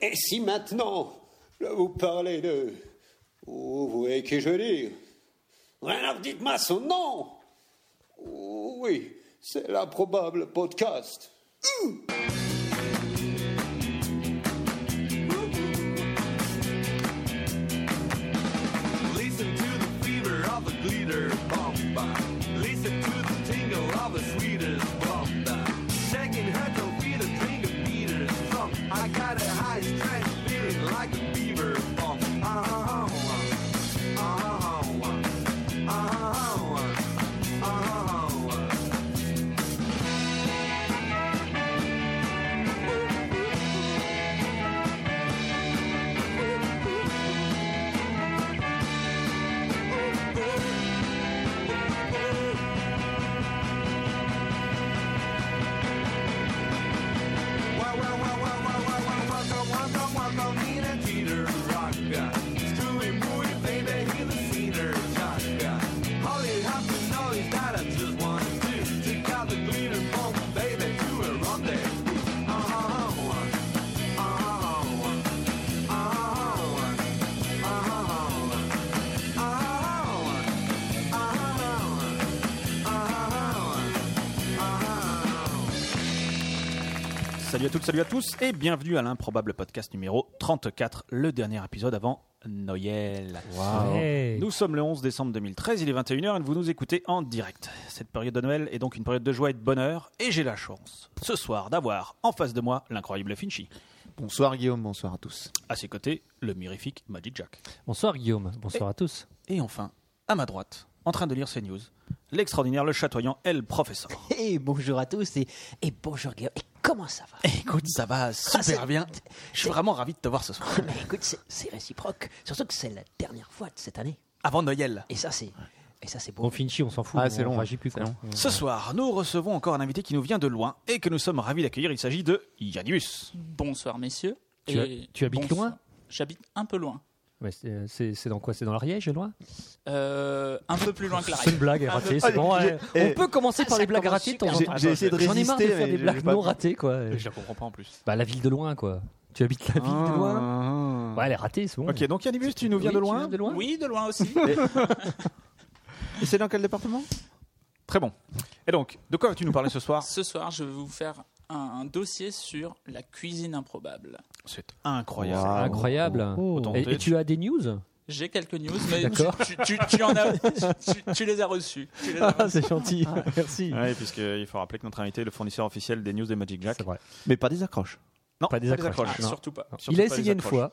Et si maintenant je vous parlais de. Oh, vous voyez qui je dis Alors dites-moi son nom Oh, Oui, c'est l'improbable podcast. Listen to the fever of the glitter bomba. Listen to the tingle of the sweetest bomba. Shaking her toe feet a drink of Peter's drum. I got a high strength feeling like a beaver bomb. Uh-huh. Uh-huh. Uh-huh. Uh-huh. Welcome, welcome, welcome, Nina Teeter Rocka. Scooby Mooey, baby, hear the cedar shaka. All you have to know is that I just want to take out the glitter bomb, baby, to a rendezvous. Oh, oh, oh, Salut à toutes, salut à tous et bienvenue à l'improbable podcast numéro 34, le dernier épisode avant Noël. Hey. Nous sommes le 11 décembre 2013, il est 21h et vous nous écoutez en direct. Cette période de Noël est donc une période de joie et de bonheur et j'ai la chance ce soir d'avoir en face de moi l'incroyable Finchi, Bonsoir Guillaume, bonsoir à tous. à ses côtés le mirifique Magic Jack Bonsoir Guillaume, bonsoir à tous. et enfin à ma droite, en train de lire ses news, l'extraordinaire, le chatoyant El Professeur. Et bonjour à tous et, et bonjour Guillaume. Et comment ça va Écoute, ça va super c'est- bien. Je suis vraiment ravi de te voir ce soir. Mais écoute, c'est- c'est réciproque. Surtout que c'est la dernière fois de cette année. Avant Noël. Et ça, c'est et ça c'est beau. Bon Finchi, on s'en fout. Ah, c'est on long, réagit plus c'est quoi. long. Ce soir, nous recevons encore un invité qui nous vient de loin et que nous sommes ravis d'accueillir. Il s'agit de Yannus. Bonsoir messieurs. Tu Et ha- tu habites loin J'habite un peu loin. Ouais, c'est- euh, C'est c'est dans quoi C'est dans l'Ariège, loin Ah, Euh, un peu plus loin que la C'est une blague ratée, c'est bon. j'ai- ouais. eh, On peut commencer Ah, par ça les blagues commence ratées de temps en J'ai temps. j'ai essayé de J'en ai marre de résister, faire mais des j'ai blagues pas non pu. ratées, quoi. Oh, la comprends pas en plus. Bah, la ville de loin, quoi. Tu habites la ville de loin Ouais, elle est ratée, c'est bon. Ah. Ok, donc Yannus, tu nous viens Oui, de tu loin viens de loin Oui, de loin aussi. Et c'est dans quel département Très bon. Et donc, de quoi vas-tu nous parler ce soir Ce soir, je vais vous faire un, un dossier sur la cuisine improbable. C'est incroyable. C'est Ah, Incroyable. Autant Et, tenter. et tu as des news J'ai quelques news, mais D'accord. tu, tu- tu- tu en as, tu, tu les as reçus. Tu les as reçus. Ah, C'est gentil, merci. Oui, puisqu'il faut rappeler que notre invité est le fournisseur officiel des news des Magic Jack. C'est vrai. Mais pas des accroches. Non, Pas des accroches. Ah, non. surtout pas. Il a essayé une fois.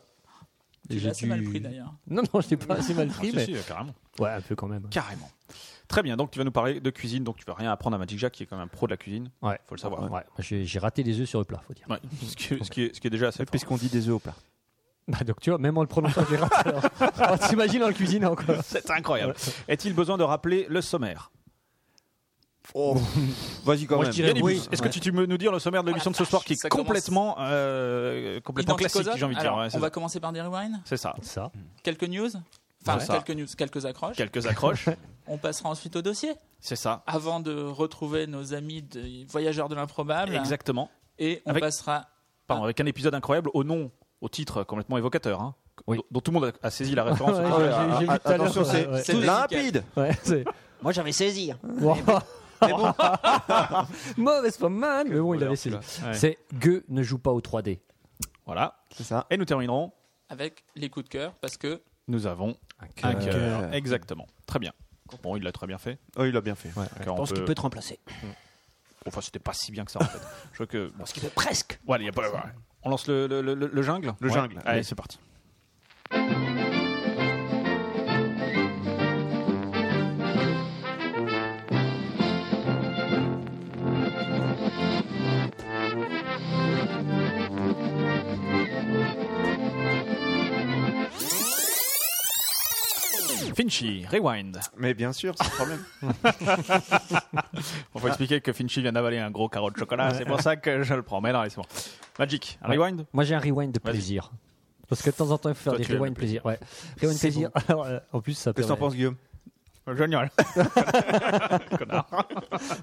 Tu J'ai l'as assez mal dû- pris d'ailleurs. Non, non, je l'ai pas assez mal Ah, pris, mais. euh, carrément. Ouais, un peu quand même. Carrément. Très bien, donc tu vas nous parler de cuisine, donc tu vas rien apprendre à Magic Jack qui est quand même un pro de la cuisine. Ouais. Faut le savoir. Ouais, moi, j'ai j'ai raté les œufs sur le plat, faut dire. Ouais. Ce, qui, ce qui est, ce qui est déjà assez fort. Puisqu'on dit des œufs au plat. Bah donc tu vois, même en le prononçant, j'ai raté. alors. Oh, T'imagines en le cuisinant quoi. C'est incroyable. Est-il besoin de rappeler le sommaire Vas-y quand Moi, je même. dirais- Yannick, oui. Est-ce que tu, tu peux nous dire le sommaire de l'émission de ce soir qui est Ça commence- complètement, euh, complètement Identique aux classique, autres. j'ai envie de dire. Alors, ouais, c'est on va ça. commencer par des rewinds. C'est ça. Ça. Quelques news. Enfin, Ouais. quelques news, quelques accroches. Quelques accroches. On passera ensuite au dossier. c'est ça. Avant de retrouver nos amis des voyageurs de l'improbable. Exactement. Et on Avec- passera Pardon, avec un épisode incroyable au nom, au titre complètement évocateur, hein, Oui. dont- dont tout le monde a saisi la référence. ah, Ouais, Oh là, J'ai- j'ai a- vu tout à l'heure, attention, ouais, c'est ouais. c'est C'est limpide. Ouais, c'est. Moi j'avais saisi. hein. Wow. Mauvaise femme, man. Mais bon, il avait essayé. Ouais. C'est Gueux ne joue pas au 3D. Voilà. C'est ça. Et nous terminerons. avec les coups de cœur parce que Nous avons un Euh, cœur. cœur. Exactement. Très bien. Bon, il l'a très bien fait. Oh, il l'a bien fait. Car Je on pense peut- qu'il peut te remplacer. Enfin, c'était pas si bien que ça en fait. Je crois que. bon, Parce qu'il peut presque. voilà, y a pas- voilà. On lance le, le- le- le jungle Le jungle. Allez, c'est parti. Finchy, rewind. Mais bien sûr, c'est le problème. On faut expliquer que Finchy vient d'avaler un gros carreau de chocolat, c'est pour ça que je le prends. Mais non, c'est bon. Magic, un rewind Moi, j'ai un rewind de Vas-y. plaisir. Parce que de temps en temps, il faut faire Toi, des tu aimes le rewinds plaisir. Ouais. Rewind plaisir. Alors, euh, en plus, ça Qu'est-ce que t'en permet- penses Guillaume Génial. Moi,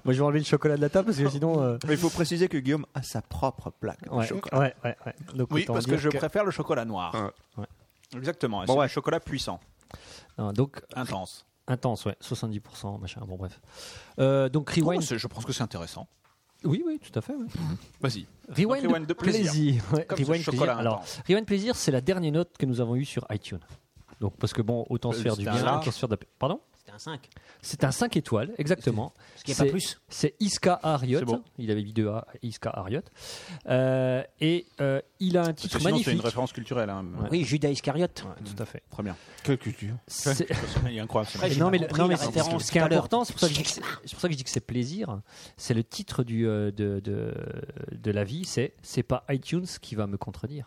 je vais enlever le chocolat de la table parce Oh. que sinon. euh, Mais il faut préciser que Guillaume a sa propre plaque de Ouais, chocolat. ouais, ouais, ouais. Donc, Oui, autant parce que dire je préfère le chocolat noir. Ouais. Exactement. et Ah. Bon, c'est ouais. un chocolat puissant, Non, donc, intense. intense, ouais. 70%, machin. Bon, bref. Euh, donc, Oh, Rewind. c'est- je pense que c'est intéressant. oui, oui, tout à fait. ouais. Vas-y. Rewind, Rewind de plaisir. ouais, Comme ce Rewind chocolat plaisir. intense. Alors, Rewind plaisir, c'est la dernière note que nous avons eue sur iTunes. Donc, parce que bon, autant se Euh, faire du c'est un bien, cinq. autant se faire de... la- Pardon C'était un 5. C'est un 5 étoiles, exactement. Parce qu'il n'y a pas C'est- plus. C'est Iska Harriot. C'est bon. Il avait mis deux A, Iska Harriot. Euh, et euh, il a un Parce que titre sinon, c'est une magnifique. référence culturelle. hein. Ouais. Oui, Judas Iscariote. Ouais, tout à fait. Très bien. Quelle culture C'est- Il est incroyable. ce Après, mec. j'ai non, pas mais, le- compris non, la mais c'est- référence ce qui est tout à l'heure. important, c'est pour, ça que je dis que c'est- c'est pour ça que je dis que c'est plaisir, c'est le titre du, euh, de, de, de la vie, c'est c'est pas iTunes qui va me contredire.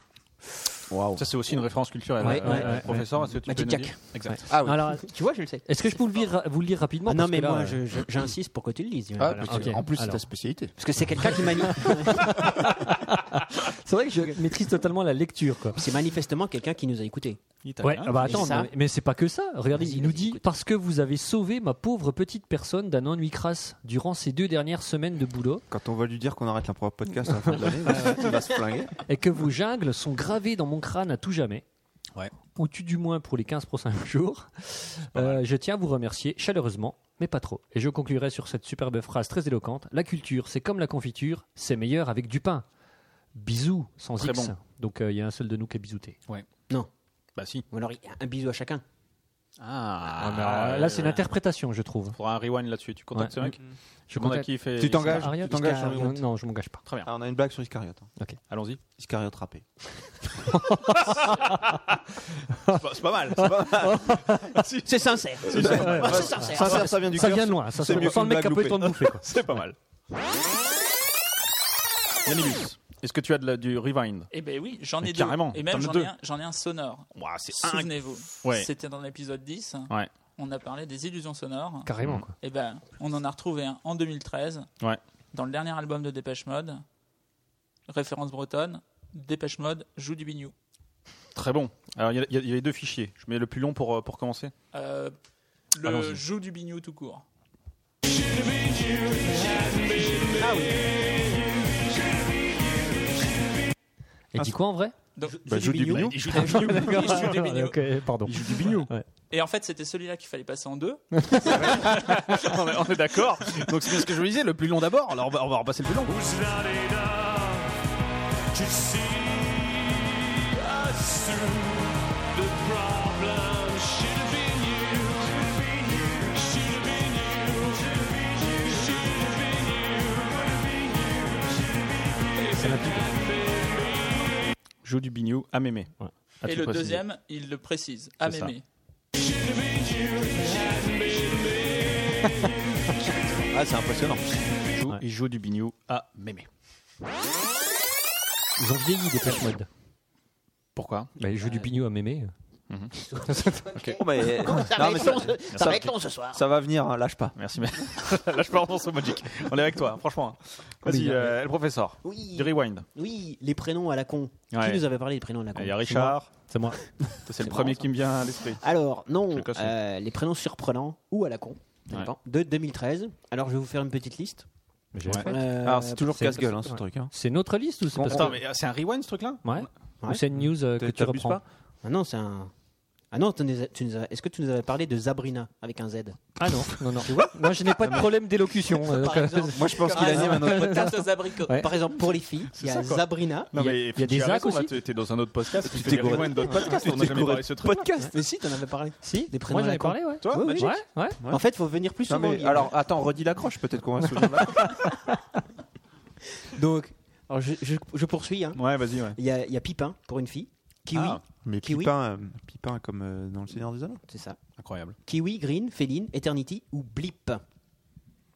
Waouh. Ça, c'est aussi une référence culturelle. Ouais, euh, ouais, ouais. professeur, est-ce que tu Magic peux nous Jack. dire Exact. Ah oui. Alors, tu vois, je le sais. est-ce que je peux vous le lire, vous le lire rapidement Ah non, Parce mais que là, moi, euh, je- je- j'insiste pour que tu le lises. Ah, Voilà. parce que- ok. En plus, c'est ta Alors. spécialité. Parce que c'est quelqu'un qui manie. C'est vrai que je maîtrise totalement la lecture. Quoi. c'est manifestement quelqu'un qui nous a écoutés. Ouais, Italien. ah bah Et attends, hein, ça mais, mais c'est pas que ça. Regardez, Vas-y, il nous vas-y, dit écoute. parce que vous avez sauvé ma pauvre petite personne d'un ennui crasse durant ces deux dernières semaines de boulot Quand on va lui dire qu'on arrête la propre podcast à la fin de l'année, bah, il va se flinguer. et que vos jungles sont gravés dans mon crâne à tout jamais. Ouais. Ou tu du moins pour les 15 prochains jours. Euh, je tiens à vous remercier chaleureusement, mais pas trop. Et je conclurai sur cette superbe phrase très éloquente. La culture, c'est comme la confiture, c'est meilleur avec du pain. Bisous, sans Très X. bon. Donc euh, il y a un seul de nous qui est bisouté. Bah si. Ou alors, un bisou à chacun. Ah, Euh, là, c'est une interprétation, je trouve. Pour un rewind là-dessus, tu contactes Ouais. ce mec Je Demande à contacte- qui il fait. Tu t'engages Ariel Tu t'engages Iscar- Ariel euh, Non, je m'engage pas. Ah, On a une blague sur Iscariot. hein. Allons-y. Iscariot râpé. C'est pas- c'est pas mal. c'est pas mal. C'est sincère. Ah, C'est sincère. Sincère, ça vient du Ça cœur. vient de loin. Ça c'est sent mieux sent le qu'une mec qui a blague pas eu le temps de bouffer. quoi. C'est pas mal. Yannimus, est-ce que tu as de la- du rewind Eh ben oui, j'en ai Mais deux. carrément, Et t'en même as j'en deux. ai, un, j'en ai un sonore. Ouah, C'est un. Souvenez-vous, Ouais. c'était dans l'épisode 10. Ouais. On a parlé des illusions sonores. Carrément. quoi. Et ben, on en a retrouvé un en 2013. Ouais. Dans le dernier album de Dépêche Mode, référence bretonne, Dépêche Mode joue du bignou. Très bon. Alors, il y a- il y, a- il y a les deux fichiers. Je mets le plus long pour, euh, pour commencer. Euh, le Allons-y. joue du bignou tout court. Et dit quoi en vrai Donc, Bah, joue du bignou. Il joue du bignou, il joue du Ah, bignou. Ok, pardon. Il joue du bignou. Et en fait, c'était celui-là qu'il fallait passer en deux. on est, on est d'accord. Donc, c'est bien ce que je me disais. Le plus long d'abord. Alors, on va, on va repasser le plus long. Joue du bignou à mémé. Ouais. À et tout le préciser. deuxième, il le précise. À Ah, C'est ça. mémé. Ah, c'est impressionnant. Joue- Ouais. Il joue du bignou à mémé. Ils ont vieilli des Pêche Mode. Pourquoi Bah, ils jouent du bignou à mémé. Bon, mais- Ça va Non, mais être ça- long ce- ça va être long ce soir. Ça va venir, hein, lâche pas. Merci. mais- Là, je parle dans ce Magic. On est avec toi, hein, franchement. Vas-y, euh, le professeur. Oui, Du rewind. oui, les prénoms à la con. Ouais. Qui nous avait parlé des prénoms à la con Il y a Richard. C'est moi. Ça, C'est le premier qui me vient à l'esprit. Alors, non, Le cochon. euh, les prénoms surprenants ou à la con, ça Ouais. dépend, de 2013. Alors, je vais vous faire une petite liste. Ouais. Euh, Alors, c'est toujours c'est- casse-gueule, hein, c'est- ce truc. hein. C'est notre liste ou c'est parce Attends, que- mais euh, c'est un rewind ce truc-là Ouais. Ouais. Ou c'est une news euh, que tu T'abuses reprends pas Ah non, c'est un. Ah non, tu nous as- tu nous as- est-ce que tu nous avais parlé de Zabrina avec un Z Ah non, non, non. Moi, je n'ai pas de problème d'élocution. euh, donc, Par euh, exemple, Moi, je pense qu'il anime un autre podcast. Tarte aux abricots. Ouais. par exemple, pour les filles, il y a Zabrina. Non, Il y a- mais il y a des tu as raisons, hacks là, aussi. T'es dans un autre podcast. Tu fais des t'es gouré. rewind d'autres podcasts. On n'a jamais parlé de ce truc. Podcast Mais si, t'en avais parlé. si, Des prénoms moi, j'en à ai la con. parlé, ouais. Toi, Oui, oui. Magic ouais, ouais. En fait, faut venir plus Non, souvent. mais Guillaume. alors, attends, redis l'accroche, peut-être qu'on va se souvenir. donc, alors, je, je- je poursuis. hein. Ouais, vas-y, ouais. Il y, a- il y a Pipin pour une fille. Kiwi, Ah, Mais Kiwi. Pipin, euh, Pipin comme euh, dans Le Seigneur des Anneaux. c'est ça. Incroyable. Kiwi, Green, Féline, Eternity ou Blip.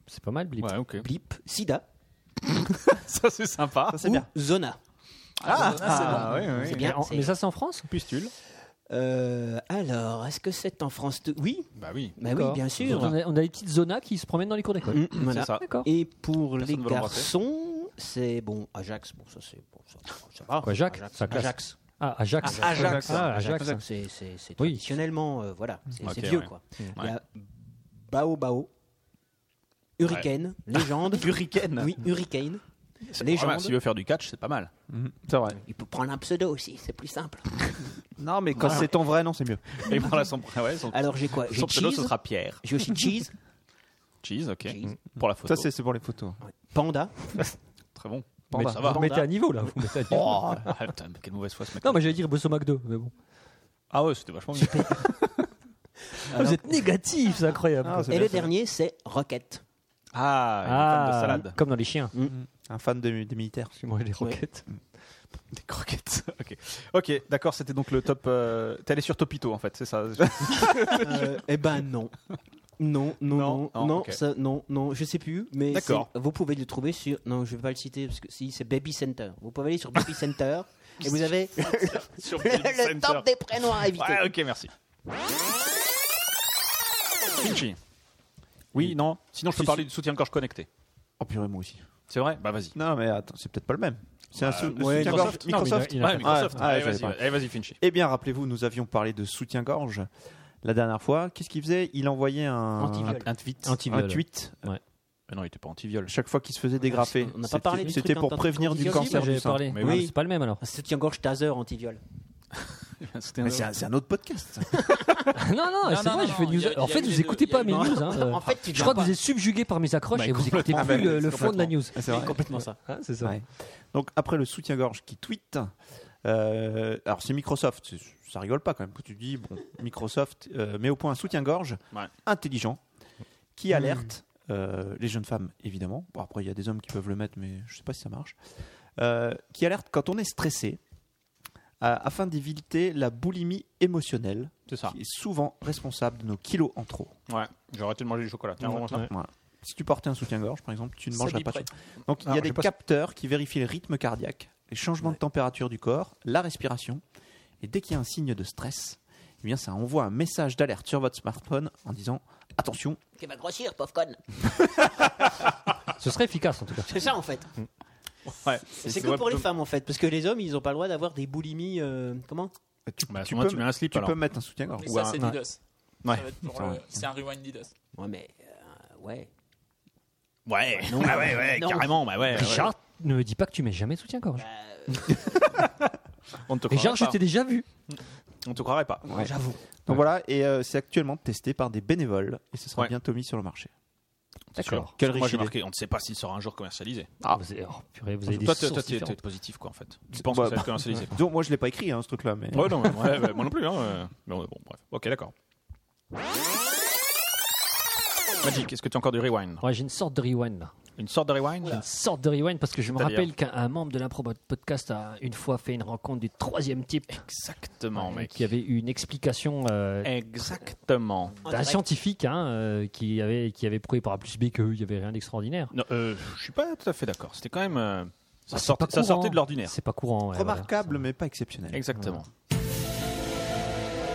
C'est pas mal, Blip. Ouais, ok. Blip, Sida Ça, c'est sympa. ou Zona. Ah, c'est bon. Ah, ouais, ouais. C'est Mais, bien. en- c'est- mais ça, c'est en France Pustule. Euh, alors, est-ce que c'est en France tout- Oui, Bah oui. bah oui, D'accord. bien sûr. On a, on a des petites zonas qui se promènent dans les cours d'école. Mm, voilà. C'est ça. D'accord. Et pour Personne les veut l'embrasser. garçons, c'est bon, Ajax, bon ça c'est bon, ça, ça va. Quoi, Jacques Ajax, Ça classe. Ajax. Ah, Ajax. Ah, Ajax. Ah, Ajax. C'est- C'est c'est Oui. traditionnellement, euh, voilà, c'est Ok, c'est vieux ouais. quoi. Ouais. Il y a Bao Bao, Hurricane, Légende. Hurricane. Oui, Hurricane. C'est- Légende. remarque, S'il veut faire du catch, c'est pas mal. C'est vrai. Il peut prendre un pseudo aussi, c'est plus simple. Non, mais quand c'est ton vrai nom, c'est mieux. Et pour la son, ah ouais, son, Alors j'ai quoi J'ai son pseudo, ce Cheese. sera Pierre. J'ai aussi Cheese, Cheese, ok. Mm. Cheese. Pour la photo. Ça, c'est c'est pour les photos. Panda. très bon. bah. Panda. Mais ça va. Vous mettez à niveau là. Vous mettez à niveau. Oh, ah, putain, mais quelle mauvaise foi ce mec. Non, mais j'allais dire Bosso McDo, mais bon. Ah ouais, c'était vachement bien. Vous êtes négatif, c'est incroyable. Ah, c'est Et bien le fait. dernier, c'est Rocket. Ah, une femme de salade. comme dans les chiens. Un fan de- des militaires. Qui mangeaient des roquettes. Des croquettes. Ok, ok d'accord, c'était donc le top. euh, T'es allé sur Topito en fait, c'est ça Euh, eh ben non. Non, non, non, non, non, ok. ça, non, non, je sais plus, mais D'accord. c'est- vous pouvez le trouver sur. Non, je vais pas le citer parce que si c'est Baby Center. Vous pouvez aller sur Baby Center et vous avez Sur le, le top des prénoms à éviter. Ouais, ok, merci. Finchi. Oui, non. Sinon, je peux Si, parler si. du soutien-gorge connecté. Oh purée, moi aussi. Bah, C'est vrai Bah vas-y. Euh, Non, mais attends, c'est peut-être pas le même. C'est un sou- le ouais, soutien-gorge Microsoft. Non, mais il a- il a- Ouais, Microsoft. Ah, Ouais, ouais, Allez, j'avais vas-y, pas. allez, vas-y, Finchi. Eh bien, rappelez-vous, nous avions parlé de soutien-gorge la dernière fois. Qu'est-ce qu'il faisait Il envoyait un, Antiviol. Un tweet. un Antiviol. tweet Mais non, il était pas anti-viol. chaque fois qu'il se faisait dégrafer. On n'a pas C'était- parlé du C'était truc pour anti- prévenir du antiviol, cancer J'avais du sein. parlé. Mais Oui. oui. C'est pas le même alors. Un soutien-gorge taser anti-viol. C'était Mais c'est un, c'est un autre podcast. non, non, Non, c'est non, vrai, non, je fais non, il news. y a- en il y a fait, eu vous les deux. écoutez pas Il y mes a eu- news. hein, euh. En fait, tu je crois que viens vous êtes subjugué par mes accroches Bah, et vous écoutez complètement. plus Ah, bah, le, le fond de la complètement. news. Ah, c'est vrai. complètement ça. Hein, c'est ça. Ouais. Donc après le soutien-gorge qui tweet, euh, alors c'est Microsoft, c'est- ça rigole pas quand même. Quand tu dis bon, Microsoft euh, met au point un soutien-gorge Ouais. intelligent qui alerte euh, les jeunes femmes évidemment. Bon après il y a des hommes qui peuvent le mettre, mais je sais pas si ça marche. Euh, qui alerte quand on est stressé euh, afin d'éviter la boulimie émotionnelle C'est ça. qui est souvent responsable de nos kilos en trop. Ouais, j'ai arrêté de manger du chocolat. Tiens, remonte ça. Voilà. Si tu portais un soutien-gorge, par exemple, tu ne Ça mangerais dit pas de près. chocolat. Donc, il y Alors, Ah, a je des passe- capteurs qui vérifient le rythme cardiaque, les changements de température du corps, la respiration. Et dès qu'il y a un signe de stress, eh bien, ça envoie un message d'alerte sur votre smartphone en disant Attention, Tu vas grossir, pauvre conne. Ce serait efficace en tout cas. C'est ça en fait. Ouais. Bah, C'est que pour les femmes en fait, parce que les hommes, ils n'ont pas le droit d'avoir des boulimies. euh, comment tu, Bah, à ce tu moment-là, peux, tu mets un slip tu alors. peux mettre un soutien-gorge. Mais Ou ça, un- c'est ouais. Didos. Ça Ouais. va être pour Ouais. le- C'est un rewind Didos. Ouais, mais euh, ouais. Ouais, bah ouais, ouais, Non. carrément, bah ouais. ouais. Richard, ne me dis pas que tu mets jamais de soutien-gorge. on ne te Richard, croirait je pas. t'ai déjà vu. On te croirait pas. Ouais. J'avoue. Donc voilà, et euh, c'est actuellement testé par des bénévoles et ce sera Ouais. bientôt mis sur le marché. D'accord. Quelle Moi riche j'ai idée. marqué, on ne sait pas s'il sera un jour commercialisé. Ah, vous avez, oh, purée, vous avez des toi, t'es- sources toi, t'es- t'es différentes. positif quoi en fait. Tu penses Bah, que ça va être commercialisé Donc, moi, je l'ai pas écrit hein, ce truc-là, mais Ouais, non, mais- ouais, ouais, moi non plus. Hein. euh, Mais on- bon, bref. Ok, d'accord. Magic, est-ce que tu as encore du rewind Ouais, j'ai une sorte de rewind là. Une sorte de rewind Une sorte de rewind parce que je me C'est-à-dire rappelle qu'un un membre de l'impro podcast a une fois fait une rencontre du troisième type Exactement, euh, Oh, mec. Eh, qui avait eu une explication euh, Exactement. d'un scientifique hein, euh, qui avait qui avait prouvé par A plus B que il y avait rien d'extraordinaire. Non, euh, je suis pas tout à fait d'accord. C'était quand même. euh, ça, Bah, c'est sortait, pas ça courant. sortait de l'ordinaire. C'est pas courant. ouais, remarquable, voilà, mais pas exceptionnel. Exactement. ça.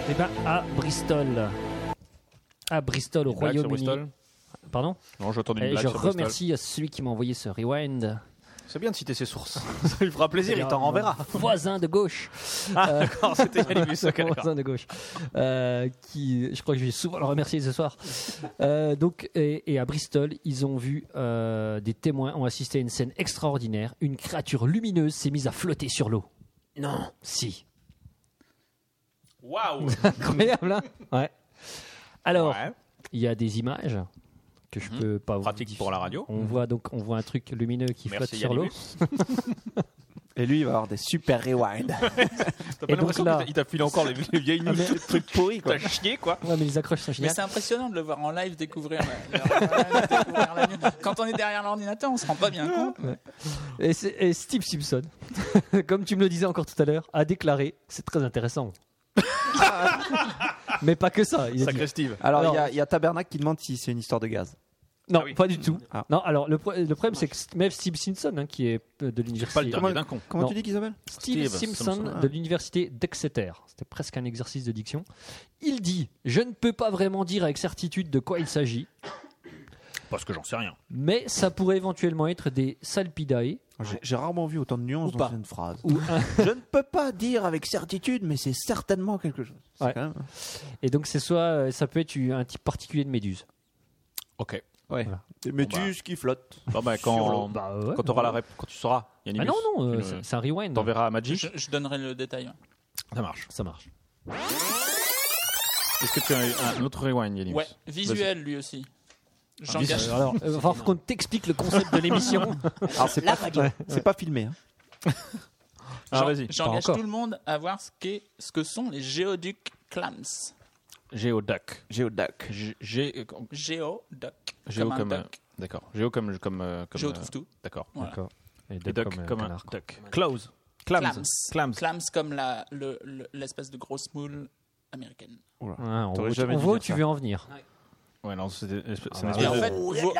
Eh ben à Bristol, à Bristol au Une blague sur Royaume-Uni. Bristol Pardon. Non, j'entends une Et blague je sur Bristol. remercie à celui qui m'a envoyé ce rewind. C'est bien de citer ses sources. ça lui fera plaisir, il C'est-à-dire t'en mon renverra. Voisin de gauche. Ah, Euh, d'accord, c'était Galibus, ok, d'accord. voisin de gauche, euh, qui, je crois que je vais souvent le remercier ce soir. Euh, donc, et, et à Bristol, ils ont vu euh, des témoins ont assisté à une scène extraordinaire. Une créature lumineuse s'est mise à flotter sur l'eau. Non. Si, Waouh incroyable, hein Ouais. Alors, Ouais. il y a des images que je Mhm. peux pas vous Pratique diffuser. pour la radio. On voit donc, on voit un truc lumineux qui flotte Merci sur l'eau. Galibus. Et lui, il va avoir des super rewind. T'as pas Et donc l'impression là- Ah, qu'il t'a- il t'a filé encore les, les vieilles news, les trucs pourris, quoi. T'as chié, quoi. Ouais, mais les accroches sont Mais géniales. c'est impressionnant de le voir en live découvrir. la- la- découvrir la news. Quand on est derrière l'ordinateur, on se rend pas bien compte. Et, c'est- et Steve Simpson, comme tu me le disais encore tout à l'heure, a déclaré c'est très intéressant. Mais pas que ça. Il a dit, Sacré Steve. Alors, Alors- il y a- il y, a Tabernac qui demande si c'est une histoire de gaz. non, Ah oui. pas du tout. Ah. Non, alors le, pro- le problème, c'est que même Steve Simpson, hein, qui est J'ai euh, de pas le l'université. dernier d'un con. Comment Non. tu dis qu'ils s'appelle Steve, Steve Simpson, Simpson, hein. de l'université d'Exeter. C'était presque un exercice de diction. Il dit Je ne peux pas vraiment dire avec certitude de quoi il s'agit, Parce que j'en sais rien. mais ça pourrait éventuellement être des salpidae. Ah, J'ai- J'ai rarement vu autant de nuances Ou dans pas. une phrase. Ou un- Je ne peux pas dire avec certitude, mais c'est certainement quelque chose. C'est Ouais. quand même- Et donc, c'est soit, euh, ça peut être un type particulier de méduse. Ok. Ouais. Voilà. Mais Bon, bah. tu ce qui flotte. Non, mais Sur quand, le- bah, ouais. quand, t'auras la rép- quand tu sauras, Yannimus, Bah Ah non, non, euh, tu le- c'est- c'est un rewind. t'enverras à Magic. Je, je donnerai le détail. ouais. Ça marche. Ça marche. Est-ce que tu as un, un autre rewind, Yannimus Ouais, visuel lui aussi. J'engage. Visuel, alors. Euh, Il va falloir qu'on t'explique le concept de l'émission. Alors, Ah, c'est pas, c'est pas filmé. hein. Ah, j'en- vas-y. J'engage Pas encore. tout le monde à voir ce, qu'est- ce que sont les géoducs clams. Géoduck. Géodac. G- G- euh, Géoduc. Géo un comme. euh, duck. D'accord. Géo comme. comme, euh, comme Géo euh, trouve tout. D'accord. Voilà. D'accord. Et Et duck duck comme, euh, comme un canard, quoi. duck. Close. Clams. Clams. Clams. Clams comme la- le- le- l'espèce de grosse moule américaine. Ouais, on T'aurais voit- jamais on dû voit où dire tu ça. veux en venir. Ouais, non, c'est c'est une espèce bah, Et en de- fait, vous, vous-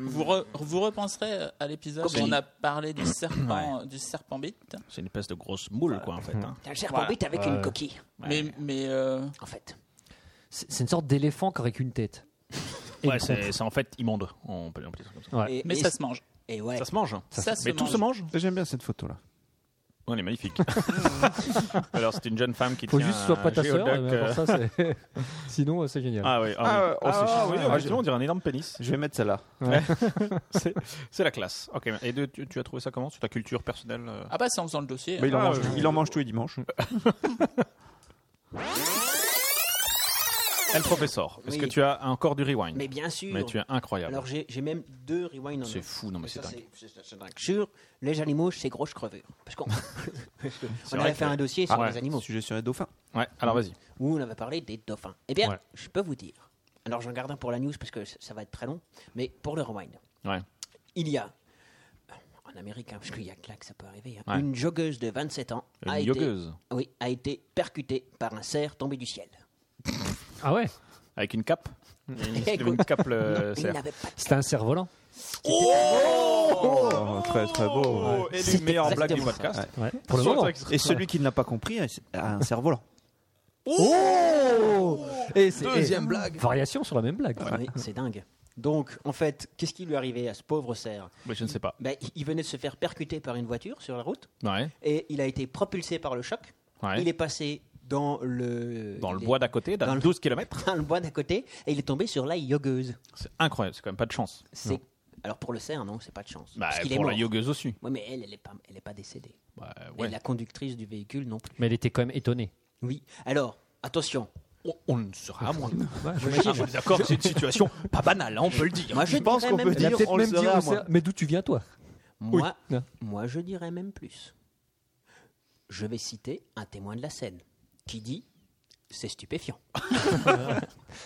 vous re- vous repenserez euh, à l'épisode où on a parlé du serpent, du serpent bite. c'est une espèce de grosse moule, quoi, en fait. hein. T'as un serpent bite avec une coquille, Mais, mais euh, en fait. C'est c'est une sorte d'éléphant qu'avec une tête. Et Ouais, une trompe. c'est c'est en fait immonde. On peut on peut dire ça comme ça. Ouais. Et, mais et- ça se mange. et ouais. Ça se mange. Ça, se Mais tout mange. se mange. J'aime bien cette photo là. On est magnifique. Alors, c'est une jeune femme qui Faut tient juste que ce soit un pas ta sœur. géodoc, mais à euh, part ça, c'est- Sinon, euh, c'est génial. Ah oui, Ah, ah, oui. oh, c'est Ah, chiant. oui, Ah, effectivement, j'ai- on dirait un énorme pénis. Je vais mettre celle-là. C'est la classe. Ok, et de- tu, tu as trouvé ça comment Sur ta culture personnelle euh Ah bah c'est en faisant le dossier. Mais il, en Ah, mange, ouais. il en mange tous les dimanches. El Professeur, est-ce Oui. que tu as encore du rewind Mais bien sûr. Mais tu es incroyable. Alors j'ai j'ai même deux rewinds en C'est un. fou, non mais c'est Ça, dingue. c'est- c'est- c'est dingue. Sur les animaux, c'est grosse crevure. Parce qu'on on vrai avait que- fait un dossier sur Ah ouais. les animaux Sujet sur les dauphins. Ouais, alors vas-y. où on avait parlé des dauphins. Eh bien, Ouais. je peux vous dire. Alors j'en garde un pour la news parce que c- ça va être très long. Mais pour le rewind, Ouais. il y a, en Amérique, hein, parce qu'il y a que là que ça peut arriver, hein, Ouais. une joggeuse de 27 ans Une a, été, yogueuse. oui, a été percutée par un cerf tombé du ciel. Ah ouais Avec une cape Une, une Écoute. cape euh, le Il n'avait pas C'était un cerf-volant. Oh, très très beau. Et C'est les meilleures blagues du exactement podcast. ça. Ouais. Pour le Sur- moment. Et celui qui ne l'a pas compris a un cerf-volant. Et c'est- et- Variation sur la même blague. Oui, c'est dingue. Donc, en fait, qu'est-ce qui lui arrivait à ce pauvre cerf Mais je ne sais pas. ben, Il venait de se faire percuter par une voiture sur la route Ouais. et il a été propulsé par le choc. ouais. Il est passé dans le, Dans le les- bois d'à côté, dans dans le- 12 km. dans le bois d'à côté et il est tombé sur la yogueuse. C'est incroyable, c'est quand même pas de chance. C'est alors pour le cerf, non, c'est pas de chance. Bah, parce qu'il est pour mort. la yogueuse aussi. Ouais, mais elle, elle est pas, elle est pas décédée. Bah, Et ouais. la conductrice du véhicule non plus. Mais elle était quand même étonnée. Oui. Alors attention. On- On ne sera à moins. Ouais, je- Ah, on est d'accord, c'est une situation pas banale, hein, on peut le dire. Moi, je, pense dirais qu'on même peut Elle a plus. Ah, dire- peut-être on le même dit saurait à au moi. cerf Mais d'où tu viens, toi Moi, Ah. Non. moi, je dirais même plus. Je vais citer un témoin de la scène qui dit c'est stupéfiant.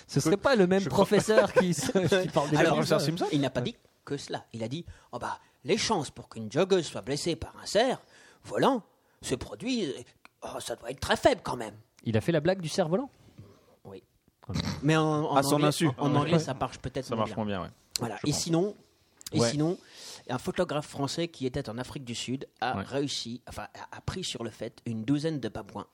Ce serait pas le même professeur qui, se- qui parle des Alors, animaux. il n'a pas dit que cela. Il a dit oh bah, les chances pour qu'une joggeuse soit blessée par un cerf volant se produisent. oh, ça doit être très faible quand même. Il a fait la blague du cerf-volant Mais en, en À son anglais, insu. en, en anglais, ça marche peut-être Ça moins marche bien. moins bien, ouais. Voilà. je Et pense. sinon, et Ouais. sinon, un photographe français qui était en Afrique du Sud a Ouais. réussi, enfin, a, a pris sur le fait une douzaine de babouins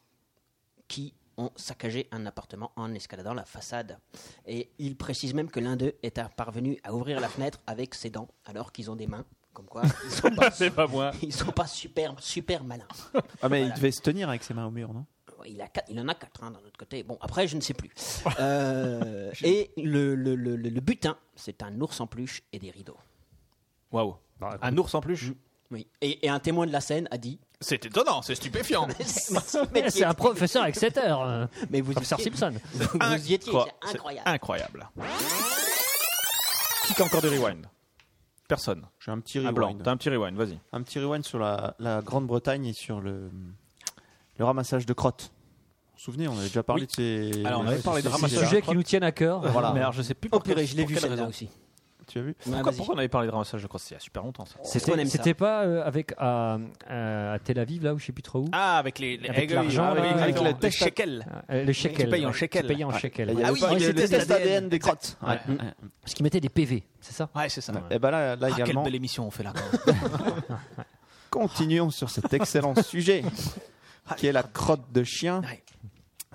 qui ont saccagé un appartement en escaladant la façade. Et il précise même que l'un d'eux est un- parvenu à ouvrir la fenêtre avec ses dents, alors qu'ils ont des mains. Comme quoi, ils sont pas, C'est pas moi. ils sont pas super, super malins. Ah, mais il devait se tenir avec ses mains au mur, non Il, a quatre- il en a quatre hein, d'un autre côté. Bon, après, je ne sais plus. Euh, et le, le- le- le- le butin, c'est un ours en peluche et des rideaux. Waouh. Un ours en plus Oui. Et, et un témoin de la scène a dit. C'est étonnant, c'est stupéfiant. Mais C'est un professeur avec 7 heures. euh, Mais vous Professeur étiez- Simpson. vous, vous y étiez, Incro- c'est incroyable. c'est incroyable. Qui a encore de rewind Personne. J'ai un petit Un blanc. rewind. T'as un petit rewind, vas-y. Un petit rewind sur la, la Grande-Bretagne et sur le, le ramassage de crottes. Vous vous souvenez, on avait déjà parlé Oui. de ces. Alors, on avait parlé de ces- Un ramassage- ces- sujet qui nous tienne à cœur. Voilà. Mais alors, je sais plus Oh pour purée, quel- je l'ai pour vu quelle celle-là raison. aussi. Tu as vu Pourquoi, Ouais, pourquoi on avait parlé de ramassage de crottes C'est il y a super longtemps ça. On C'était aime ça. c'était pas euh, avec euh, euh, à Tel Aviv là ou je sais plus trop où. Ah, avec les, les Avec l'argent, avec, là, avec euh, le euh, test shekel. Euh, le shekel. payes en ouais, shekel. Tu payes en Ouais. shekel. Il y ouais. avait oui, pas- il y avait c'était le test ADN. ADN des crottes. Ouais. Ouais. Parce qu'ils mettaient des PV, c'est ça Ouais, c'est ça. Et ben là, là Ah, quelle également, belle émission on fait là. quand même. continuons sur cet excellent sujet Ah, qui est la crotte de chien Ouais.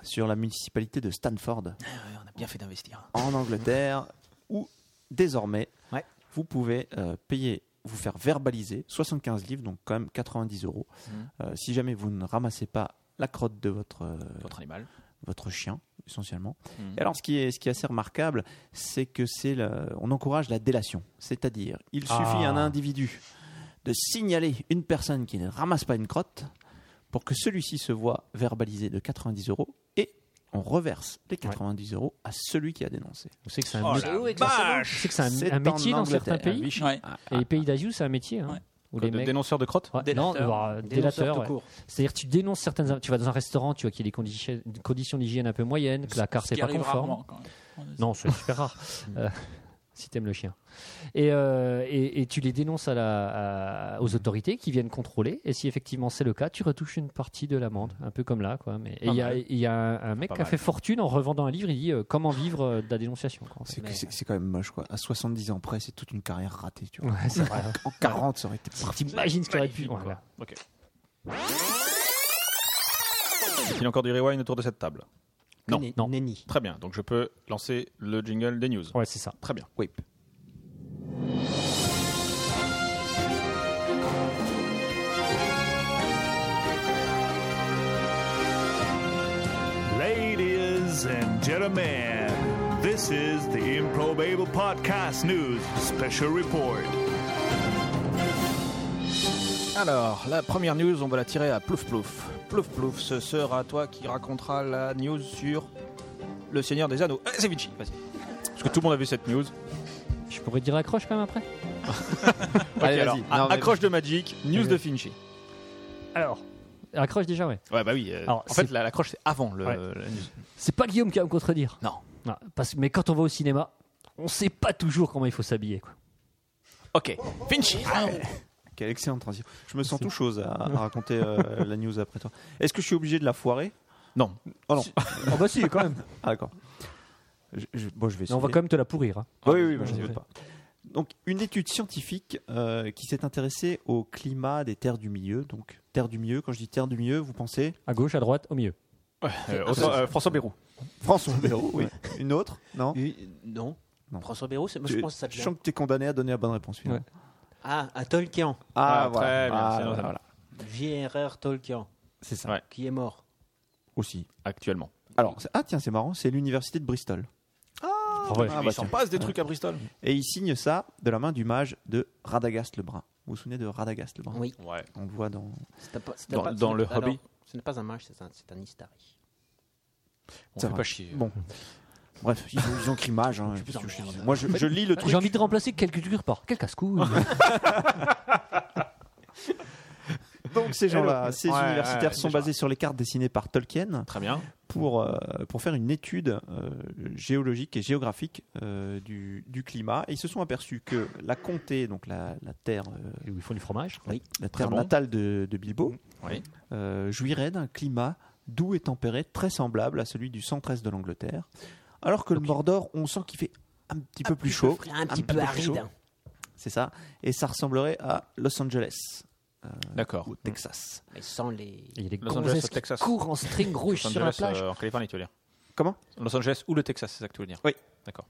sur la municipalité de Stanford vas-y. On a bien fait d'investir. en Angleterre où désormais Ouais. vous pouvez euh, payer, vous faire verbaliser 75 livres, donc quand même 90 euros, Mhm. euh, si jamais vous ne ramassez pas la crotte de votre, euh, Votre animal. votre chien essentiellement. Et alors, ce qui est, ce qui est assez remarquable, c'est que c'est, la- on encourage la délation, c'est-à-dire, il suffit à un individu de signaler une personne qui ne ramasse pas une crotte pour que celui-ci se voit verbalisé de 90 euros et on reverse les 90 euros à celui qui a dénoncé. Vous savez que c'est un, Oh mé- la vous vache savez que c'est un- C'est un en métier dans Angleterre, certains un pays. Ouais. Et les pays d'Asie, c'est un métier. Hein, Ouais. Où Quoi, les de mecs. dénonceur de crotte Ouais, non, bah, délateur, tout ouais. court. C'est-à-dire tu dénonces certaines. Tu vas dans un restaurant, tu vois qu'il y a des condi- conditions d'hygiène un peu moyennes, que la carte Ce n'est qui pas arrive conforme. rarement, quand même. Non, c'est super rare. Euh, si t'aimes le chien. Et, euh, et, et tu les dénonces à la, à- aux autorités qui viennent contrôler. Et si effectivement c'est le cas, tu retouches une partie de l'amende. Un peu comme là. Quoi. Mais, et il y a, il y a un, un mec Pas qui a mal. fait fortune en revendant un livre. Il dit euh, Comment vivre euh, de la dénonciation. quoi, en fait. C'est, Mais- c'est- c'est quand même moche, quoi. À 70 ans près, c'est toute une carrière ratée, tu vois. Ouais, c'est vrai. En 40, ça aurait été parfait. T'imagines ce qu'il aurait pu. Voilà. Ok. Est-il encore du rewind autour de cette table Non. Nenni. Non. Nenni. Très bien, donc je peux lancer le jingle des news. Ouais, c'est ça. Très bien. Oui. Ladies and gentlemen, this is the Improbable Podcast News Special Report. Alors, la première news, on va la tirer à Plouf Plouf. Plouf Plouf, ce sera toi qui racontera la news sur le Seigneur des Anneaux. Ah, c'est Vinci, vas-y. Parce que tout le monde a vu cette news. Je pourrais dire accroche quand même après Allez, alors, vas-y. a- Non, mais- accroche de Magic, news de Finchi. Alors. Accroche déjà, ouais. Ouais, bah oui. euh, Alors, en fait, c'est- la- l'accroche, c'est avant le, Ouais. la news. C'est pas Guillaume qui va me contredire. Non. parce, mais quand on va au cinéma, on sait pas toujours comment il faut s'habiller. quoi. Ok, Finchi. Quelle excellente transition. Je me sens tout chose à, à raconter euh, la news après toi. Est-ce que je suis obligé de la foirer Non. Oh non. Ah bah si, quand même. Ah, d'accord. Je, je- bon, je vais Mais on va essayer. Ah quand même te la pourrir. hein. Oui, oui, oui, moi, je Ouais, doute ouais. pas. Donc, une étude scientifique euh, qui s'est intéressée au climat des terres du milieu. Donc, terres du milieu, quand je dis terres du milieu, vous pensez À gauche, à droite, au milieu. Euh, autre- euh, François Bérou. François Bérou, oui. Une autre Non Euh, Oui, Non. Non. François Béraud, c'est- moi Tu- je pense que ça je vient. sens que tu es condamné à donner la bonne réponse. finalement. Ah, à Tolkien. Ah, Ah, voilà. très bien, Ah, c'est voilà, normal. voilà. J.R.R. Tolkien, C'est ça. Ouais. qui est mort. Aussi. Actuellement. Alors, c'est- ah tiens, c'est marrant, c'est l'université de Bristol. Ouais. Ah, il bah, s'en tiens. passe des trucs à Bristol. Et il signe ça de la main du mage de Radagast le Brun. Vous vous souvenez de Radagast le Brun Oui. Ouais. On le voit dans. C'était pas- c'était Oh. Dans- pas- dans ce le n'est- alors, hobby. Ce n'est pas un mage, c'est un, c'est un Istari. On Ça fait va. pas chier. Bon. Bref, ils ont, ils ont écrit mage. hein, qu'est-ce que je dis Moi, je, je lis le truc. Ah, J'ai envie de remplacer quelle culture par quel casse-cou. Donc, ces gens-là, ces Ouais, universitaires ouais, sont déjà. basés sur les cartes dessinées par Tolkien Très bien. pour, euh, pour faire une étude euh, géologique et géographique euh, du, du climat. Et ils se sont aperçus que la comté, donc la, la terre euh, Et où ils font du fromage. la terre Ah bon. Mm, natale de, de Bilbo, Oui. euh, jouirait d'un climat doux et tempéré très semblable à celui du centre-est de l'Angleterre. Alors que le Mordor, on sent qu'il fait un petit peu plus chaud. Un petit peu plus chaud. aride. hein. C'est ça. Et ça ressemblerait à Los Angeles, D'accord. au Texas. Mais sans les. Et il y a des Los Angeles gonzesses au qui Texas. courent en string rouge Los sur la Angeles, plage. euh, en Californie, tu veux dire. Comment Los Angeles ou le Texas, c'est ça que tu veux dire Oui. D'accord.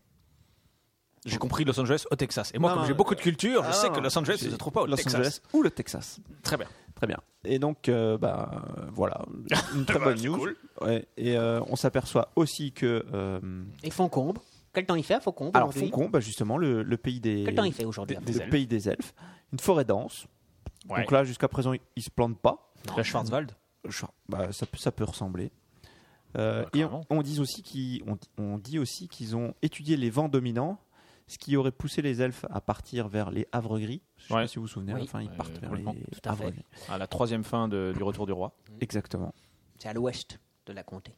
J'ai compris Los Angeles au Texas. Et moi, Non, comme non, j'ai beaucoup de culture, je ah, sais non, que Los Angeles ne se trouve pas au Los Texas. Angeles ou le Texas. Très bien. Très bien. Et donc, euh, bah, euh, voilà, une très bonne news. Ouais. Et euh, on s'aperçit aussi que... euh, Et Foncombe. Quel temps il fait à Foncombe alors, aujourd'hui Foncon, bah, justement, le, le pays des... Quel temps il fait aujourd'hui des- à le pays des elfes. Une forêt dense. Ouais. Donc là, jusqu'à présent, ils ne se plantent pas. La Schwarzwald Je- bah, ça, peut- ça peut ressembler. Euh, Bah, et on, carrément. on dit aussi qu'ils on, on dit aussi qu'ils ont étudié les vents dominants, ce qui aurait poussé les elfes à partir vers les havres gris. Je sais Ouais. pas si vous vous souvenez, à la Oui. fin, ils Ouais, partent vers les complètement. à havres fait. Mm. gris. à la troisième fin de- du retour du roi. Exactement, C'est à l'ouest de la comté.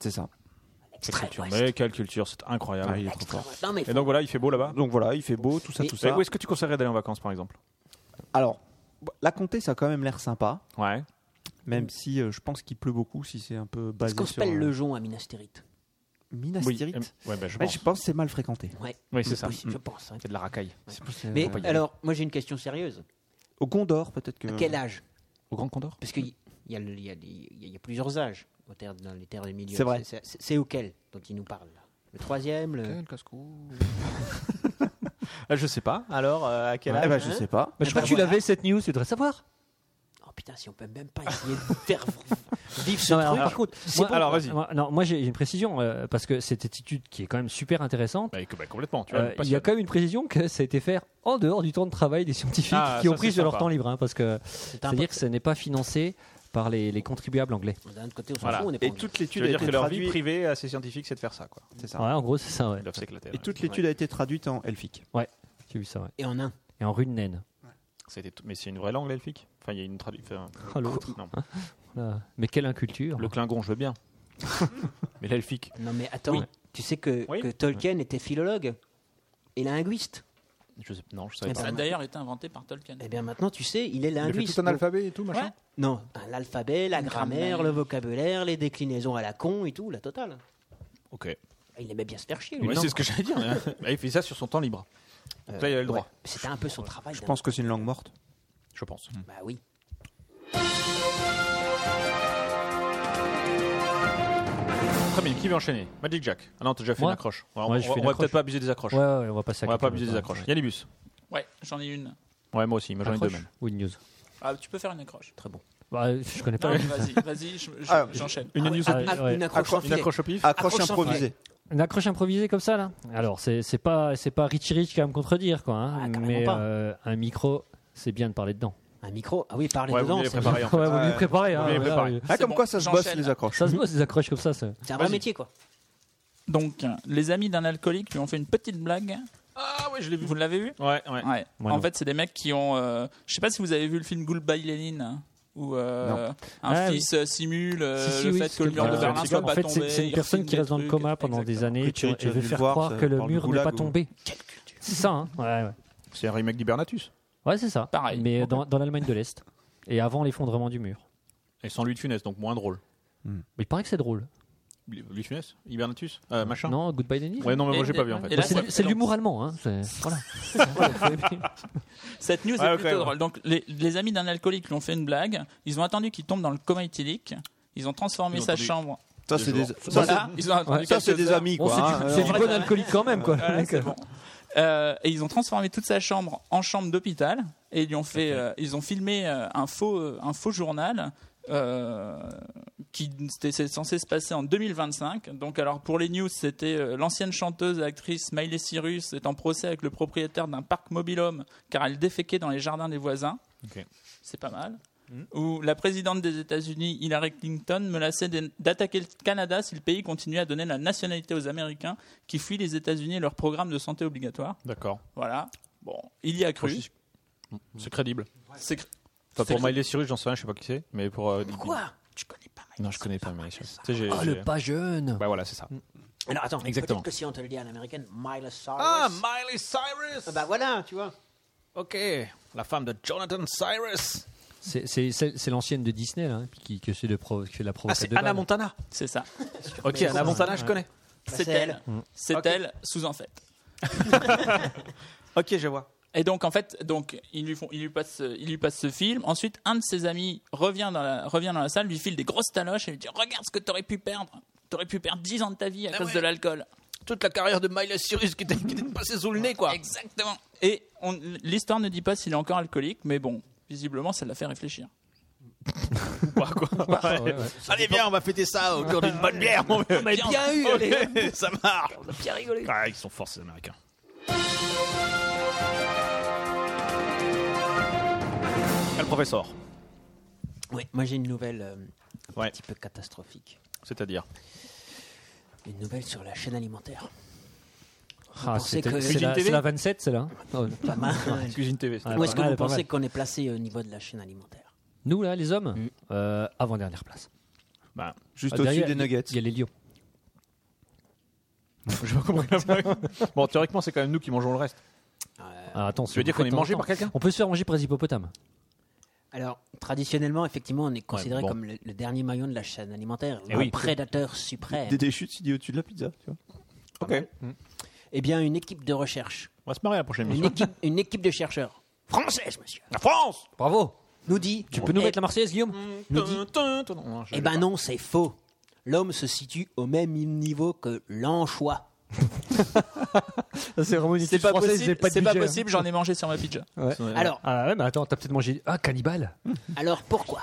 c'est ça. Quelle Extrême culture, ouest. mais quelle culture, c'est incroyable. Ah, il est trop Extrême fort. ouest. Non, mais Et donc voilà, il fait beau là-bas. Donc voilà, il fait beau, tout ça, Et- tout Et ça. Où est-ce que tu conseillerais d'aller en vacances, par exemple Alors, bah, la comté, ça a quand même l'air sympa, Ouais. même si euh, je pense qu'il pleut beaucoup, si c'est un peu basé Est-ce Mm. qu'on sur s'appelle euh, le jonc à Minas Tirith Minas Oui. Tirith. Euh, Ouais, bah, je Ouais, pense. je pense que c'est mal fréquenté. Ouais. Oui, c'est ça. Oui, je pense. hein. C'est de la racaille. Mais Ouais. alors, moi j'ai une question sérieuse. au Gondor, peut-être que. À quel âge Au Grand Condor Parce qu'il y, y a le- il y a des- il y a- il y a plusieurs âges aux terres- dans les terres du milieu. C'est vrai. C'est c'est auquel dont il nous parle là Le troisième, le. Ah, je sais pas. Alors, euh, à quel Eh âge ben, je sais pas. Bah, je crois que tu l'avais cette news, tu devrais savoir. Oh putain, si on peut même pas essayer de vous faire Vive Non, mais alors, par contre, moi- alors vas-y. moi- Non, moi j'ai j'ai une précision euh, parce que cette étude qui est quand même super intéressante. Bah, que- bah, complètement, tu vois, euh, elle me il y passionne. a quand même une précision que ça a été fait en dehors du temps de travail des scientifiques Ah, qui ont ça, pris c'est de leur sympa. temps libre, hein, parce que c'est-à-dire que ce n'est pas financé par les, les contribuables anglais. D'un autre côté, on s'en Voilà. fout, on est pas Et en- toute Tu l'étude veux a dire été que leur vie traduite. privée à ces scientifiques, c'est de faire ça, quoi. C'est ça. Ouais, en gros, c'est ça. Ouais. Ils doivent s'éclater. Et toute l'étude a été traduite en elfique. Ouais, j'ai vu ça. ouais. Et en un. Et en rune naine. C'était tout- Mais c'est une vraie langue, l'elfique Enfin, il y a une traduction. Ah, l'autre. Voilà. Mais quelle inculture Le Klingon, je veux bien. mais l'elfique. Non, mais attends, tu sais que, Oui. que Tolkien était philologue et linguiste. Je sais... Non, je savais Eh pas. ben, Ça a d'ailleurs été inventé par Tolkien. Eh bien, maintenant, tu sais, il est linguiste. tout un donc- alphabet et tout, machin. Ouais. Non, ben, l'alphabet, la Une grammaire, grammaire. le vocabulaire, les déclinaisons à la con et tout, la totale. Ah, Ok. Il aimait bien se faire chier, lui. Ouais, non c'est ce que j'allais dire. hein. Euh, Bah, il fait ça sur son temps libre. Donc là, il a le droit, Ouais, C'était un peu son travail. Je d'un- pense que c'est une langue morte. je pense. Bah oui. Très bien, qui veut enchaîner Magic Jack. Ah non, t'as déjà fait Moi une accroche. Alors, Ouais, on je on fais une va accroche. peut-être pas abuser des accroches. Ouais, ouais, on va passer à On va quelqu'un pas abuser des d'autre, accroches. ouais. Yannibus. Ouais, j'en ai une. Ouais, moi aussi, moi j'en ai deux Accroche même. ou une news Ah, tu peux faire une accroche. bah, Je connais pas. Non, vas-y, vas-y, je- je- Alors, j'enchaîne. Une news Ah, Ah, ouais. Une accroche Accro- sans Une filet. accroche au pif Accroche Accroche improvisée. Une accroche improvisée comme ça là Alors c'est c'est pas c'est pas Richie Rich qui va me contredire quoi, hein, Ah, carrément mais pas. euh, un micro c'est bien de parler dedans. Un micro. Ah oui, parler Ouais, vous dedans. l'avez C'est préparé en fait. ouais, vous Ouais. les préparez. Vous les préparez. Ah, C'est comme bon, quoi ça se bosse j'enchaîne. les accroches. hein. Ça se bosse des accroches comme ça. ça. c'est un vrai métier, quoi. Donc, euh, les amis d'un alcoolique lui ont fait une petite blague. Ah ouais, je l'ai vu. Vous l'avez vu Ouais, ouais. Ouais. Moi, en non. fait, c'est des mecs qui ont. euh, je sais pas si vous avez vu le film Goodbye Lénine. hein, Où euh, un Ah, fils euh, simule euh, Si, si, le oui, fait c'est que le quelque mur de chose. Berlin soit En pas fait, tombé. c'est- C'est une il personne refilme qui reste dans le trucs. coma pendant Exactement. des années Richie et Rich a veut dû faire le voir, croire ça que le parle du mur n'est goulag pas ou- tombé. C'est ça, hein Ouais, ouais. C'est un remake d'Hibernatus. Ouais, c'est ça. Pareil. Mais dans, dans l'Allemagne de l'Est. Et avant l'effondrement du mur. Et sans lui de Funès, donc moins drôle. Mais il paraît que c'est drôle. Lui de Funès Hibernatus Euh, Machin Non, Goodbye Denis Ouais, non, mais moi Et- j'ai pas vu en et fait. là, C'est du- c'est- c'est de l'humour allemand. Hein. c'est- Voilà. Cette news Ouais, est ok, plutôt ouais. drôle. Donc, les, les amis d'un alcoolique lui ont fait une blague. Ils ont attendu qu'il tombe dans le coma éthylique. Ils ont transformé Ils ont sa attendu- chambre. Ça, Deux c'est des, jours. ça, Voilà. Ils ont attendu c'est- ça, c'est quelques des heures. amis, Bon, quoi. c'est hein. du- c'est du, bon alcoolique quand même. Quoi. Voilà, c'est bon. Euh, et ils ont transformé toute sa chambre en chambre d'hôpital et ils lui ont fait, euh, ils ont filmé euh, un faux, euh, un faux journal euh, qui c'était c'est censé se passer en 2025. Donc alors pour les news, c'était euh, l'ancienne chanteuse et actrice Miley Cyrus est en procès avec le propriétaire d'un parc mobilhome car elle déféquait dans les jardins des voisins. Ok. C'est pas mal. Où la présidente des États-Unis, Hillary Clinton, menaçait d'en- d'attaquer le Canada si le pays continuait à donner la nationalité aux Américains qui fuient les États-Unis et leur programme de santé obligatoire. D'accord. Voilà. Bon, il y a cru. C'est crédible. C'est cr- Enfin, pour C'est- Miley Cyrus, j'en sais rien, je sais pas qui c'est. Mais pour. euh, Quoi Tu connais pas Mike Non, je connais pas Miley Cyrus. Tu sais, j'ai- Oh, j'ai- le pas jeune Bah voilà, c'est ça. Alors attends, Exactement. peut-être que si on te le dit à l'américaine, Miley Cyrus. Ah, Miley Cyrus Ah, bah voilà, tu vois. Ok, la femme de Jonathan Cyrus. C'est- C'est c'est- c'est l'ancienne de Disney là, hein, puis qui, que c'est de pro- qui fait de Ah, la provocation. c'est Anna Montana. C'est ça. Ok, Anna Montana, je connais. C'est c'est elle. elle. C'est Bah, Ok. elle sous en fait. Ok, je vois. Et donc en fait, donc ils lui font, ils lui passent, ils lui passent ce film. Ensuite, un de ses amis revient dans la, revient dans la salle, lui file des grosses taloches et lui dit "Regarde ce que t'aurais pu perdre. T'aurais pu perdre 10 ans de ta vie à cause de l'alcool." Ah Toute la carrière de Miley Cyrus qui t'est passée sous le nez, quoi. Exactement. Et on- l'histoire ne dit pas s'il est encore alcoolique, mais bon, visiblement, ça l'a fait réfléchir. Allez, viens, on va fêter ça autour d'une bonne bière, mon vieux. Mais bien eu, ça marche. On a bien rigolé. Ah, ils sont forts, ces Américains. Ah, Le professeur, Ouais, moi j'ai une nouvelle euh, un Ouais. petit peu catastrophique. c'est-à-dire Une nouvelle sur la chaîne alimentaire. Ah, pensez c'était- que- c'est Cuisine la, TV c'est la 27 celle-là. Oh, Pas mal. Cuisine TV. c'est- Ah, Où pas est-ce que mal, vous pas mal. pensez qu'on est placé au niveau de la chaîne alimentaire Nous là, les hommes, euh, avant dernière place. Bah, Juste Ah, au-dessus derrière, des nuggets. Il y a les lions. j'ai pas compris la blague. Bon, théoriquement, c'est quand même nous qui mangeons le reste. Ah, attends, Tu veux dire qu'on est mangé par quelqu'un On peut se faire manger par les hippopotames. Alors, traditionnellement, effectivement, on est considéré bon. comme le, le dernier maillon de la chaîne alimentaire, Eh le oui. prédateur suprême. Des déchutes, il dit au-dessus de la pizza. Tu vois. Ok. Eh bien, une équipe de recherche, On va se marrer la prochaine une émission. équipe, une équipe de chercheurs, française, monsieur, La France Bravo. nous dit... Tu peux nous mettre la Marseillaise, Guillaume Mm. Nous dit- Non, je Eh l'ai ben pas. non, c'est faux. L'homme se situe au même niveau que l'anchois. C'est vraiment une C'est pas, possible, c'est pas hein. hein. possible, j'en ai mangé sur ma pizza. Alors, Ah ouais, mais attends, t'as peut-être mangé. Ah, cannibale. alors pourquoi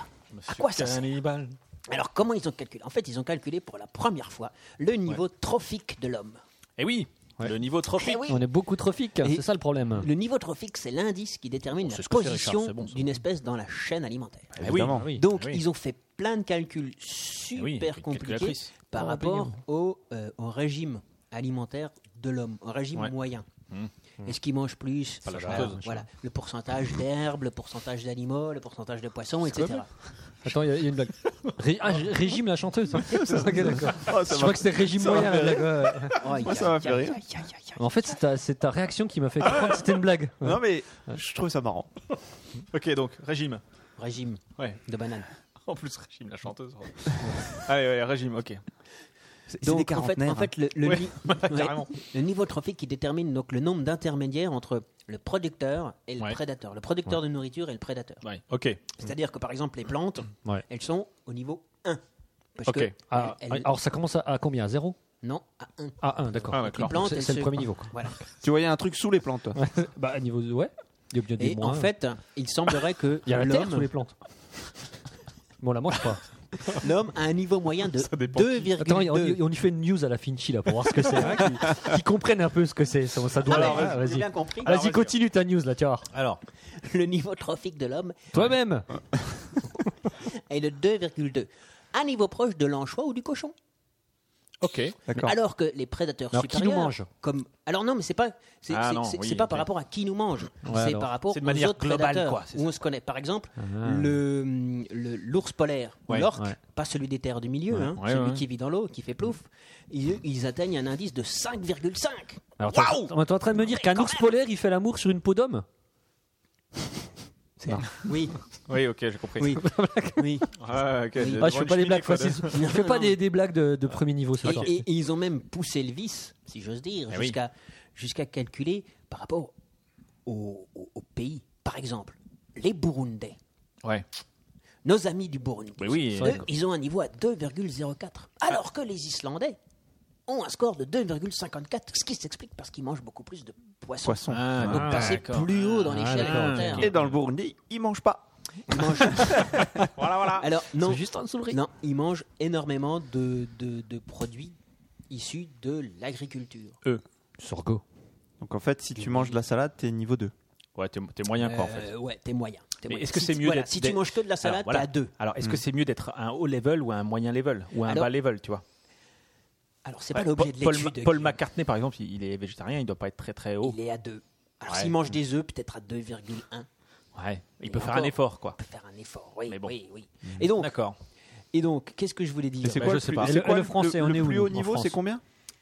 À quoi ça sert Cannibal. Alors comment ils ont calculé En fait, ils ont calculé pour la première fois le niveau trophique de l'homme. Eh oui, le niveau trophique. Eh oui, On est beaucoup trophique, hein, Et- c'est ça le problème. le niveau trophique, c'est l'indice qui détermine c'est la ce que c'est, Richard, position c'est bon, ça. d'une espèce dans la chaîne alimentaire. Eh oui, Évidemment. eh oui, Donc eh oui. ils ont fait plein de calculs Eh oui, super avec compliqués calculatrice. par Oh, rapport au, euh, au régime alimentaire de l'homme, au régime Ouais. moyen. Mmh. Est-ce qu'il mange plus la Voilà, chanteuse. voilà. le pourcentage d'herbes, le pourcentage d'animaux, le pourcentage de poissons, etc. Attends, il y, a- il y a une blague. Ré- ah, Ré- régime la chanteuse. hein. Ok, d'accord. Oh, Je ça crois que c'était régime moyen. la blague, ouais. Oh, aïe, ça m'a aïe, fait rire. aïe, aïe, aïe, aïe. En fait, c'est ta, c'est ta réaction qui m'a fait comprendre que c'était une blague. Ouais. Non, mais je trouve ça marrant. Ok, donc, régime. Régime Ouais. de banane. En plus, régime, la chanteuse. allez, allez, régime, ok. Donc, en fait, en fait, le, le Ouais, ni- Bah, ouais, Carrément. le niveau trophique qui détermine donc le nombre d'intermédiaires entre le producteur et le Ouais. Mmh. prédateur, le producteur de nourriture et le prédateur. Ok. C'est-à-dire que par exemple les plantes, Ouais. elles sont au niveau 1. Parce Ok. que Ah, elles- elles- alors ça commence à, à combien À 0 non, à 1. Les À 1, d'accord. Ah, d'accord. plantes, C'est elles c'est le se- premier niveau. quoi. Voilà. Tu voyais un truc sous les plantes, toi. Bah, niveau 2, ouais. Il y a bien des Et en moins. euh. fait, il semblerait que il y a la terre sous l'homme les plantes. Bon, on la mange pas. l'homme a un niveau moyen de Attends, on, 2,2. on y fait une news à la Finchy là pour voir ce que c'est. hein, qu'ils qu'ils comprennent un peu ce que c'est. Ça, ça doit. Alors, Ah, j'ai vas-y. bien compris. Vas-y, continue ta news là, tu vois. Alors, Le niveau trophique de l'homme Toi-même. est de 2,2. Un niveau proche de l'anchois ou du cochon. Ok. D'accord. Alors que les prédateurs Alors, qui supérieurs, nous mange comme alors non, mais c'est pas c'est Ah c'est- non, c'est- oui, c'est pas ok. par rapport à qui nous mange, c'est alors. Ah. par rapport C'est de aux manière autres globale, prédateurs quoi, c'est où on se connaît. Par exemple, le le- l'ours polaire, ou Ouais, l'orque, ouais. pas celui des terres du milieu, hein, ouais, celui ouais. qui vit dans l'eau, qui fait plouf, ils, ils atteignent un indice de 5,5. Alors, t'es en- t'es en train de me dire qu'un ours polaire il fait l'amour sur une peau Euh, d'homme Ah, Oui, oui, ok, j'ai compris. oui, oui. Ah, ok, j'ai Ah, je fais devant pas une des cheminée, blagues quoi, faciles. Je fais pas des, des blagues de, de premier niveau ce Et, soir. et- et ils ont même poussé le vice, si j'ose dire, Eh oui. jusqu'à jusqu'à calculer par rapport au, au- au pays. Par exemple, les Burundais. Ouais. Nos amis du Burundi. Mais oui. Eux, ils ont un niveau à 2,04. Alors que les Islandais ont un score de 2,54, ce qui s'explique parce qu'ils mangent beaucoup plus de poissons. Poisson. Ah, Donc passer plus haut dans l'échelle d'accord, alimentaire. Et dans le Burundi, ils mangent pas. Ils mangent- Alors non, C'est juste en dessous le non, ils mangent énormément de, de- de produits issus de l'agriculture. Sorgho. Donc en fait, si tu manges de la salade, t'es niveau 2. Ouais, t'es t'es moyen Hein, quoi en fait. Euh, ouais, t'es moyen. t'es Mais moyen. est-ce que Si c'est tu- mieux voilà, d'être- Si tu d'être- manges que de la salade, voilà. Ah, t'as deux. Alors, Hmm. est-ce que c'est mieux d'être un haut level ou un moyen level ou un Alors- bas level, tu vois Alors c'est pas Ouais, l'objet Paul- de Paul, l'étude. Ma- Paul Guillaume. McCartney, par exemple, il il est végétarien, il doit pas être très très haut. Il est à 2. Alors Ouais. s'il mange des œufs, peut-être à 2,1. Ouais, il Mais peut faire un encore. effort, quoi. peut faire un effort. Oui, Mais bon. Mhm. oui, oui. Et donc, D'accord. et donc, qu'est-ce que je voulais dire Et c'est Bah, quoi je le sais plus- pas. et Et c'est le- quoi et le français, le, on est où, plus haut nous, en niveau, France c'est combien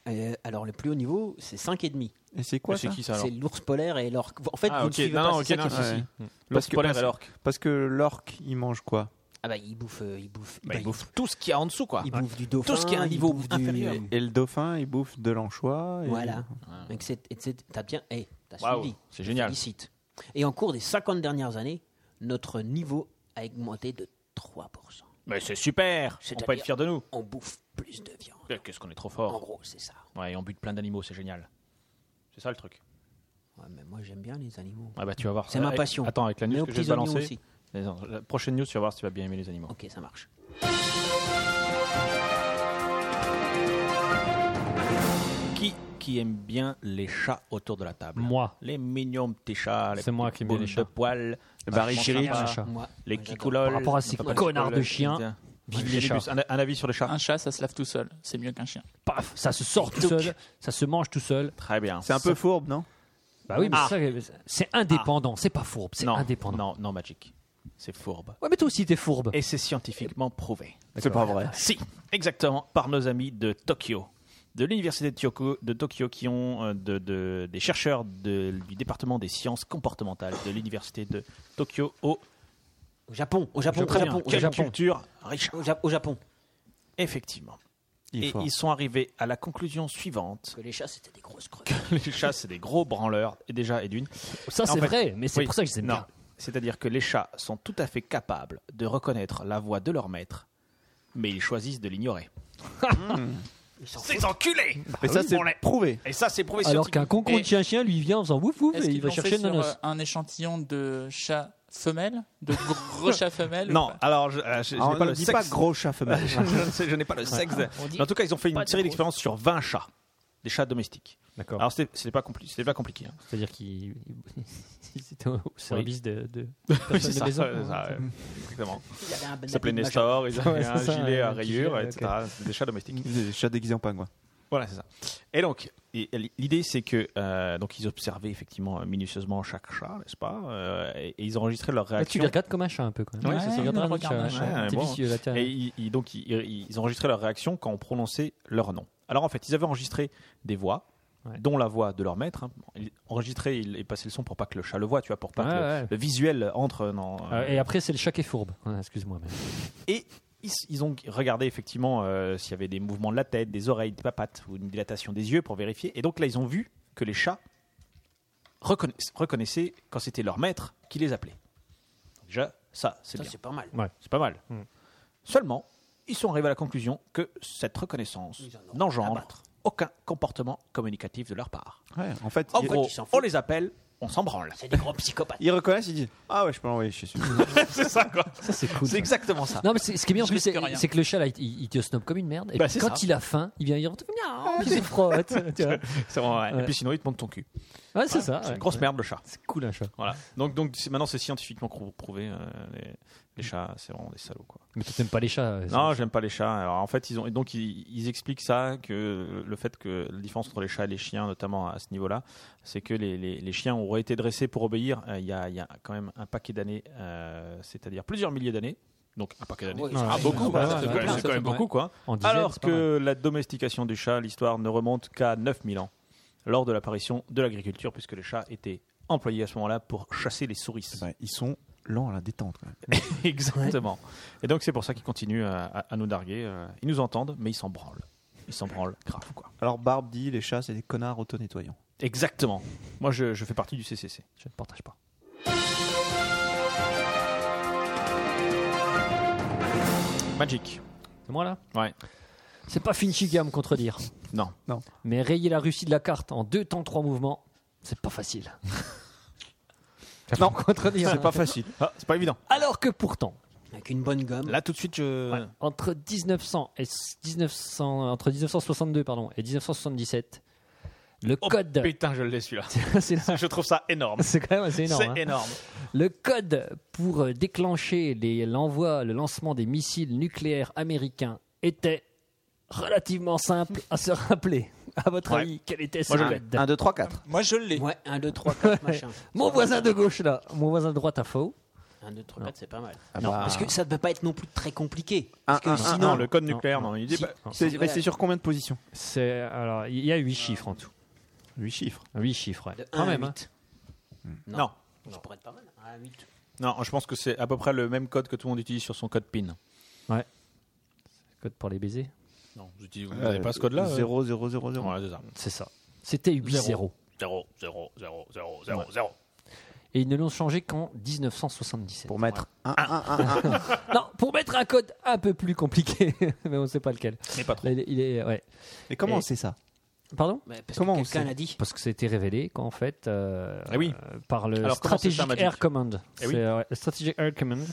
Euh, Alors le plus haut niveau, c'est 5,5. Et c'est quoi c'est ça qui ça alors C'est l'ours polaire et l'orque. En fait, Ah, vous ok, ne suivez non, pas. non, c'est ok, ça non, qui- si, Hmm. si. Ouais. L'ours Parce que- polaire parce- et l'orque. Parce que l'orque, il mange quoi Ah bah il bouffe, euh, il bouffe, Bah, bah, il bouffe tout ce qu'il y a en dessous, quoi. il bouffe du dauphin. ce qui est un il niveau bouffe du- inférieur. Et le dauphin, il bouffe de l'anchois. et- Voilà. Donc, c'est- et c'est- T'as bien, hey, t'as Waouh, suivi. c'est génial. Félicite. Et en cours des 50 dernières années, notre niveau a augmenté de 3%. Mais Bah, c'est super C'est On à peut être dire- fiers de nous. On bouffe plus de viande. Eh, Qu'est-ce qu'on est trop En fort. gros, c'est ça. Ouais, et on bute plein d'animaux, c'est génial. C'est ça le truc. Ouais, mais moi j'aime bien les animaux. Ah bah tu vas voir. C'est ma Avec- passion. Attends, avec la Mais news aux que je vais te prisonniers balancer. aussi. Mais non, La prochaine news, tu vas voir si tu vas bien aimer les animaux. Ok, ça marche. Qui, qui aime bien les chats autour de la table Moi. Les mignons petits chats, les C'est moi petites qui aime bien boules les chats. de poils, Le Barry mon Chirich. chat, chat. Moi, les moi, j'adore. kikolos. Par rapport à ces connards de chiens, vive les chats. Un, un avis sur les chats Un chat, ça se lave tout seul. C'est mieux qu'un chien. Paf, ça se sort tout seul, ça se mange tout seul. Très bien. C'est un peu fourbe, non Bah oui, mais Ah. c'est ça, c'est indépendant, c'est pas fourbe, c'est non, indépendant. Non, non, Magic. C'est fourbe. Ouais, mais toi aussi t'es fourbe. Et c'est scientifiquement prouvé. C'est pas vrai. Si, exactement, par nos amis de Tokyo, de l'université de Tokyo, de Tokyo qui ont euh, de- de- des chercheurs de- du département des sciences comportementales de l'université de Tokyo au Au Japon, au Japon, au Très bien. Japon, au Quelle Japon. culture riche, Au, Ja- au Japon. effectivement. Il est Et fort. ils sont arrivés à la conclusion suivante Que les chats c'était des grosses creux. les chats, c'est des gros branleurs, et déjà et d'une. Ça En c'est fait, vrai, mais c'est Oui, pour ça que je les aime non. bien. C'est-à-dire que les chats sont tout à fait capables de reconnaître la voix de leur maître, mais ils choisissent de l'ignorer. Ces enculés Mais ça, c'est prouvé. Et ça, c'est prouvé Alors scientifiquement. qu'un concours de chien-chien lui il vient en faisant wouf wouf Est-ce et il euh, qu'ils va l'ont fait chercher une sur nanas. euh, un échantillon de chats femelle De gros chat femelle ou Non, pas alors je, euh, je- je Ah, n'ai pas on ne le dit sexe. pas gros chat femelle. je, je ne sais- je n'ai pas le sexe. On dit Mais en tout cas, ils ont fait une pas de série gros. d'expériences sur 20 chats, des chats domestiques. D'accord. Alors c'était c'était pas, compli- c'était pas compliqué. hein. C'est-à-dire qu'ils ils étaient au service de, de Oui, personnes de ça, maison. ça, Ah, ça, ouais. Exactement. Il avait un bon Ils s'appelaient habit de Nestor, ils Ouais, avaient c'est un ça, gilet à un petit rayures, gilet, etc. C'était Des chats domestiques. Des chats déguisés en pingouins. Voilà, c'est ça. Et donc, et- et l'idée, c'est que euh, donc ils observaient effectivement euh, minutieusement chaque chat, n'est-ce pas euh, et, et ils enregistraient leurs Là, tu réactions. les regardes comme un chat un peu. Quand même. Ouais, Ouais, c'est ça. Tu on regarderas le un regarde chat, un un chat. chat. Ouais, T'es bon. vicieux, là, tiens. Et ils, ils- donc, ils, ils enregistraient leurs réactions quand on prononçait leur nom. Alors, en fait, ils avaient enregistré des voix, Ouais. dont la voix de leur maître. hein. Ils enregistraient il- et passaient le son pour pas que le chat le voie, tu vois, pour pas Ouais, que le, ouais. le visuel entre dans. Euh, Et après, c'est le chat qui est fourbe. Ouais, Excuse-moi. mais- Et ils, ils ont regardé effectivement euh, s'il y avait des mouvements de la tête, des oreilles, des papates ou une dilatation des yeux pour vérifier. Et donc là, ils ont vu que les chats reconna- reconnaissaient quand c'était leur maître qui les appelait. Déjà, ça, c'est Ça, bien. c'est pas mal. C'est pas mal. Mm. Seulement, ils sont arrivés à la conclusion que cette reconnaissance Ils en ont rien à n'engendre battre. aucun comportement communicatif de leur part. Ouais, en fait, En ils, gros, ils s'en foutent. on les appelle, on s'en branle. C'est des gros psychopathes. ils reconnaissent, ils disent Ah ouais, je peux l'envoyer chez celui c'est ça, quoi. Ça, c'est cool. C'est exactement ça. Non, mais c'est- ce qui est bien, en Je plus, risque c'est rien. c'est que le chat, là, il, il te snob comme une merde. Et Bah, puis, c'est quand ça. Ah, il a faim, il vient, il rentre, miaou, il se frotte. tu vois. C'est vraiment vrai. Ouais. Et puis sinon, ils te montent ton cul. Ouais, c'est ça. C'est ouais. une grosse merde, le chat. C'est cool, un chat. Voilà. Donc, donc c'est- maintenant, c'est scientifiquement crou- prouvé. euh, les, les chats, c'est vraiment des salauds. Quoi. Mais toi, t'aimes pas les chats. euh, Non, j'aime pas les chats. Alors, en fait, ils ont, et donc, ils, ils expliquent ça, que le fait que la différence entre les chats et les chiens, notamment à ce niveau-là, c'est que les, les- les chiens auraient été dressés pour obéir euh, il y, a, il y a quand même un paquet d'années, euh, c'est-à-dire plusieurs milliers d'années. Donc, un paquet d'années. Ouais, c'est ouais, pas ouais, ah, beaucoup, ouais, quoi. ouais, c'est ouais, quand même- ouais, c'est quand même ouais. beaucoup, quoi. c'est- en dizaines, Alors c'est pas mal. que la domestication du chat, l'histoire ne remonte qu'à 9000 ans, lors de l'apparition de l'agriculture, puisque les chats étaient employés à ce moment-là pour chasser les souris. Ben, ils sont lents à la détente. Quand même. Exactement. Et donc c'est pour ça qu'ils continuent à, à- à nous darguer. euh, Ils nous entendent, mais ils s'en branlent. Ils s'en branlent grave, quoi. Alors Barbe dit les chats, c'est des connards auto-nettoyants. Exactement. Moi, je, je fais partie du CCC. Je ne partage pas. Magic. C'est moi, là Ouais. C'est pas Finchy qui va me contredire. Non. Mais rayer la Russie de la carte en deux temps, trois mouvements, c'est pas facile. non, contredire. C'est pas facile. Ah, c'est pas évident. Alors que pourtant, Avec une bonne gomme. Là, tout de suite, je. Ouais. Entre 1900 et s- 1900, entre 1962 pardon et 1977, le Oh, code. Putain, je l'ai celui-là. c'est je trouve ça énorme. c'est quand même assez énorme. C'est hein. énorme. Le code pour euh, déclencher les- l'envoi, le lancement des missiles nucléaires américains était relativement simple à se rappeler. À votre Ouais. avis, quel était ce Moi, je code 1, 2, 3, 4. Moi, je Euh. l'ai. Ouais, 1, 2, 3, 4, machin. Mon voisin de gauche là, mon voisin de droite à faux. 1, 2, 3, 4, c'est pas mal. bah. Parce que ça ne peut pas être non plus très compliqué. Un, un, Ah, un, non, un. le code non, nucléaire, non. il dit Si- pas- si- C'est voilà, c'est sur combien de positions C'est alors il y a Ah. huit chiffres en tout. 8 chiffres. Huit chiffres, ouais. de 1 quand à même. hein. 8. Non. Ça pourrait être pas mal. 1 à 8. Non, je pense que c'est à peu près le même code que tout le monde utilise sur son code PIN. hein. Code pour les baisers. Non, vous n'avez pas ce code-là hein 0, 0, 0, 0. Ouais, c'est ça. C'est ça. C'était 8-0. 0, 0, 0, 0, 0, Et ils ne l'ont changé qu'en 1977. Pour mettre 1, 1, 1, 1. Non, pour mettre un code un peu plus compliqué, mais on ne sait pas lequel. Mais pas trop. Là, il est- il est- ouais. Et comment Et- on sait ça Pardon Mais parce Comment que on quelqu'un sait l'a dit. Parce que c'était révélé qu'en fait, euh, Eh oui. euh, par le Alors, comment c'est ça, Strategic Magic Air Command. Eh oui. C'est, euh, ouais, le Strategic Air Command.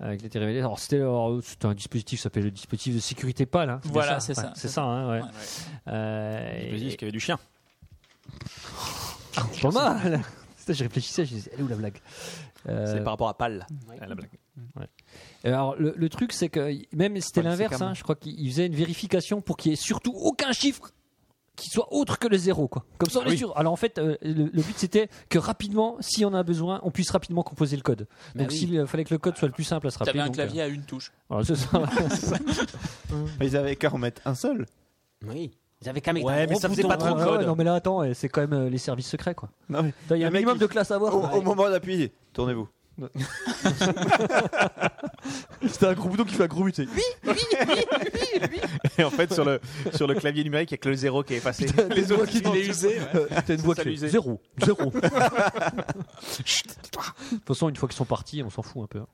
euh, qui a été révélé. Alors, c'était alors, c'était un dispositif, ça s'appelle le dispositif de sécurité pâle. hein. C'était Voilà, ça. c'est Ouais, ça. C'est ça, hein, ouais. Ouais. Euh, Vas-y, est-ce et- qu'il y avait du chien Pas mal Putain, Je réfléchissais, je disais, elle est où la blague Euh, C'est par rapport à Pal. Ouais. à la blague. Et Alors, le, le truc, c'est que même c'était Ouais, c'est l'inverse, quand hein, je crois qu'il faisait une vérification pour qu'il y ait surtout aucun chiffre qui soit autre que le zéro. Quoi. Comme ça, on Ah est oui. sûr. Alors, en fait, euh, le, le but, c'était que rapidement, si on a besoin, on puisse rapidement composer le code. Bah donc, oui. s'il euh, fallait que le code soit le plus simple à se rappeler. T'avais un donc, clavier à une touche. euh, voilà, c'est ça. Ils avaient qu'à en mettre un seul. Oui. Ils avaient qu'à mettre Ouais, un mais gros ça faisait bouton. pas trop de Ouais, ouais, code. non, mais là, attends, eh, c'est quand même euh, les services secrets. quoi. Non, mais Il y a un Le mec, minimum il- de classe à avoir. au, quoi. au moment d'appuyer, tournez-vous. C'était un gros bouton qui fait un gros but. Et en fait, sur le, sur le clavier numérique, il n'y a que le zéro qui est effacé. Les autres, il est usé. T'as une voix Ça clé. l'usait. Zéro. Zéro. Chut, tais-toi. De toute façon, une fois qu'ils sont partis, on s'en fout un peu. hein.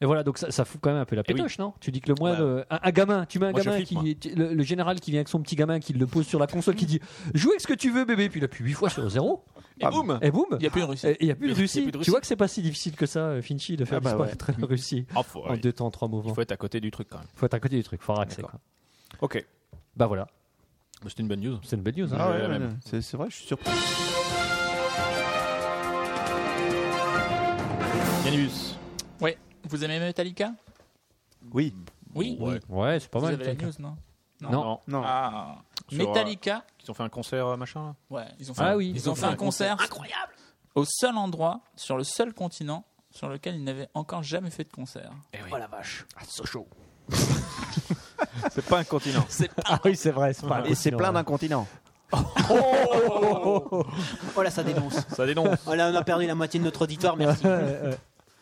Et voilà, donc ça, ça fout quand même un peu la Eh oui. pétoche, non Tu dis que le moindre. Bah. euh, un, un gamin, tu mets un Moi, je gamin, flippe, qui, moi. tu- le, le général qui vient avec son petit gamin, qui le pose sur la console, qui dit Joue avec ce que tu veux, bébé, puis il appuie 8 fois sur 0. Et boum Et boum Il n'y a plus de Russie. Et il n'y a plus de Il y Ah. a Russie. plus de Tu Russie. vois que c'est pas si difficile que ça, euh, Finchi, de faire Ah bah disparaître la Russie Ah, faut- en deux temps, trois mouvements. il faut être à côté du truc quand même. Faut être à côté du truc, faut avoir accès. D'accord. quoi. Ok. Bah voilà, C'est une bonne news. c'est une bonne news. hein. Ah ouais, la ouais, même. ouais. c'est c'est vrai, je suis surpris. Yanibus. Ouais. Vous aimez Metallica Oui. Oui. Ouais. Ouais, c'est pas Vous mal. avez la quelqu'un. news, non Non. Non. Ah. Sur, euh, Metallica. Ils ont fait un concert euh, machin là Ouais. Ils ont fait. Ah un- oui, Ils ont fait un concert incroyable au seul endroit sur le seul continent sur lequel ils n'avaient encore jamais fait de concert. Oh la vache. C'est pas un continent. Ah oui, c'est vrai. pas Et c'est possible, plein ouais. d'un continent. Oh là, ça dénonce. Ça dénonce. Oh là, on a perdu la moitié de notre auditoire, merci.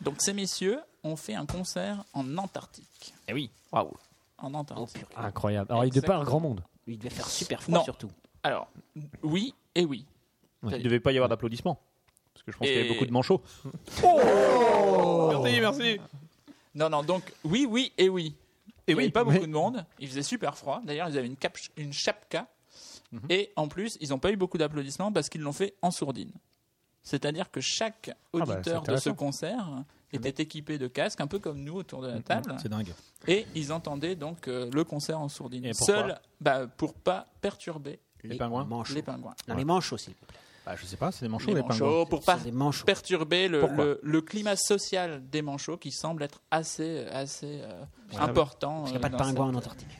Donc ces messieurs ont fait un concert en Antarctique. Eh oui. Waouh. En Oh, Antarctique. purée. Incroyable. Alors, il Exactement. départ grand monde. Il devait faire super froid Non. surtout. Alors oui et oui. Il devait pas y avoir d'applaudissements. Parce que je pense qu'il y Et- avait beaucoup de manchots. merci, merci. Non, non, donc oui, oui et oui. Et oui, oui, pas mais- beaucoup de monde. Il faisait super froid. D'ailleurs, ils avaient une, cap une chapka. Mhm. Et en plus, ils n'ont pas eu beaucoup d'applaudissements parce qu'ils l'ont fait en sourdine. C'est-à-dire que Ah chaque bah, c'est auditeur de ce intéressant. concert était équipé de casques, un peu comme nous autour de la table. Mhm, C'est dingue. Et ils entendaient donc euh, le concert en sourdine. Et pourquoi Seul, bah, pour pas perturber Les, pingouins Manchots. les pingouins. Non, les manches aussi. bah, Je sais pas, c'est des manchots Les les, pingouins. manchots, pour Ce pas sont des manches. perturber le, Pourquoi le- le climat social des manchots qui semble être assez, assez euh, important. Parce euh, qu'il n'y a pas de dans pingouins en cette- Antarctique.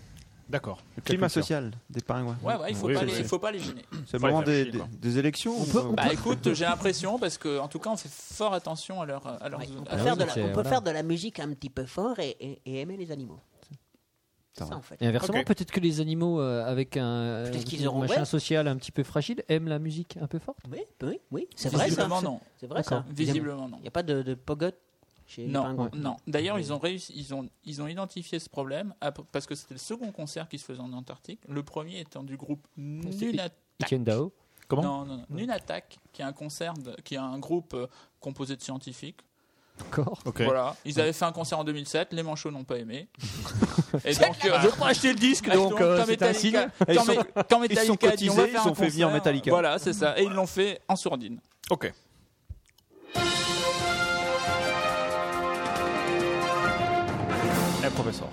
D'accord. Le climat social des pingouins. Ouais, ouais, il faut Oui, pas c'est- les- il faut pas les gêner. C'est le Faut les faire moment des, chier, quoi. des- des élections On peut- ou- on Bah écoute, j'ai l'impression parce que en tout cas on fait fort attention à leur à leurs- Ouais, on à peut, leurs- faire, de oui, la, c'est- on peut voilà. faire de la musique un petit peu fort et, et- et aimer les animaux. C'est Ça ça va. en fait. Et inversement, Ok. peut-être que les animaux euh, avec un, Peut-être euh, qu'ils auront- machin ouais. social un petit peu fragile aiment la musique un peu forte. Oui, oui, oui. C'est vrai ça. visiblement non. C'est vrai ça. Visiblement Il non. n'y a pas de, de pogote chez les Non, pingouins. non. D'ailleurs, ils ont réussi, ils ont, ils ont identifié ce problème à- parce que c'était le second concert qui se faisait en Antarctique. Le premier étant du groupe Nunatak. Etienne Dao. Comment Non, non, non. Nunatak, qui est un concert, de- qui est un groupe euh, composé de scientifiques. Encore. Ok. Voilà. Ils avaient fait un concert en 2007. Les manchots n'ont pas aimé. Et donc, euh, pas acheté le disque, Ah, donc, quand Metallica- Et quand ils sont- Met- quand ils sont Metallica a dit, on va cotisés, faire ils un ont fait venir concert, Metallica. Voilà, c'est ça. Et ils l'ont fait en sourdine. Ok. Eh, professeur.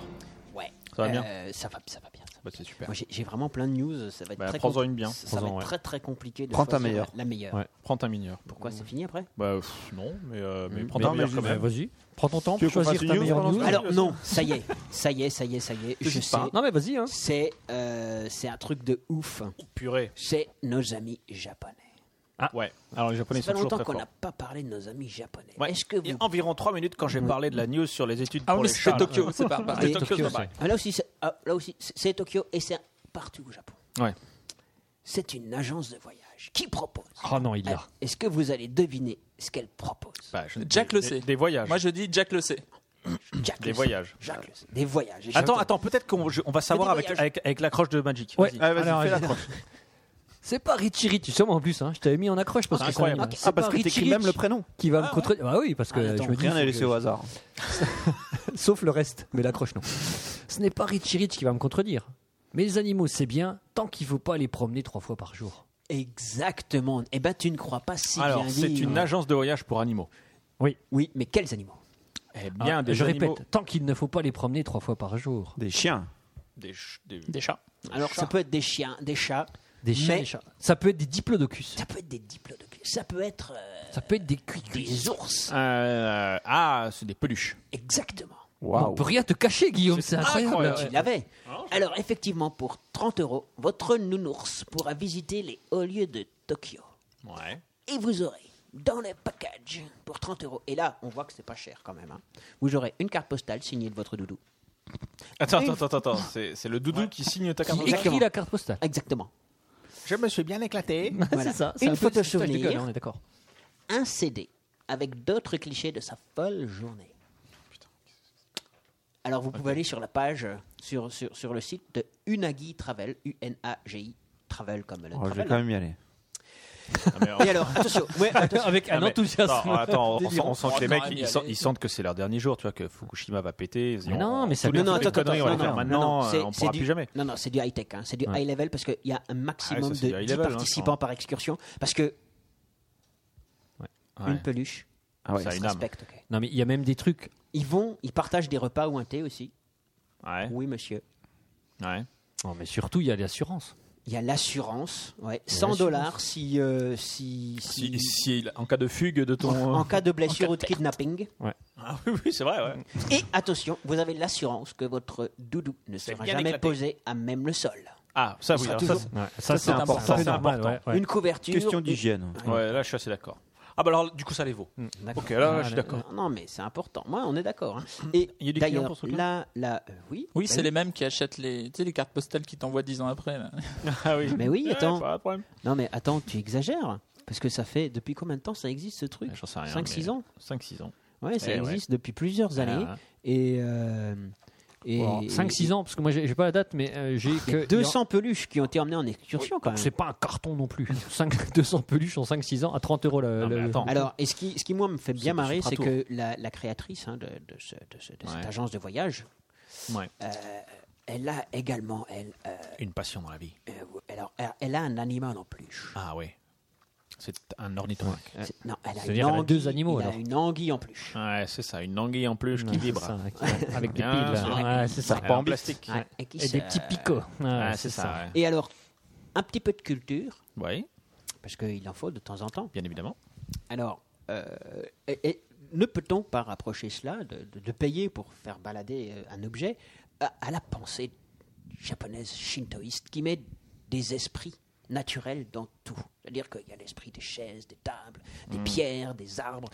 Ouais. Ça va bien Euh, ça va, ça va bien. ça va Bah, c'est super. Moi, j'ai- j'ai vraiment plein de news. Ça va être Bah, très prends-en compli- une bien. Ça va Prends-en, être ouais. très très compliqué de Prends ta choisir meilleure. La, la meilleure. Ouais. Prends ta mineure. Pourquoi c'est fini après Bah pff, non, mais, euh, mais Mm. prends Mais- ta mais meilleure je quand vais- même. Vas-y, prends ton temps Tu veux pour qu'on choisir fasse ta une news meilleure pendant ce news. temps Alors non, ça y est, ça y est, ça y est, ça y est. Je sais. non mais vas-y hein. C'est euh, c'est un truc de ouf. Purée. C'est nos amis japonais. Ouais. Alors les Japonais Ça fait sont toujours longtemps très qu'on forts. n'a pas parlé de nos amis japonais. Ouais. Est-ce que Il y a vous... environ 3 minutes quand j'ai parlé de la news sur les études Ah pour les chats. Ah, c'est pas Et- Tokyo, c'est c'est- pareil. Ah, là aussi, c'est- ah, là aussi, c'est c'est Tokyo et c'est partout au Japon. Ouais. C'est une agence de voyage qui propose. Oh non, il l'a. Ah, Est-ce que vous allez deviner ce qu'elle propose Bah, je- Jack des- le des- sait. Des voyages. Moi, je dis Jack le sait. Jacques Des le sait. voyages. Jacques le sait. Des voyages. Attends, attends, peut-être qu'on je- on va savoir des avec, voyages. avec, avec l'accroche de Magic. Ouais. Vas-y. Ah, vas-y, Alors, fais la je- croche. C'est pas Richie Rich, sûrement en plus. Hein. Je t'avais mis en accroche parce que c'est Incroyable. un- Ok. C'est Ah, parce pas que Richie t'écris même Rich le prénom. qui va me contredire. Bah oui, parce que Ah, attends, je me dis, Rien faut n'est que- laissé au hasard. sauf le reste, mais l'accroche non. Ce n'est pas Richie Rich qui va me contredire. Mais les animaux, c'est bien tant qu'il faut pas les promener trois fois par jour. Exactement. Eh ben, tu ne crois pas si Alors, bien c'est dit. une agence de voyage pour animaux. Oui, mais quels animaux Eh bien, Ah, des je animaux- répète, tant qu'il ne faut pas les promener trois fois par jour. Des chiens. Des, ch- des- chats. Alors, ça peut être des chiens, des chats. Des chiens, Mais- des chats. Ça peut être des diplodocus. Ça peut être des diplodocus. Ça peut être euh, Ça peut être des cuicus. des ours. Euh, ah, c'est des peluches. Exactement. On peut rien te cacher, Guillaume, c'est incroyable. Tu l'avais. Ah, Alors, effectivement, pour 30 euros, votre nounours pourra visiter les hauts lieux de Tokyo. Ouais. Et vous aurez, dans le package, pour 30 euros, et là, on voit que c'est pas cher quand même, hein, vous aurez une carte postale signée de votre doudou. Attends, attends, attends, attends. C'est c'est le doudou qui signe ta carte. Qui écrit la carte postale Exactement. Je me suis bien éclaté. Voilà. C'est ça. c'est Une un peu- photo c'est- je déconne, souvenir. On est d'accord. Un CD avec d'autres clichés de sa folle journée. Alors, vous pouvez aller sur la page, euh, sur, sur, sur le site de Unagi Travel, U-N-A-G-I, Travel comme le Oh, je vais travel. quand même y aller. Et alors, attention, ouais, attention. Avec un Non, mais- enthousiasme. Non, attends, on, sent- on sent que les Attends, mecs, allez, ils, sent- allez. ils sentent que c'est leur dernier jour, tu vois, que Fukushima va péter. Ils Mais diront, non, mais ça tous les Non, non, trucs, attends, conneries, on attends, va les non, faire non, maintenant, non, euh, c'est- on ne c'est pourra du- plus jamais. Non, non, c'est du high-tech, hein, c'est du Ouais. high-level parce qu'il y a un maximum Ah, ça, c'est du de 10 high level, hein, je participants crois. par excursion. Parce que Ouais. une peluche, Ah ouais, ça a ça une se âme. respecte. ok. Non, mais il y a même des trucs. Ils vont, ils partagent des repas ou un thé aussi. Ouais, Oui, monsieur. ouais. Non, mais surtout, il y a l'assurance. Il y a l'assurance, ouais, 100 l'assurance. dollars si, euh, si, Si, si, si- en cas de fugue de ton. en cas de blessure ou de kidnapping. Ah oui, oui, c'est vrai, ouais. Et attention, vous avez l'assurance que votre doudou ne sera jamais posé à même le sol. Ah, ça, oui, sera alors ça, toujours- c'est- Ça, c'est important. Ça, c'est Ça, c'est normal, important. ouais, ouais. Une couverture. Question et- d'hygiène. ouais, là, je suis assez d'accord. Ah, bah alors, du coup, ça les vaut. D'accord. Ok, là, je suis d'accord. Mm. Non, mais c'est important. Moi, on est d'accord. hein. Et Il y a des clients pour d'ailleurs, ce truc-là là, là, euh, oui. Oui, bah c'est les mêmes qui achètent les, tu sais, les cartes postales qui t'envoient 10 ans après. là. Ah oui. Mais oui, Ouais, attends. Pas de problème. Non, mais attends, tu exagères. Parce que ça fait depuis combien de temps ça existe ce truc Ouais, J'en sais rien. 5-6 ans 5-6 ans. Ouais, ça Eh ouais. existe depuis plusieurs années. Ah, Et. euh, et- et- 5-6 ans, parce que moi, j'ai j'ai pas la date, mais euh, j'ai Il y a que. 200 peluches qui ont été emmenées en excursion quand Donc, C'est même. pas un carton non plus. 5, 200 peluches en 5-6 ans à 30 euros le. Non, mais le- attends. Alors, et ce qui, ce qui moi me fait bien des marrer, c'est que supratours. la, la créatrice hein, de, de ce- de ce- de cette Ouais. agence de voyage, Ouais. euh, elle a également, elle, euh, Une passion dans la vie. euh, alors, elle- elle a un animal en peluche. Ah oui. C'est un ornithorynque. C'est- Non, elle a, une C'est-à-dire, elle a anguille, deux animaux, il a alors. une anguille en plus. Ouais, c'est ça, une anguille en peluche qui Ouais, vibre. c'est ça, avec- avec des piles. Bien sûr. là. Ouais, c'est ça. Serpent en plastique. Ouais, et, qui Et se- des petits picots. Ouais, Ouais, c'est ça. Et alors, un petit peu de culture, ouais. Ouais, parce qu'il en faut de temps en temps. bien évidemment. Alors, euh, et- et ne peut-on pas rapprocher cela de, de- de payer pour faire balader euh, un objet à, à la pensée japonaise shintoïste qui met des esprits naturels dans tout C'est-à-dire qu'il y a l'esprit des chaises, des tables, des Hmm. pierres, des arbres,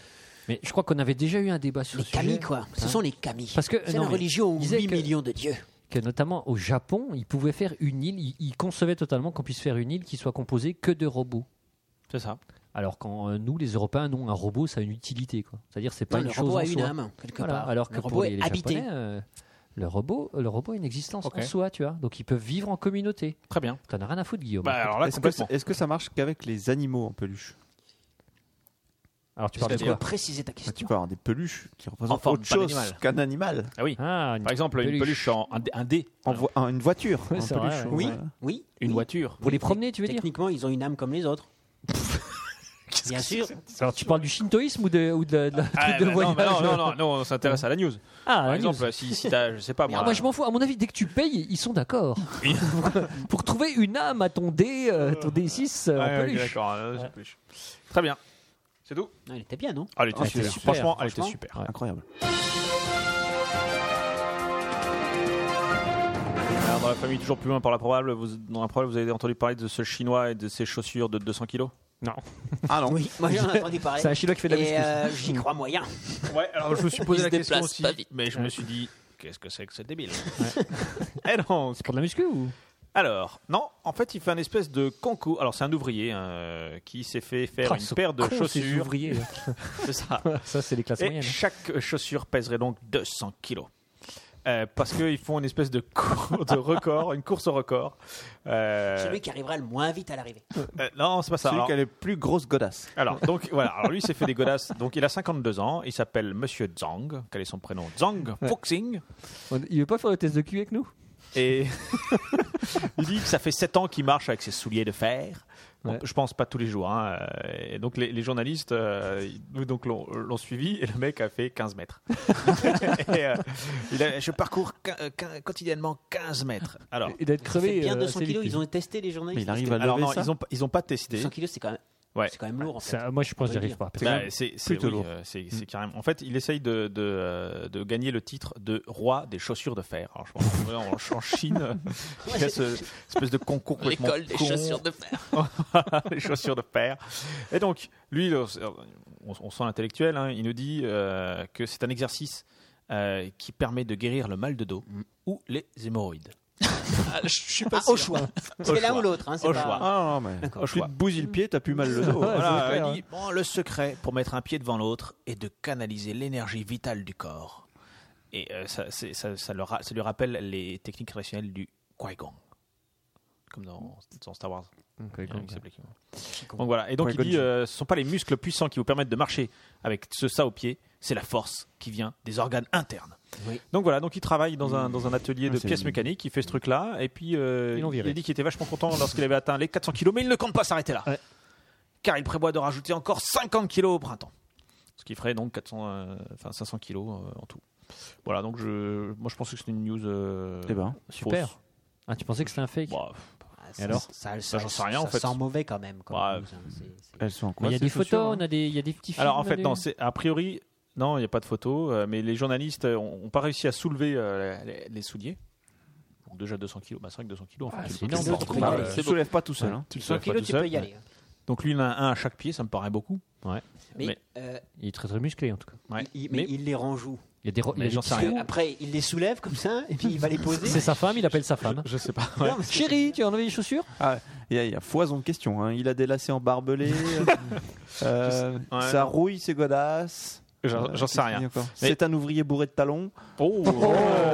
Mais je crois qu'on avait déjà eu un débat sur les ce kami sujet. quoi. Ce sont les kami. hein. Parce que- c'est non, la mais religion il aux disait 8 que- millions de dieux. que notamment au Japon, ils pouvaient faire une île, ils, ils concevaient totalement qu'on puisse faire une île qui soit composée que de robots. C'est ça. Alors quand euh, nous, les Européens, non, un robot, ça a une utilité. quoi. C'est-à-dire, c'est pas Non, une le chose robot en a une soi. âme, quelque Voilà. part. Alors que le robot pour les, est les habité. Japonais, euh, le robot, le robot a une existence Ok. en soi, tu vois. Donc ils peuvent vivre en communauté. Très bien. T'en as rien à foutre, Guillaume. Bah alors là, Est-ce que, complètement. est-ce que ça marche qu'avec les animaux en peluche alors tu parles de Tu peux quoi préciser ta question. Tu peux avoir des peluches qui représentent forme autre d'un chose animal. qu'un animal. Ah oui. Ah, une- Par exemple, une peluche en un dé, un dé, En vo- en- une voiture. Ouais, en c'est peluche, vrai, ouais. on- Oui, voilà. oui. une oui. voiture. pour les promener, tu veux dire Techniquement, ils ont une âme comme les autres. Bien sûr. Alors tu parles du shintoïsme ou de ou de, la- de la- Ah, truc de bah non, voyage bah non, non, non, non, on s'intéresse à la news. Ah, Par la news. exemple, si, si t'as, je sais pas Mais moi. ah, moi, je m'en fous. À mon avis, dès que tu payes, ils sont d'accord. pour, pour trouver une âme à ton D, euh, ton D6 euh, Ouais, en ouais, peluche. d'accord, euh, c'est peluche. Très bien. C'est tout Non, il était bien, non Ah, elle était, Ah, c'était super. super, Franchement, elle était franchement. super. Ah, Incroyable. Alors, dans la famille, toujours plus loin par la probable, vous, dans la probable, vous avez entendu parler de ce chinois et de ses chaussures de 200 kilos Ah non. Oui, moi j'en ai entendu parler. C'est un chinois qui fait de la Et muscu. euh, j'y crois moyen. Ouais, alors je me suis posé se la question déplace aussi, pas vite. mais je me suis dit, qu'est-ce que c'est que ce débile Et donc, Pour de la muscu ou alors, non, en fait, il fait un espèce de concours. Alors, c'est un ouvrier euh, qui s'est fait faire Ah, une ce paire de con, ces chaussures. ouvriers, là. C'est ça. Ça, c'est hein. les classes Et moyennes. chaque chaussure pèserait donc 200 kilos. Euh, parce qu'ils font une espèce de, cour- de record, une course au record. Euh, Celui qui arrivera le moins vite à l'arrivée. euh, non, c'est pas ça. Celui Alors- qui a les plus grosses godasses. Alors, donc, voilà. Alors, lui, il s'est fait des godasses. Donc, il a 52 ans. Il s'appelle Monsieur Zhang. Quel est son prénom Zhang Fuxing. On- Il veut pas faire le test de cul avec nous Et il dit que ça fait 7 ans qu'il marche avec ses souliers de fer. Bon, Ouais. Je pense pas tous les jours. hein. Et donc, les, les journalistes euh, ils- donc, l'ont, l'ont suivi et le mec a fait 15 mètres. Et, euh, il a- je parcours quin- euh, quin- quotidiennement 15 mètres. Alors, Il doit être Ça fait crevé. bien euh, 200 assez vite, kilos, lui. ils ont testé les Mais journalistes. il arrive à lever alors non, ça. ils ont, pas- ils ont pas testé. 200 kilos, c'est quand même, Ouais. c'est quand même lourd en fait. Ça, moi, je pense que j'y arrive pas. Bah, c'est c'est- plutôt oui, lourd. euh, c'est- c'est carrément. En fait, il essaye de, de, euh, de gagner le titre de roi des chaussures de fer. Alors, je pense que en, en Chine, euh, il y a ce espèce de concours complètement L'école des con. chaussures de fer. les chaussures de fer. Et donc, lui, le- on, on sent l'intellectuel, hein, il nous dit euh, que c'est un exercice euh, qui permet de guérir le mal de dos ou les hémorroïdes. Ah, je suis pas Ah, au sûr. choix. Au C'est l'un choix. ou l'autre. Hein, c'est Au pas- choix. Ah non, mais. D'accord. Au Tu te choix. bousilles le pied, t'as plus mal le dos. hein. Ouais, Voilà, euh, c'est clair, il dit, Bon, le secret pour mettre un pied devant l'autre est de canaliser l'énergie vitale du corps. Et euh, ça, c'est- ça- ça le ra- ça lui rappelle les techniques traditionnelles du Kwaigong. comme dans, dans Star Wars. Donc, Il y en a un comme qui ça. s'appelait Qui- Donc voilà. Et donc il Qui-Gon dit, euh, ce sont pas les muscles puissants qui vous permettent de marcher avec ce ça au pied, c'est la force qui vient des organes internes. Oui. Donc voilà, donc il travaille dans un, dans un atelier de c'est- pièces mécaniques, il fait ce truc-là, et puis euh, Ah, Ils l'ont il viré. a dit qu'il était vachement content lorsqu'il avait atteint les 400 kilos, mais il ne compte pas s'arrêter là, Ouais. car il prévoit de rajouter encore 50 kilos au printemps, ce qui ferait donc 400, euh, enfin 500 kilos euh, en tout. Voilà, donc je, moi je pense que c'est une news. euh, Eh ben, Super. fausse. Ah, tu pensais que c'était un fake Bah, Ah, Et alors ça, Bah, j'en sais rien, en fait. sent mauvais quand même. comme Ouais. news, hein, c'est- c'est- elles sont en Mais quoi Il y a ces des photos, chaussures, hein on a des, il y a des petits films. Alors en fait, des- non, c'est a priori, non, il n'y a pas de photo, euh, mais les journalistes n'ont pas réussi à soulever euh, les, les souliers. Donc déjà 200 kilos, bah, c'est vrai que 200 kilos, en Ah, fait, tu c'est le portes énorme. pas Tu tout peux y seul. aller. Tu soulèves pas tout seul. hein. Tu le 100 soulèves pas kilos, tout tu seul. peux y aller. hein. Donc lui, il en a un à chaque pied, ça me paraît beaucoup. Mais, Mais- euh, Il est très très musclé en tout cas. Ouais. il, mais Mais- il les renjoue. Il y a des ro- il y a Mais des j'en sais petits rien. trous. Après, il les soulève comme ça et puis il va les poser. C'est sa femme, il appelle sa femme. Je sais pas. Non, mais c'est- Chérie, tu as enlevé les chaussures Ah. Il y, a- il y a foison de questions. hein. Il a des lacets en barbelé. euh, Ouais. Ça rouille ses godasses. J'en Euh, j'en sais qu'est-ce qu'il y a rien. encore Mais- C'est un ouvrier bourré de talons. Oh, Pas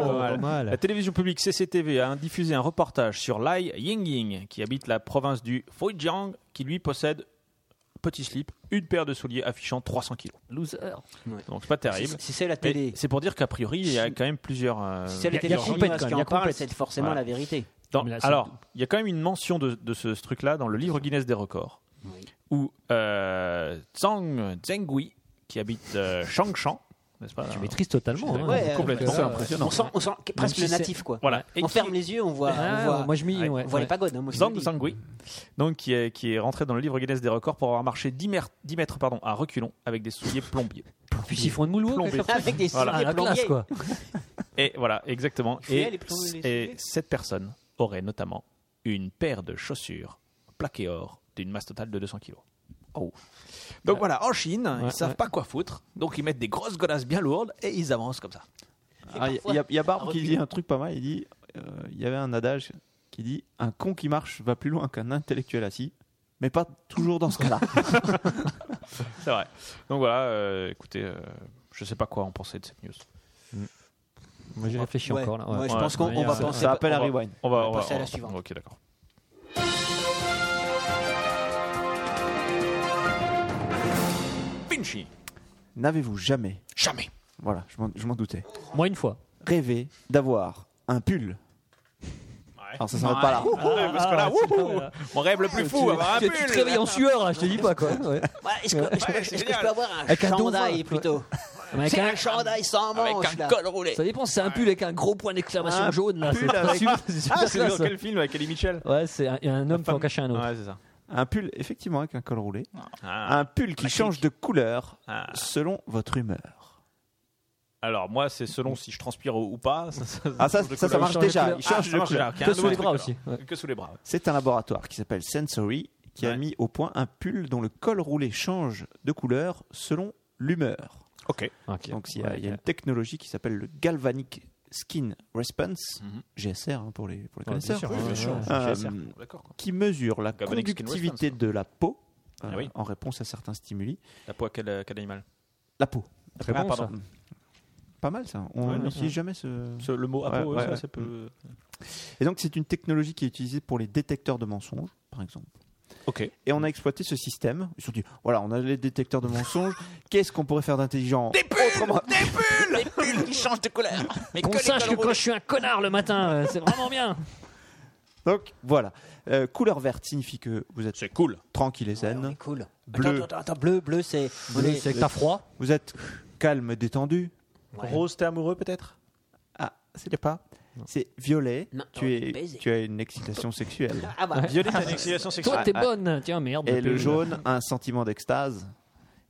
voilà. mal. La télévision publique CCTV a diffusé un reportage sur Lai Yingying, qui habite la province du Fujian, qui lui possède petit slip, une paire de souliers affichant 300 kilos. Loser. Donc c'est pas terrible. Si c'est la Mais télé, C'est pour dire qu'a priori, il y a quand même plusieurs. euh, si c'est la y a- télé y a chinoise compète, quand qui même, y en a parle, compète. c'est forcément Voilà. la vérité. dans- Mais là, c'est- alors, il y a quand même une mention de, de ce, ce truc-là dans le livre Guinness des records, Oui. où euh, Zhang Zhengui, qui habite euh, Changshan, n'est-ce pas Tu là, maîtrises totalement. Ouais, hein. ouais, complètement. C'est On sent, on sent que- presque si le c'est- natif, quoi. Voilà. Et on qui- ferme les yeux, on voit, Ah, on voit, moi je m'y. Ouais. ouais, on voit les ouais. pagodes. hein, moi, je Zhang vous le dis. Zhangui, donc qui est, qui est rentré dans le livre Guinness des records pour avoir marché 10 mètres, 10 mètres pardon, à reculons avec des souliers plombiers. Puis ils font de moulou Plombé. avec leur- Avec des Voilà. Ah, souliers la plombiers. classe quoi. Et voilà, exactement. Je vais Et, aller plomber les et souliers. cette personne aurait notamment une paire de chaussures plaquées or d'une masse totale de 200 kilos. Oh. Donc voilà, en Chine, ils Ouais, savent ouais. pas quoi foutre, donc ils mettent des grosses godasses bien lourdes et ils avancent comme ça. Ah, Il y a- il y, a- il y a Barbe qui dit un truc pas mal. Il dit euh, il y avait un adage qui dit un con qui marche va plus loin qu'un intellectuel assis, mais pas toujours dans ce cas-là. C'est vrai. Donc voilà, euh, écoutez, euh, je sais pas quoi en penser de cette news. Moi j'ai réfléchi Ouais. encore là. ouais. Ouais, je Ouais. pense qu'on Ouais, on va ça- penser. Ça appelle on un va- rewind. On va, On va passer à la suivante. Ok, d'accord. Vinci. N'avez-vous jamais, Jamais. voilà, je m'en- je m'en doutais, Moi une fois. rêvé d'avoir un pull Alors ça s'arrête pas là. parce que là, Ah, c'est wouhou, pas mal, là. mon rêve le plus fou, avoir un Tu pull. tu te réveilles en sueur là, je te dis pas quoi. Ouais. Ouais, Est-ce que, est-ce que- Ouais, c'est est-ce que je génial. peux avoir un Avec un dauphin. chandail plutôt Avec C'est un- un chandail sans Avec manches un là. col roulé. Ça dépend, c'est un pull avec un gros point d'exclamation Un jaune là. pull c'est avec- super- Ah, c'est super classe, ouais. film avec Ellie Mitchell Ouais, c'est un, un homme qui en cache un autre. Ouais, c'est ça. Un pull, effectivement, avec un col roulé. Ah. Un pull qui change de couleur Ah. selon votre humeur. Alors, moi, c'est selon si je transpire ou ou pas. Ça, ça, Ah ça, change de ça, ça couleur. marche change de déjà. couleur. Il change Ah, de ça marche couleur. déjà, ok, Que un sous les autre bras couleur. aussi. ouais. Que sous les bras. ouais. C'est un laboratoire qui s'appelle Sensory qui a Ouais. mis au point un pull dont le col roulé change de couleur selon l'humeur. Ok. Ok. Donc il y, a, Ouais, il y a une technologie qui s'appelle le Galvanic Skin Response, Mhm. GSR hein, pour les, pour les bien connaisseurs, sûr, Oui, ouais, bien sûr. ouais. Euh, GSR. D'accord. quoi. qui mesure la Galvanic Skin conductivité Response, de la peau Ah euh, oui. en réponse à certains stimuli. La peau à quel, euh, quel animal La peau. Très Ah, bon pardon. ça. Pas mal ça. On Ouais, n'utilise ouais. jamais ce... Ce- Le mot à Ouais, peau, ouais, ça, ouais. ça peut. Et donc c'est une technologie qui est utilisée pour les détecteurs de mensonges, par exemple. Ok. Et on a exploité ce système. Ils se sont dit, voilà, on a les détecteurs de mensonges. Qu'est-ce qu'on pourrait faire d'intelligent autrement Il change de couleur. Mais Qu'on sache que quand je suis un connard le matin, euh, c'est vraiment bien. Donc voilà. Euh, couleur verte signifie que vous êtes C'est cool. tranquille et zen. Ouais, cool. Bleu. Attends, attends, attends, bleu, bleu, c'est. on est- C'est que t'as froid. Vous êtes calme et détendu. Ouais. Rose, t'es amoureux peut-être Ah, c'était pas. C'est violet. Non, tu, t'aurais dû es, baiser. tu as une excitation sexuelle. Ah bah, Violet, t'as une excitation Toi sexuelle. t'es ah. bonne. Tiens merde. Et le pull. jaune, un sentiment d'extase.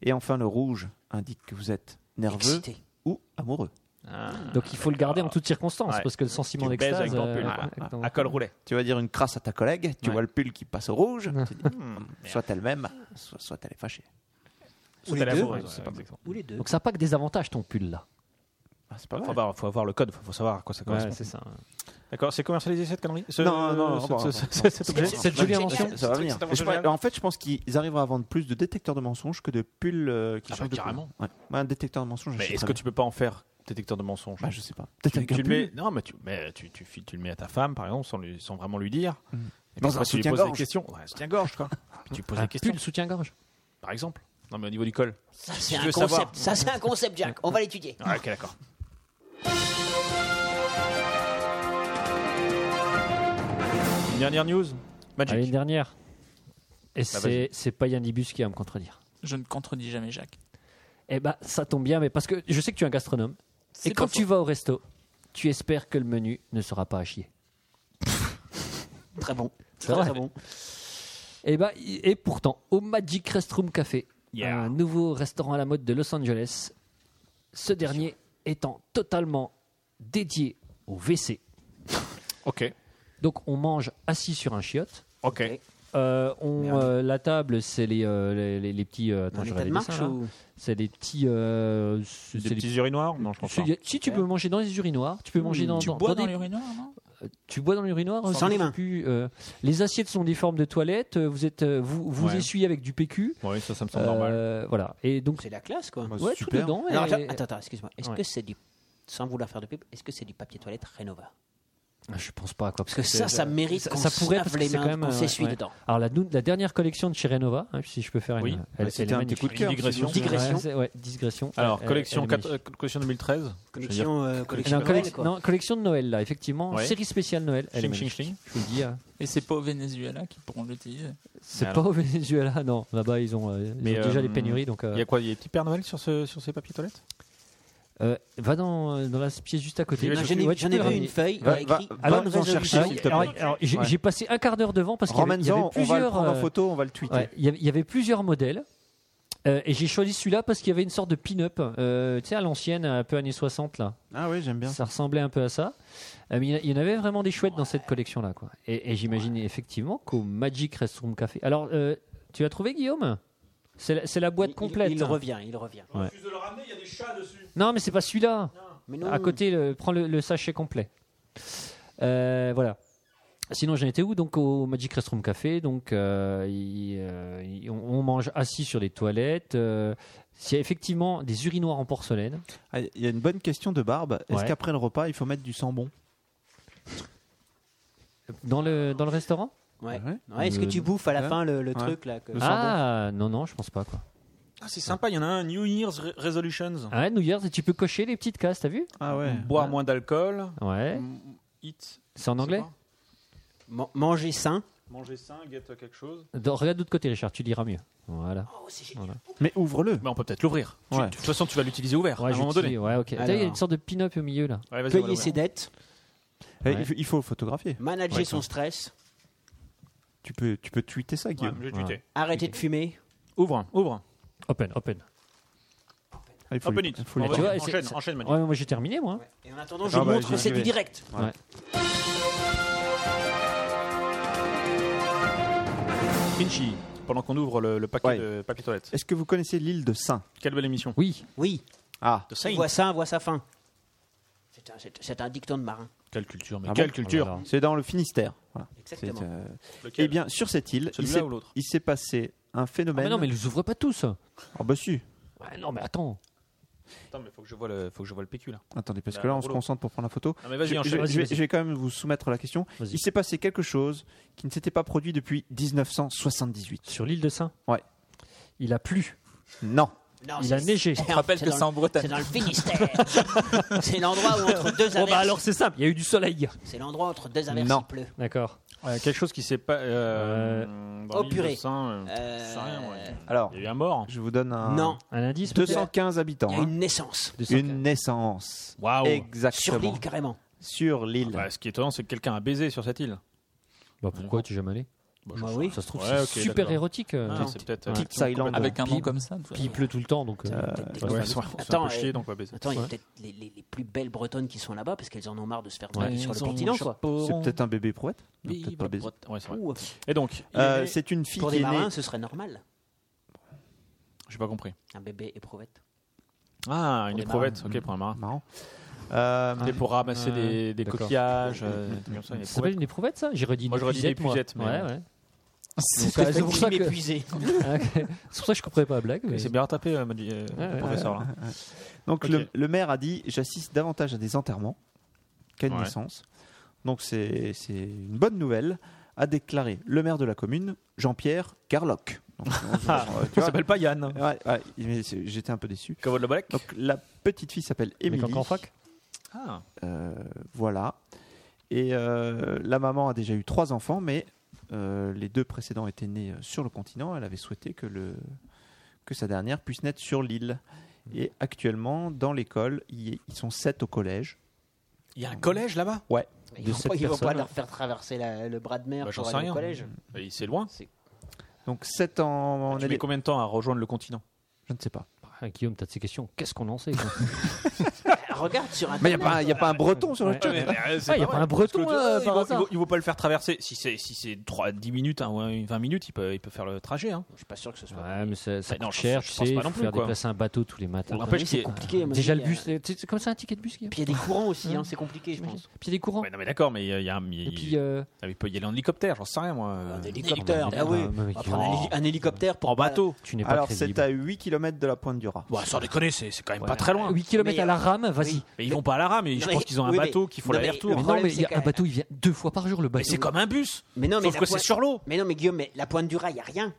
Et enfin, le rouge indique que vous êtes nerveux excité. ou amoureux. Ah. Donc il faut le garder en toutes circonstances Ouais. parce que le sentiment Tu baises avec d'extase. ton euh, pull, quoi. avec ton- À col roulé. Tu vas dire une crasse à ta collègue, tu Ouais. vois le pull qui passe au rouge, tu dis, hmm, merde. soit elle m'aime, soit, soit elle est fâchée. Ou les deux, c'est pas exactement. Ou les deux. Donc ça a pas que des avantages ton pull là. Ah, c'est pas Faut mal. avoir, faut avoir le code, faut, faut savoir à quoi ça correspond. c'est ça. D'accord, c'est commercialisé cette connerie Ce- Non, non, ce- non, ce- non, ce- non. ce- cet objet Cette jolie invention. Ça va venir. c'est un Je génial. pense- en fait, je pense qu'ils arrivent à vendre plus de détecteurs de mensonges que de pulls euh, qui Ah bah, changent de couleur. carrément. Ouais. Ouais, un détecteur de mensonges. Mais je sais est-ce très que tu peux pas en faire détecteur de mensonges bien. Bah, je sais pas. Peut-être tu, avec un tu le pull. mets, non, mais tu, mais tu, tu, files- tu le mets à ta femme, par exemple, sans, lui, sans vraiment lui dire. Mm. Et Dans puis un après, tu lui poses soutien-gorge. des questions. Ouais, un soutien-gorge, quoi. Puis tu poses Un des questions, pull soutien-gorge. par exemple. Non, mais au niveau du col. Ça, c'est tu un veux savoir. concept. Ça, c'est un concept, Jack. On va l'étudier. Ah, ok, d'accord. Une dernière news Magic. Allez, une dernière. Et vas-y. c'est c'est pas Yannibus qui va me contredire. Je ne contredis jamais Jacques. Eh ben, ça tombe bien, mais parce que je sais que tu es un gastronome. C'est Et quand pas tu vas au resto, tu espères que le menu ne sera pas à chier. Très bon. C'est vrai. Et, ben, y- et pourtant, au Magic Restroom Café, Yeah. un nouveau restaurant à la mode de Los Angeles, ce dernier étant totalement dédié au WC. Ok, Donc on mange assis sur un chiotte. ok. Euh, on, euh, la table, c'est les, euh, les, les- les petits. euh, attends, Un je état de regarde les marche dessins, là. ou C'est des petits. euh, c'est Des des petits urinoirs Non, je pense pas. Si, si, tu peux manger dans les urinoirs, tu peux manger dans, Tu dans- bois dans dans des- l'urinoir, non tu bois dans l'urinoir Sans je les sais mains. plus, euh, les assiettes sont des formes de toilettes. euh, Vous êtes, euh, vous, vous Ouais. essuyez avec du PQ. Oui, ça, ça me semble normal. euh, voilà. Et donc, C'est la classe, quoi. Bah, ouais, tout super. dedans. Alors, et- attends, attends, attends, excuse-moi. Est-ce Ouais. que c'est du. Sans vouloir faire de pub, est-ce que c'est du papier toilette Renova Ah, Je pense pas à quoi. Parce que ça, ça mérite ça- qu'on ça se pourrait, lave parce que les c'est mains, quand même, qu'on euh, s'essuie ouais. dedans. Alors la, nou- la dernière collection de chez Renova, hein, si je peux faire une, Oui. elle- Bah, elle C'était est un petit magnifique. coup de cœur. Digression. c'est bon. Digression. Ouais, c'est- ouais, digression. Alors, Elle- elle- collection, elle est quatre- magnifique. euh, collection 2013. Collection, euh, collection Non, Noël, collec- quoi. non, collection de Noël, là, effectivement. Ouais. Série spéciale Noël. Elle est Ching, ching, magnifique. ching. Je vous le dis, hein. Et c'est pas au Venezuela qu'ils pourront l'utiliser. c'est Mais pas au Venezuela, non. Là-bas, ils ont, euh, ils Mais, ont déjà euh, les pénuries. Donc, euh, Il y a quoi Il y a des petits Père Noël sur, ce, sur ces papiers toilettes euh, va dans, euh, dans la pièce juste à côté. Non, Tu- J'en ai, ouais, tu j'en peux ai le vu ramener. une feuille, il y Va- a va- écrit va bonne nous en résolution. chercher, s'il te Alors, plaît. alors, j'ai j'ai passé un quart d'heure devant parce qu'il y avait- il y avait Ramène-en, on va le plusieurs, prendre euh, en photo, on va le tweeter. Ouais, il y avait- il y avait plusieurs modèles. Euh, et j'ai choisi celui-là parce qu'il y avait une sorte de pin-up, euh, tu sais, à l'ancienne, un peu années 60, là. Ah oui, j'aime bien. Ça ressemblait un peu à ça. Euh, mais il y en a- il y en avait vraiment des chouettes dans cette collection-là. quoi. Et, et j'imagine effectivement qu'au Magic Restroom Café. Alors, euh, tu l'as trouvé, Guillaume C'est la, c'est la boîte Il- il- complète. Il, revient, il revient. Non, mais c'est pas celui-là. Mais À côté, le- prends le, le sachet complet. Euh, voilà. Sinon, j'en étais où Donc au Magic Restroom Café. Donc, euh, il- euh, il- on, on mange assis sur les toilettes. Euh, il y a effectivement des urinoirs en porcelaine. Ah, Il y a une bonne question de Barbe. Est-ce Ouais. qu'après le repas, il faut mettre du sambon Dans le, dans le restaurant Ouais. Ah Ouais. Ouais, Est-ce que tu bouffes à la Ouais. fin le, le Ouais. truc là que- Le Ah, non, non, je pense pas. quoi. Ah, c'est sympa, il y en a un New Year's Re- Resolutions. Ah, New Year's, et tu peux cocher les petites cases, t'as vu Ah ouais. Boire moins d'alcool. Ouais. Eat. C'est en anglais Man- Manger sain Manger sain, get quelque chose. Dans- Regarde de l'autre côté, Richard, tu liras mieux. Voilà. Mais ouvre-le. Mais on peut peut-être l'ouvrir. Tu- Ouais. De toute façon, tu vas l'utiliser ouvert à un moment donné. j'utilise- ouais, ok. T'as vu, Il y a une sorte de pin-up au milieu là. Ouais, vas-y, on va Payer l'ouvrir. ses dettes Eh, Ouais. il faut- Il faut le photographier. Manager Ouais, son stress Tu peux, tu peux tweeter ça, Ouais, Guillaume. j'ai tweeté. Arrêter de fumer Ouvre, ouvre. Open, open. Ah, il faut Open le- it. il faut le- On va- Tu vois, et Enchaîne, c'est- enchaîne, Manu. Ouais, moi j'ai terminé moi. Et en attendant, je Ah bah, montre que j'y c'est vais. du direct Pinchy, pendant qu'on ouvre le, le paquet Ouais. de papier toilette. Est-ce que vous connaissez l'île de Saint Quelle belle émission. Oui. Oui, Ah, De qui voit ça, voit sa fin C'est un- c'est- C'est un dicton de marin Quelle culture, mais Ah bon quelle culture. Oh là là. c'est dans le Finistère. Voilà. C'est, Exactement euh, Lequel Eh bien, sur cette île, il celui-là s'est, ou l'autre il s'est passé un Ah, phénomène. mais non, mais ils les ouvrent pas tous. Ah bah si. Ouais, non, mais attends. Attends, mais faut que je vois le, faut que je vois le PQ là. Attendez, parce Bah, que là, on se rouleau. concentre pour prendre la photo. Ah, mais vas-y, je, je- enchaîne. je vais- je vais quand même vous soumettre la question. Vas-y. Il s'est passé quelque chose qui ne s'était pas produit depuis 1978. Sur l'île de Saint Ouais. Il a plu. Non. Non, Il Ah, c'est- a neigé. c'est- Je rappelle c'est que dans c'est en le- C'est Bretagne. dans le Finistère C'est l'endroit où entre deux Bon, bah averses alors c'est simple, il y a eu du soleil. C'est l'endroit entre deux averses Non. il pleut D'accord. Euh, quelque chose qui s'est pas. Euh, dans oh, l'île de purée. Saint, euh, Euh, c'est rien, ouais. Alors, Il y a eu un mort. je vous donne un. Non, Un indice peut-être 215 habitants. il y a hein. une naissance Une, naissance. Waouh. Sur Exactement. l'île carrément Sur l'île. Bah, ce qui est étonnant, c'est que quelqu'un a baisé sur cette île. Bah pourquoi tu es jamais allé Bah oui Ça se trouve Ouais, c'est ok, super d'accord. érotique. euh, Ah, puis- c'est peut-être. Petite Thaïlande. Avec un nom Puis- comme ça. de toute Puis il façon. pleut tout le temps donc. euh, Ouais, Ouais, ouais, on s'est un Attends, peu chier, euh, donc on va baiser. Attends, il y a Ouais. peut-être les, les- les plus belles bretonnes qui sont là-bas parce qu'elles en ont marre de se faire Ouais, draguer sur le Ils ont continent. un Quoi. chapeau. C'est peut-être un bébé prouette. donc Vive peut-être pas la baiser. Bretagne. Ouais, c'est vrai. Ouh, Et donc, il y Euh, avait- c'est une bah, fille pour qui des est née. marins, ce serait normal. j'ai pas compris. Un bébé éprouvette. Ah, une des éprouvette, ok, pour un marin. Marrant. Euh, Et pour ramasser euh, des, des d'accord. coquillages, euh, des trucs comme ça, une Ça s'appelle éprouvette. une éprouvette ça J'ai redit Moi, une j'aurais dit des épuisette, moi. pugettes, mais Ouais, bon. ouais. C'est Donc, euh, c'est pour ça que- épuisé. Ah, ok. C'est pour ça que je comprenais pas la blague. mais- C'est bien rattrapé, euh, Madi- euh, Ouais, ouais. le professeur. Là. Donc Ok. le, le maire a dit j'assiste davantage à des enterrements qu'à une Ouais. naissance. Donc c'est c'est une bonne nouvelle. a déclaré le maire de la commune, Jean-Pierre Carlock. Donc, on- Ah, on- tu il vois, s'appelle pas Yann. ouais, ouais, mais c'est- J'étais un peu déçu. Cavo de la Balec. Donc la petite fille s'appelle Mais Émilie. qu'encore en fac Ah. Euh, voilà. Et euh, la maman a déjà eu trois enfants, mais euh, les deux précédents étaient nés euh, sur le continent. Elle avait souhaité que, le, que sa dernière puisse naître sur l'île. Et actuellement, dans l'école, y- ils sont sept au collège. Il y a un collège là-bas Ouais. Ils De vont cette pas, ils vont pas personne. leur faire traverser la- le bras de mer Bah, j'en pour sais aller rien. au collège. Bah, Et C'est loin. Donc sept en, en tu mets élé- combien de temps à rejoindre le continent Je ne sais pas. Ah, Guillaume, t'as de ces questions. Qu'est-ce qu'on en sait quoi Eh, Regarde sur Mais il internet. n'y a, pas un breton sur le Ouais. chat. Ah, il n'y a pas un breton là, euh, il par vaut, il hasard. vaut- il vaut pas le faire traverser. Si c'est si c'est 3 10 minutes hein, ou un- 20 minutes, il peut il peut faire le trajet hein. Je suis pas sûr que ce soit. Ouais, mais ça, ça Bah non, coûte je- cher, je tu pense sais. pas Il non faut plus, faire quoi. déplacer un bateau tous les matins. Ah N'empêche qu'il y c'est ait- compliqué. à mon Déjà le avis, bus, euh, c'est c'est comme ça un ticket de bus, Guillaume. Puis il y a des courants aussi, hein, c'est compliqué, je pense. Puis il y a des courants. Ouais, non mais d'accord, mais il y a- il y a un- Et il- puis, euh, ah, il peut y aller en hélicoptère, j'en sais rien moi. Un hélicoptère, ah oui. Ah, mais On va prendre un Guillaume, héli- un hélicoptère pour En bateau. tu n'es pas Alors crédible. c'est à 8 km de la pointe du rat. Bah, sans déconner, c'est c'est quand même Ouais. pas très loin. 8 km Mais, à la rame, oui. vas-y. Mais ils vont pas à la rame, mais je Non, pense mais- qu'ils ont un oui, mais- bateau qu'il faut non, mais- l'aller-retour. Le Mais non, problème, mais il y c'est a un que- bateau, il vient deux fois par jour le Mais bateau. c'est comme un bus. Mais non, mais Sauf la que c'est pointe- sur l'eau. Mais non, mais Guillaume, mais la pointe du rat, il n'y a rien.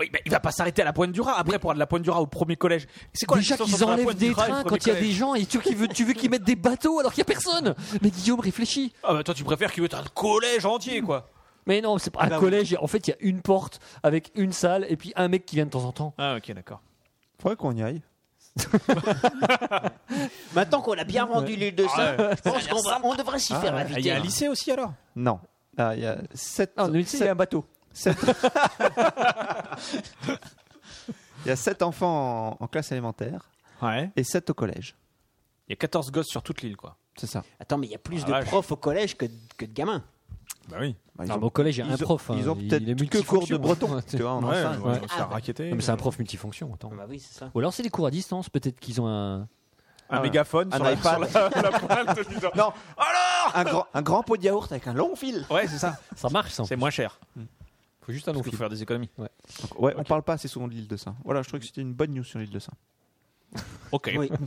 Oui, mais il va pas s'arrêter à la pointe du rat après pour aller de la pointe du rat au premier collège. C'est quoi la Déjà différence qu'ils entre la enlèvent pointe du rat des et le trains premier quand il y a collège des gens et tu, qui veux, tu veux qu'ils mettent des bateaux alors qu'il n'y a personne. Mais Guillaume réfléchit. Ah bah toi tu préfères qu'il y ait un collège entier quoi. Mais non, c'est Ah bah pas un collège. En fait, il y a une porte avec une salle et puis un mec qui vient de temps en temps. Ah ok d'accord. Faudrait qu'on y aille. Maintenant qu'on a bien vendu l'île de ça, je pense qu'on va- on devrait s'y faire hein. Ah, Il y a un inviter. lycée aussi alors Non. Ah, Il y a 7 Non, le lycée, il y a un bateau. Il y a sept enfants en, en classe élémentaire Ouais. et 7 au collège. Il y a 14 gosses sur toute l'île quoi. C'est ça. Attends, mais il y a plus Ah, de vache. profs au collège que, que de gamins. Bah oui. Bah, ils Non, ont- mais au collège, il y a un ils ont- prof. hein. ils ont Il- peut-être il est que cours de multifonction. breton. tu vois, en enceinte. ouais, ouais. on se la raquetait. Non, mais c'est un prof multifonction. attends. Ah, bah oui, c'est ça. Ou alors c'est des cours à distance, peut-être qu'ils ont un. ah, Un mégaphone Un sur la, iPad. sur la- la pointe, disant. Non, un grand, un grand pot de yaourt avec un long fil. Ouais, c'est ça. Ça marche, ça. C'est moins cher. faut juste un nom Il Hmm. faut faire des économies. Donc, ouais, on parle pas assez souvent de l'île de Saint. Voilà, je trouve que c'était une bonne news sur l'île de Saint. Ok. Oui.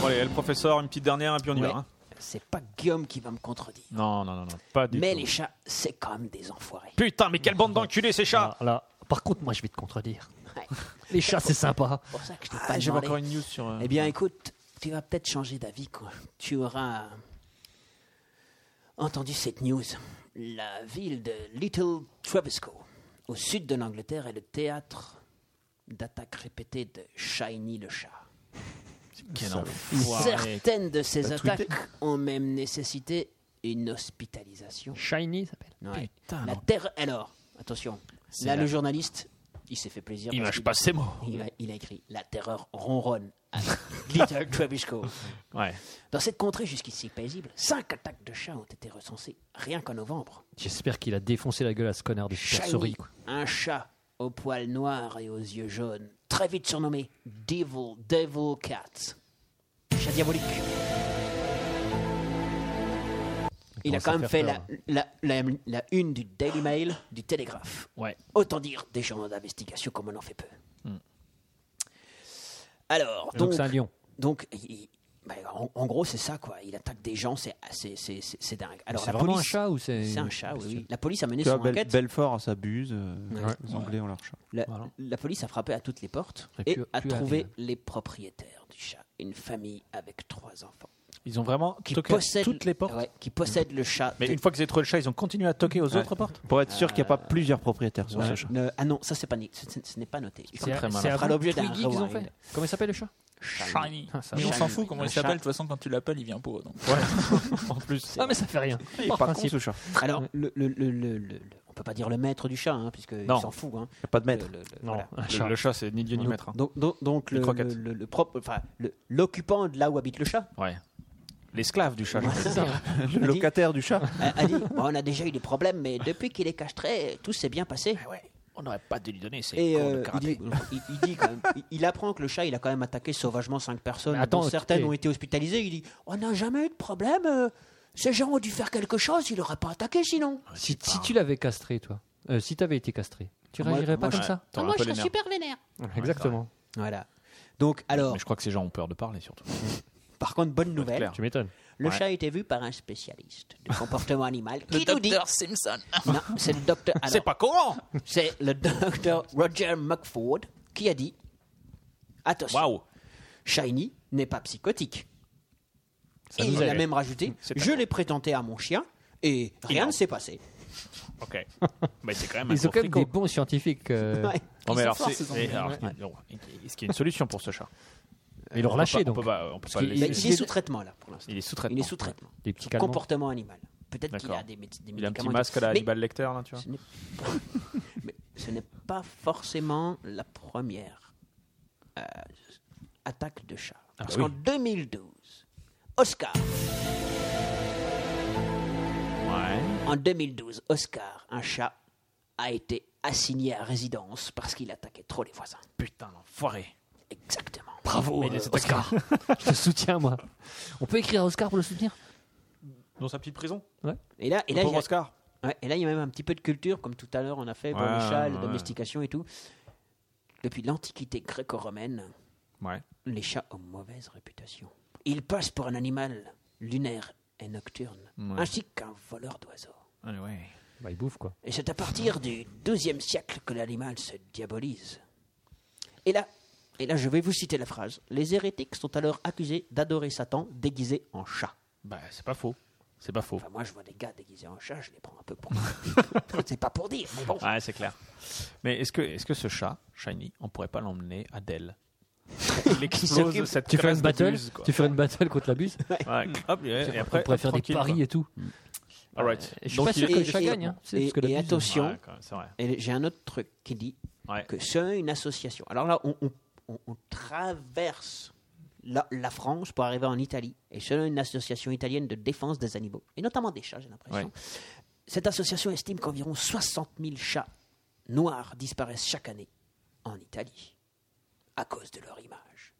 Bon, allez, le professeur, une petite dernière et puis on y Ouais. va. hein. C'est pas Guillaume qui va me contredire. Non, non, non, non, pas du Mais tout. les chats, c'est quand même des enfoirés. Putain, mais quelle bande d'enculés ces chats Ah, là. Par contre, moi, je vais te contredire. Ouais. Les chats, c'est sympa. C'est pour ça que je t'ai pas J'avais demandé. Ah, encore une news sur. euh, Eh bien, écoute, tu vas peut-être changer d'avis quand tu auras entendu cette news. La ville de Little Trevesco, au sud de l'Angleterre, est le théâtre d'attaques répétées de Shiny le chat. quel enfoiré. Certaines de ces T'as tweeté attaques ont même nécessité une hospitalisation. Shiny, ça s'appelle. Ouais. Putain, La non. terre. Alors, attention. Là, la- le journaliste, il s'est fait plaisir. Il parce mâche qu'il- pas ses mots. Il a, il a écrit La terreur ronronne à Little Trevishko. Ouais. Dans cette contrée jusqu'ici paisible, cinq attaques de chats ont été recensées rien qu'en novembre. J'espère qu'il a défoncé la gueule à ce connard de Super Shiny, Sorry. quoi. un chat aux poils noirs et aux yeux jaunes, très vite surnommé Devil, Devil Cat. Chat diabolique. Il a commence à quand même fait faire peur. hein. la, la- la- la une du Daily Mail, du Télégraphe. Ouais. Autant dire des journaux d'investigation comme on en fait peu. Hmm. Alors, Donc donc, c'est un lion. donc, il- il- bah, en, en gros, c'est ça, quoi. Il attaque des gens, c'est c'est- c'est- c'est- c'est dingue. Alors, C'est la vraiment police, un chat ou c'est. C'est un chat, oui, oui. La police a mené Tu vois, son Bel- enquête. Belfort s'abuse. euh, Ouais. Les Anglais ont leur chat. La, Voilà. la police a frappé à toutes les portes Et et, plus- a plus trouvé agréable. les propriétaires du chat. Une famille avec trois enfants. Ils ont vraiment Qui toqué à possède- toutes les portes. ouais, qui possède le chat. Mais de- une fois qu'ils ont trouvé le chat, ils ont continué à toquer aux Ouais. autres portes. Pour être sûr qu'il n'y a pas plusieurs propriétaires sur Ouais. ce chat. Ne- ah non, ça, c'est pas, ni- ce, ce- ce n'est pas noté. sont très malins. c'est Ça fera l'objet d'un Twiggy qu'ils ont rewind. fait. Comment il s'appelle le chat Shiny. Ah, ça Mais on change. s'en fout comment Un il chat. s'appelle. De toute façon, quand tu l'appelles, il vient pour eux. donc. En plus. Ah mais ça fait rien. Il Par est pas con principe. ce chat. Alors, le, le- le- le- le- on peut pas dire le maître du chat, hein, puisqu'il Non. s'en fout. Hein. Il n'y a pas de maître. Le- le- le- Non, voilà. un Le, chat. Euh, le chat, c'est ni Dieu ni maître. hein. Donc, donc, donc Les le, croquettes. le- le propre, enfin, le- l'occupant de là où habite le chat Ouais. L'esclave du chat. je veux dire. Le locataire du chat. a, a dit Bon, on a déjà eu des problèmes, mais depuis qu'il est cachetré, tout s'est bien passé. On n'aurait pas dû lui donner. C'est Et con de euh, il, karaté. dit, il- il dit quand même- il- il apprend que le chat, il a quand même attaqué sauvagement cinq personnes. Mais attends, dont certaines et- ont été hospitalisées. Il dit On n'a jamais eu de problème. euh, Ces gens ont dû faire quelque chose. Ils l'auraient pas attaqué sinon. Si, si tu l'avais castré, toi, euh, si t'avais été castré, tu Moi- réagirais moi, pas comme Ah, je- ça T'aurais un peu les nerfs. Exactement. Voilà. Donc alors, Mais je crois que ces gens ont peur de parler surtout. Par contre, bonne nouvelle, clair. Tu m'étonnes. le Ouais. chat a été vu par un spécialiste du comportement animal qui Le nous dit... docteur Simpson. Non, c'est le docteur... alors, pas courant C'est le docteur Roger Mugford qui a dit Attention, Waouh Shiny n'est pas psychotique. Ça Et nous il a allait. même rajouté C'est Je l'ai présenté à mon chien et rien a- ne s'est passé. Ok. Mais c'est quand même un Ils sont gros quand même fricot. des bons scientifiques. euh, Ouais. Ils Non, mais sont alors, forts, c'est- ces mais Anglais. alors, Ouais. non, est-ce qu'il y a une solution pour ce chat Ils l'ont On peut relâché pas- on donc. peut pas- on peut pas qu'il- le Bah, laisser. il est sous traitement là pour l'instant. Il est sous traitement. Il est sous traitement. Des petits calmants. Comportement animal. Peut-être qu'il D'accord. a des, mé- des Il a un petit médicaments. masque à la Mais- Hannibal Lecter, là, tu vois. Ce n'est pas, mais ce n'est pas forcément la première euh, attaque de chat. Ah Parce qu'en 2012, Oscar. En 2012, Oscar, un chat, a été assigné à résidence parce qu'il attaquait trop les voisins. Putain, l'enfoiré. Exactement. Bravo, euh, Oscar. Je te soutiens moi. On peut écrire à Oscar pour le soutenir Dans sa petite prison Et là, et là, Le il y pauvre a- Oscar. Ouais, et là, il y a même un petit peu de culture, comme tout à l'heure, on a fait pour Ouais, les chats, la ouais. domestication et tout. Depuis l'Antiquité gréco-romaine, Ouais. les chats ont mauvaise réputation. Ils passent pour un animal lunaire et nocturne, Ouais. ainsi qu'un voleur d'oiseaux. Ah, ouais. Bah il bouffe quoi. Et c'est à partir du XIIe siècle que l'animal se diabolise. Et là, et là, je vais vous citer la phrase. Les hérétiques sont alors accusés d'adorer Satan déguisé en chat. Bah, c'est pas faux. C'est pas faux. Enfin, moi, je vois des gars déguisés en chat, je les prends un peu pour... c'est pas pour dire, mais bon. Ouais, c'est clair. Mais est-ce que, est que ce chat, Shiny, on pourrait pas l'emmener à Dell Il explose cette Tu fais crème une de battle buse, quoi. Tu fais une battle contre la buse Ouais, hop, et, et après, On pourrait faire des tranquille, paris et tout. quoi. All right. Et je suis Donc, pas il- sûr que et- le chat et- gagne. hein. C'est et- parce que la et buse- attention, Ouais, quand même, c'est vrai. Et j'ai un autre truc qui dit Ouais. que c'est une association. Alors là, on, on- on- on traverse la, la France pour arriver en Italie. Et c'est une association italienne de défense des animaux, et notamment des chats, j'ai l'impression. Cette association estime qu'environ 60 000 chats noirs disparaissent chaque année en Italie à cause de leur image.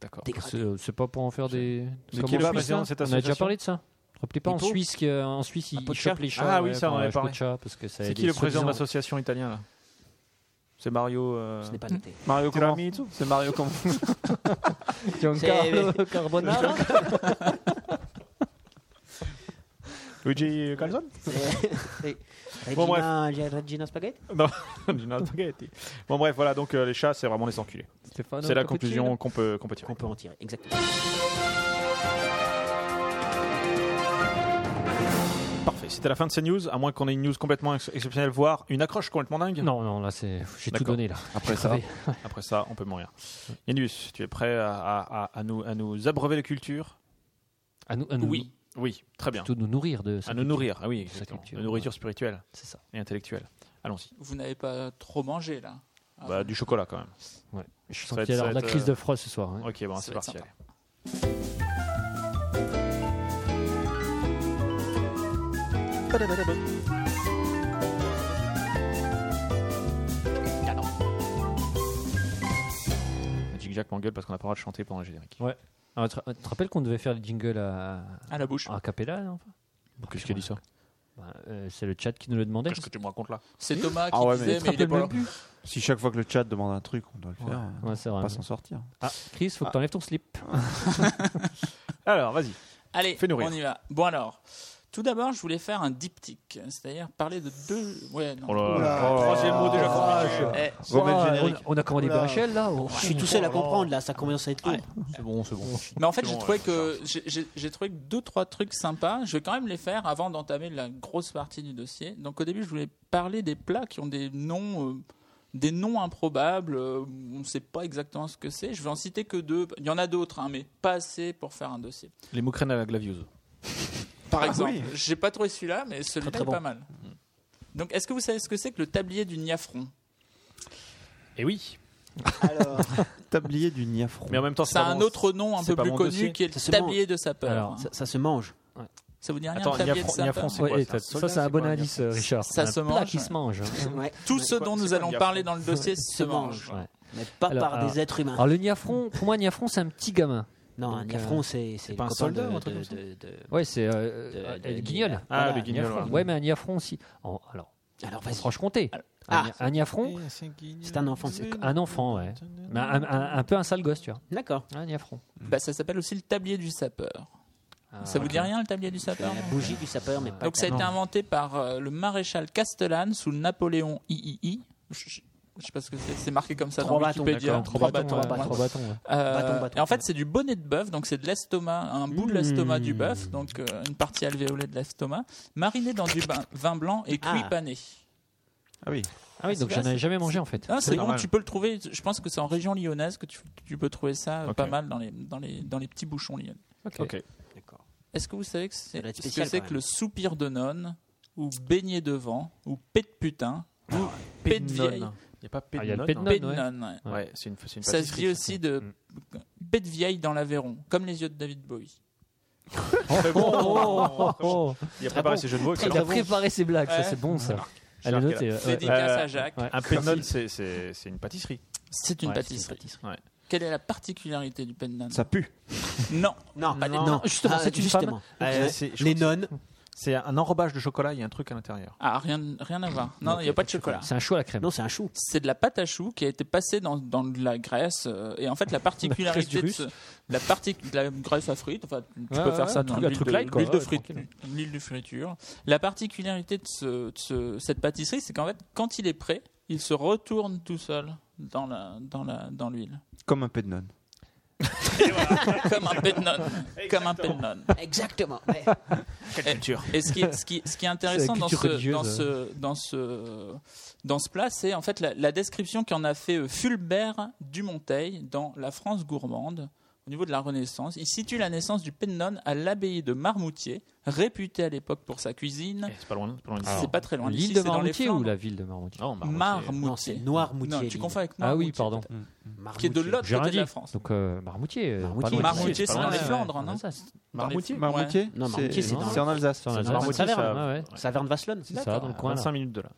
D'accord. Dégradée. Bah, C'est- C'est pas pour en faire des. Mais comme qui en va Suisse, passer dans là cette On a déjà association parlé de ça. Rappelez pas en Hippo Suisse, qu'il y a- en Suisse Un ils pot de ils chat. chopent les chats. Ah oui, ouais, ça, on pour en un avait pot de parlé. chat, parce que ça a C'est des qui le président de soi-disant- l'association italienne là C'est Mario. euh, Ce n'est pas noté. Mario comment C'est Mario comment Giancarlo euh, Carbonara Luigi Calzone C'est- Bon, bref. Regina, Regina Spaghetti Gino Spaghetti. Bon, bref, voilà, donc euh, les chats, c'est vraiment les enculés. Stefano c'est la Cappuccino. conclusion euh, qu'on peut, qu'on peut tirer. qu'on peut en tirer. Exactement. Parfait, c'était la fin de ces news, à moins qu'on ait une news complètement ex- exceptionnelle, voire une accroche complètement dingue. Non, non, là c'est. J'ai tout D'accord. donné là. Après ça, Travail. Après ça, on peut mourir. Yanus, tu es prêt à, à- à- à nous, à nous abreuver de culture À nous, à nous, Oui, très bien. Tout nous nourrir de. À nous nourrir, ah oui, Sa exactement. culture, de nourriture spirituelle C'est ça. et intellectuelle. Allons-y. Vous n'avez pas trop mangé là. Ah, Bah, du chocolat quand même. Je va sens être- qu'il y a ça va alors la être, crise euh, de froid ce soir. hein. Ok, bon, Ça c'est va être parti. sympa. allez. Magic Jack m'engueule parce qu'on n'a pas le droit de chanter pendant le générique. Ah, tu tu te rappelles qu'on devait faire les jingles à, À la bouche. à cappella non Qu'est-ce qui a dit ça Bah, euh, C'est le chat qui nous le demandait. Qu'est-ce que tu me racontes là C'est Thomas qui Ah ouais, mais disait, tu te mais il est pas là. si chaque fois que le chat demande un truc, on doit le Ouais. faire, on Ouais, c'est va vrai. pas s'en sortir. Ah, Chris, faut que t'enlèves ton slip. Alors, vas-y. Allez, Fais-nous rire. on y va. Bon alors, tout d'abord, je voulais faire un diptyque, c'est-à-dire parler de deux. Ouais, non. Oh Oh, Oh, Troisième mot déjà compliqué. Eh, Remets le on, générique. Ah, on a commandé BHL là oh. Je suis tout seul à comprendre là, ça commence à être lourd. C'est bon, c'est bon. Mais en fait, C'est j'ai bon, trouvé ouais, que j'ai- j'ai j'ai trouvé que deux trois trucs sympas. Je vais quand même les faire avant d'entamer la grosse partie du dossier. Donc au début, je voulais parler des plats qui ont des noms euh, des noms improbables. euh, on ne sait pas exactement ce que c'est. Je vais en citer que deux. Il y en a d'autres, hein, mais pas assez pour faire un dossier. Les moukrènes à la glaviose. Par Ah exemple, oui. j'ai pas trouvé celui-là, mais celui-là très est bon. pas mal. Mm. Donc, est-ce que vous savez ce que c'est que le tablier du niafron Eh oui. Alors, Tablier du niafron. Mais en même temps, c'est Ça a pas un bon. autre nom un c'est peu pas plus mon dossier. connu qui est Ça, c'est le tablier de sapeur. Alors, ça, ça, ça se mange. ça vous dit rien Attends, le tablier de niafron, niafron, sapeur c'est quoi Ouais, ça ça, Soldat, ça, c'est un bon quoi, un indice, euh, Richard. Ça Un se plat mange, qui ouais. se mange. Ouais. Tout ce dont nous c'est quoi, allons niafron parler dans le dossier se se mange. mange. Ouais. Mais pas Alors, par alors, des êtres humains. Alors le niafron, pour moi, niafron, c'est un petit gamin. non, un donc, niafron, c'est c'est pas le un copain soldat de- ou un truc de- comme ça de- de- Ouais, c'est euh, euh, de- euh, de- guignol. Voilà, le guignol, niafron. voilà. Ouais, mais un niafron aussi. alors, Alors vas-y. Franche-Comté. Ah. Agna- Agnafron, C'est un enfant. c'est- un enfant, ouais. Mais un, un- un peu un sale gosse, tu vois. D'accord. Agnafron. Bah, ça s'appelle aussi le tablier du sapeur. Ah, ça vous dit rien, le tablier du sapeur La non bougie du sapeur, mais pas. Donc, ça a été inventé par euh, le maréchal Castellane sous le Napoléon III. Je, je- je sais pas ce que c'est, c'est marqué comme ça Trois dans bâtons, Wikipédia. d'accord. Trois bâtons, hein. ouais. trois bâtons. Trois bâtons, ouais. Euh, Bâton, bâton. et en fait, c'est du bonnet de bœuf, donc c'est de l'estomac, un bout de l'estomac du bœuf, donc euh, une partie alvéolée de l'estomac, mariné dans du bain- vin blanc et cuit Ah. pané. Ah oui. Ah oui, donc C'est j'en vrai, avais jamais mangé en fait. Ah, c'est bon, normal. tu peux le trouver. Je pense que c'est en région lyonnaise que tu, tu peux trouver ça euh, Ok. pas mal dans les, dans, les, dans les petits bouchons lyonnais. Ok. D'accord. Est-ce que vous savez que c'est, Ça doit être ce que spécial, c'est quand que le soupir de nonne, ou beignet de vent, ou paix de putain, ou paix de vieille, Il n'y a pas Ah, il y a le Pédnone, hein. Pédnone, paix de ouais. nonne ouais. Ouais. Ouais, c'est une, c'est une Ça se pâtisserie, dit aussi de Mm. paix de vieille dans l'Aveyron, comme les yeux de David Bowie. Oh, oh, oh, oh. Il a préparé ses jeux de mots. Il a préparé ses blagues, ça Ouais. c'est bon ça. Je Elle est marque, notée. ouais. Dédicace Euh, à Jacques. Ouais. Un Pédnone, c'est- c'est c'est une pâtisserie. C'est une Ouais, pâtisserie. c'est une Quelle est la particularité du paix de nonne Ça pue. Non, Non, pas des- non, justement, Ah, c'est une justement. Euh, Euh, c'est- je les crois nonnes. C'est un enrobage de chocolat, il y a un truc à l'intérieur. ah, rien, rien à voir. Non, il n'y a pas de chocolat. C'est un chou à la crème. Non, c'est un chou. C'est de la pâte à choux qui a été passée dans, dans de la graisse. euh, et en fait, la particularité La de graisse ce- du la, parti- de la graisse à frites, enfin, tu Ouais, peux ouais, faire ça un dans truc- un l'huile truc de, light, quoi, l'huile de ouais, frit- l'huile de friture. La particularité de, ce- de ce- cette pâtisserie, c'est qu'en fait, quand il est prêt, il se retourne tout seul dans la dans la dans l'huile, Comme un pédnone. comme un pennon, comme un pennon. Exactement. Ouais. Et ce qui est, ce qui, ce qui est intéressant C'est la dans culture ce, religieuse. hein. dans, ce, dans, ce, dans ce plat, c'est en fait la, la description qu'en a fait euh, Fulbert Dumonteil dans La France gourmande au niveau de la Renaissance. Il situe la naissance du pennon à l'abbaye de Marmoutier, réputée à l'époque pour sa cuisine. Eh, C'est pas loin. c'est Pas loin d'ici. C'est pas très loin L'île d'ici, de c'est dans les Marmoutier ou Flandres. la ville de Marmoutier Non, Marmoutier. Non, c'est Marmoutier. Noirmoutier. Non, tu Lille. confonds avec Ah oui, Noirmoutier, pardon. peut-être, Qui Marmoutier. est de l'autre J'ai côté rien de la dit. France. Donc euh, Marmoutier. euh, Marmoutier. pas loin. Marmoutier, pas c'est dans loin, les ouais, Flandres, En non Alsace. Marmoutier Marmoutier Non, Marmoutier, c'est c'est dans- c'est en Alsace. C'est en Alsace. Marmoutier, Saverne. ça- Ouais, ouais. Saverne-Vasselon. C'est ça, dans le coin. là. 25 minutes de là.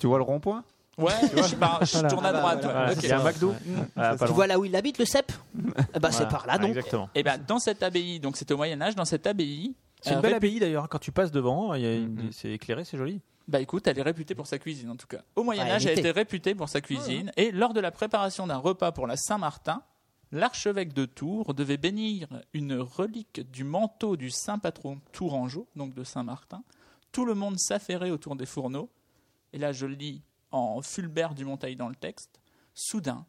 Tu vois le rond-point Ouais, je, pars- je tourne à droite. Voilà, Ok. Il y a un McDo. Ah, pas Tu loin. vois là où il habite, le cep Eh ben, c'est Voilà. par là, donc. Exactement. Et bien, Eh ben, dans cette abbaye, donc c'était au Moyen-Âge, dans cette abbaye, C'est euh, une belle abbaye d'ailleurs. Quand tu passes devant, il y a une- Mhm. c'est éclairé, c'est joli. Bah écoute, elle est réputée pour sa cuisine en tout cas. Au Moyen Ah, elle Âge, elle était. était réputée pour sa cuisine et lors de la préparation d'un repas pour la Saint-Martin, l'archevêque de Tours devait bénir une relique du manteau du saint patron tourangeau, donc de Saint-Martin. Tout le monde s'affairait autour des fourneaux et là je le lis en Fulbert du Montail dans le texte. Soudain,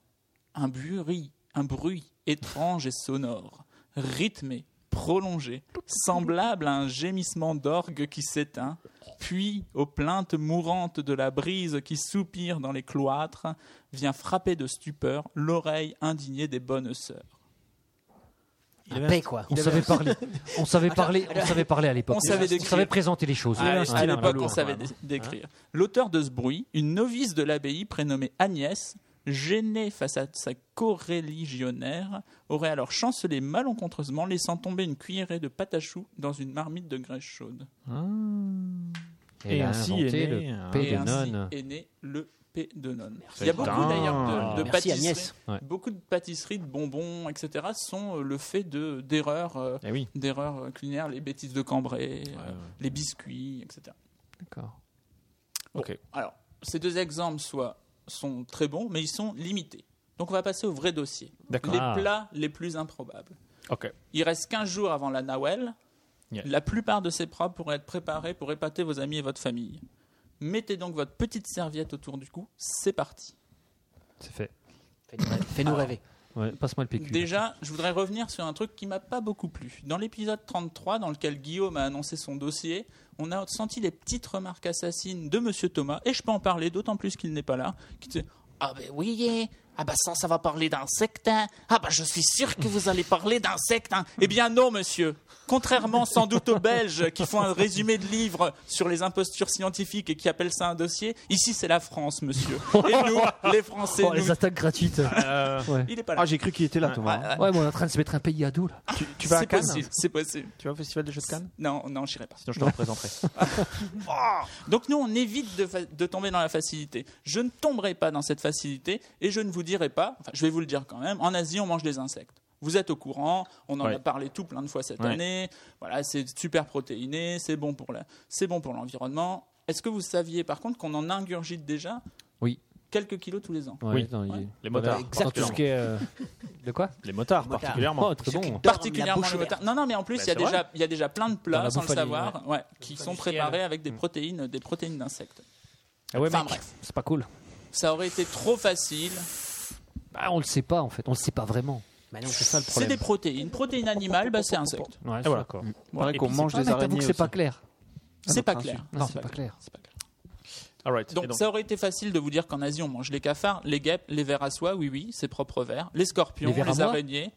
un bruit, un bruit étrange et sonore, rythmé, prolongé, semblable à un gémissement d'orgue qui s'éteint puis, aux plaintes mourantes de la brise qui soupire dans les cloîtres, vient frapper de stupeur l'oreille indignée des bonnes sœurs. Un paix, quoi. On savait parler. On savait parler. On savait parler à l'époque. On savait décrire. présenter les choses. À, Ouais, à ouais, l'époque, ouais. on savait dé- décrire. L'auteur de ce bruit, une novice de l'abbaye prénommée Agnès, gênée face à sa coreligionnaire, aurait alors chancelé malencontreusement, laissant tomber une cuillerée de pâte à choux dans une marmite de graisse chaude. Et, ainsi est né le un- P Et de ainsi nonne. est né le P de nonne. Il y a beaucoup Putain. d'ailleurs de, de Merci, pâtisseries. Agnès. Ouais. Beaucoup de pâtisseries, de bonbons, etc. sont euh, le fait de d'erreurs, euh, Eh oui. d'erreurs euh, culinaires, les bêtises de Cambrai, euh, ouais. les biscuits, etc. D'accord. Bon, Ok. Alors, ces deux exemples soit, sont très bons, mais ils sont limités. Donc, on va passer au vrai dossier. D'accord. Les Ah. plats les plus improbables. Ah. Ok. Il reste 15 jours avant la Nawel. Yeah. La plupart de ces plats pourraient être préparés pour épater vos amis et votre famille. Mettez donc votre petite serviette autour du cou. C'est parti. C'est fait. Fais-nous rêver. Fais-nous rêver. Ouais, Passe-moi le PQ. Déjà, je voudrais revenir sur un truc qui m'a pas beaucoup plu. Dans l'épisode 33, dans lequel Guillaume a annoncé son dossier, on a senti les petites remarques assassines de Monsieur Thomas, et je peux en parler, d'autant plus qu'il n'est pas là, qui disait Ah ben oui, hein. ah ben ça, ça va parler d'insectes, hein. ah ben je suis sûr que vous allez parler d'insectes. hein. Eh bien non, monsieur. Contrairement sans doute aux Belges qui font un résumé de livre sur les impostures scientifiques et qui appellent ça un dossier, ici c'est la France, monsieur. Et nous, les Français, Oh, les nous... attaques gratuites. Euh, Ouais. il n'est pas là. Ah, j'ai cru qu'il était là, Thomas. Ah, ah, Ouais, mais on est en train de se mettre un pays à dos là. Tu, tu vas à c'est Cannes possible, C'est possible. Tu vas au Festival des Jeux de Cannes Non, non, j'irai pas. Sinon, je te représenterai. Donc nous, on évite de, fa- de tomber dans la facilité. Je ne tomberai pas dans cette facilité et je ne vous dirai pas, enfin je vais vous le dire quand même, en Asie, on mange des insectes. Vous êtes au courant, on en Ouais. a parlé tout plein de fois cette Ouais. année. Voilà, c'est super protéiné, c'est bon pour la- c'est bon pour l'environnement. Est-ce que vous saviez par contre qu'on en ingurgite déjà Oui. quelques kilos tous les ans Ouais, Oui. dans les- Les motards. dans tout ce qui est, euh, De quoi Les motards, motards. particulièrement. Oh, très bon. Particulièrement la bouche les motards. Non, non, mais en plus, Bah, il y a c'est vrai. déjà- il y, a déjà plein de Dans plats, la sans le bouffe savoir, ouais, qui sont préparés avec des protéines, des protéines d'insectes. Ah ouais, Enfin, mec, bref. c'est pas cool. Ça aurait été trop facile. Bah, on le sait pas en fait, on le sait pas vraiment. Bah non, C'est ça le C'est problème. des protéines. Protéines animales, bah, c'est insectes. Ouais, voilà. d'accord. Pareil Et qu'on puis, mange Ah, mais des t'avoues araignées. que c'est pas aussi. clair. C'est notre pas principe. clair. Ah, Non, c'est pas clair. C'est pas clair. All right. Donc, Et donc, ça aurait été facile de vous dire qu'en Asie on mange les cafards, les guêpes, les vers à soie, oui oui, ses propres vers, les scorpions, Les les, vers à moi araignées.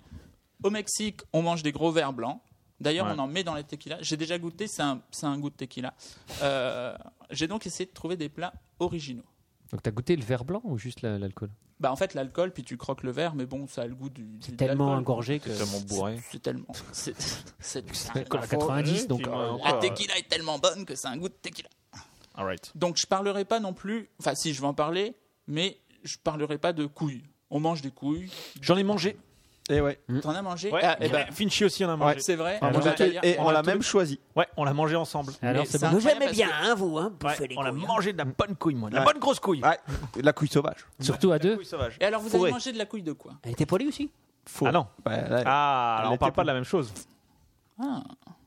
Au Mexique on mange des gros vers blancs. D'ailleurs Ouais. on en met dans les tequilas. J'ai déjà goûté, c'est un, c'est un goût de tequila. Euh, J'ai donc essayé de trouver des plats originaux. Donc t'as goûté le verre blanc ou juste la- l'alcool Bah en fait l'alcool puis tu croques le verre mais bon ça a le goût du... du- de tellement l'alcool. engorgé que. c'est tellement bourré. C'est tellement... C'est c'est- c'est- L'alcool à 90, donc. Puis, euh, moi, La encore, euh, tequila est tellement bonne que c'est un goût de tequila. All right. Donc je parlerai pas non plus, enfin si je vais en parler, mais je parlerai pas de couilles. On mange des couilles. J'en ai mangé. Et Eh ouais. T'en as mangé Ouais. Ah, eh et ben, Finchy aussi en a mangé. C'est vrai. On on mange va à quel- dire- Et on on a l'a tout- même choisi. Ouais, on l'a mangé ensemble. Alors Mais c'est ça- bon. Vous Incroyable, aimez parce bien, que- hein, vous, hein, bouffer Ouais, les on a couilles, hein. mangé de la bonne couille, moi. De la Ouais. Ah, bonne grosse couille. Ouais. De la couille sauvage. Surtout à deux. Couille sauvage. Et alors vous Fourré. avez mangé de la couille de quoi Elle était poilue aussi. Faux. Ah non. Bah, là- Ah, alors Elle on parle était pas de la même chose. ah.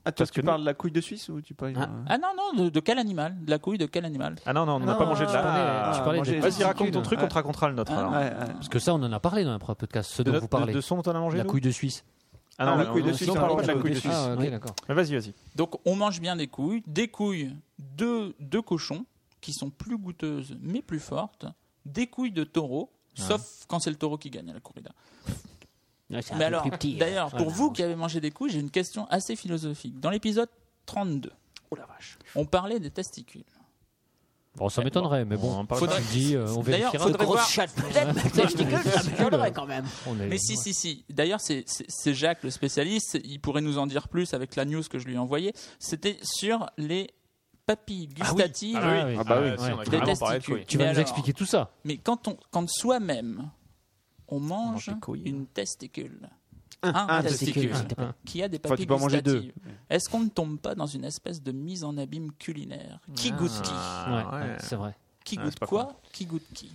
Ah, toi, Parce tu que parles de la couille de Suisse ou tu parles. Ah. euh, Ah non non, de, de quel animal De la couille de quel animal Ah non, non, on n'a Non, pas mangé de Ah, la. tu ah, parlais manger de les Vas-y, raconte ton testicules. truc, on te racontera le nôtre. Ah, alors. Ouais, ouais. Parce que ça, on en a parlé dans un premier podcast, ce De, dont notre- vous parlez. de son dont on a mangé La nous couille de Suisse. Ah non, Ah, la non, couille de non, Suisse, sinon, on on parle parle pas de la pas couille de de la Suisse. Ah, ok, Oui. d'accord. Mais Vas-y, vas-y. Donc on mange bien des couilles, des couilles de, de cochon qui sont plus goûteuses mais plus fortes, des couilles de taureau, sauf quand c'est le taureau qui gagne à la corrida. Ouais, c'est un Mais peu alors, plus petit. d'ailleurs, Voilà. pour vous qui avez mangé des couilles, j'ai une question assez philosophique. Dans l'épisode 32, Oh on parlait des testicules. Bon, ça m'étonnerait, mais On bon. en parle Faudrait- Tu dis, euh, on D'ailleurs, vérifiera. faudrait Grosse voir. chatte, peut-être, mais testicule, ça me donnerait quand même. On est- Mais si, si, si. D'ailleurs, c'est- c'est c'est Jacques, le spécialiste. Il pourrait nous en dire plus avec la news que je lui ai envoyée. C'était sur les papilles gustatives. Ah oui. Ah bah oui. Euh, si, on a Ouais. Des carrément parlé de testicules. couilles. Tu Mais vas nous alors- expliquer tout ça. Mais quand, on, quand soi-même, on mange, des couilles. une testicule. Un, un testicule, testicule. Un, un. qui a des Enfin, tu papilles peux en manger deux. gustatives. Est-ce qu'on ne tombe pas dans une espèce de mise en abîme culinaire Qui goûte qui Ouais, Ah, ouais, c'est vrai. Qui Ouais, goûte c'est pas quoi Qui goûte qui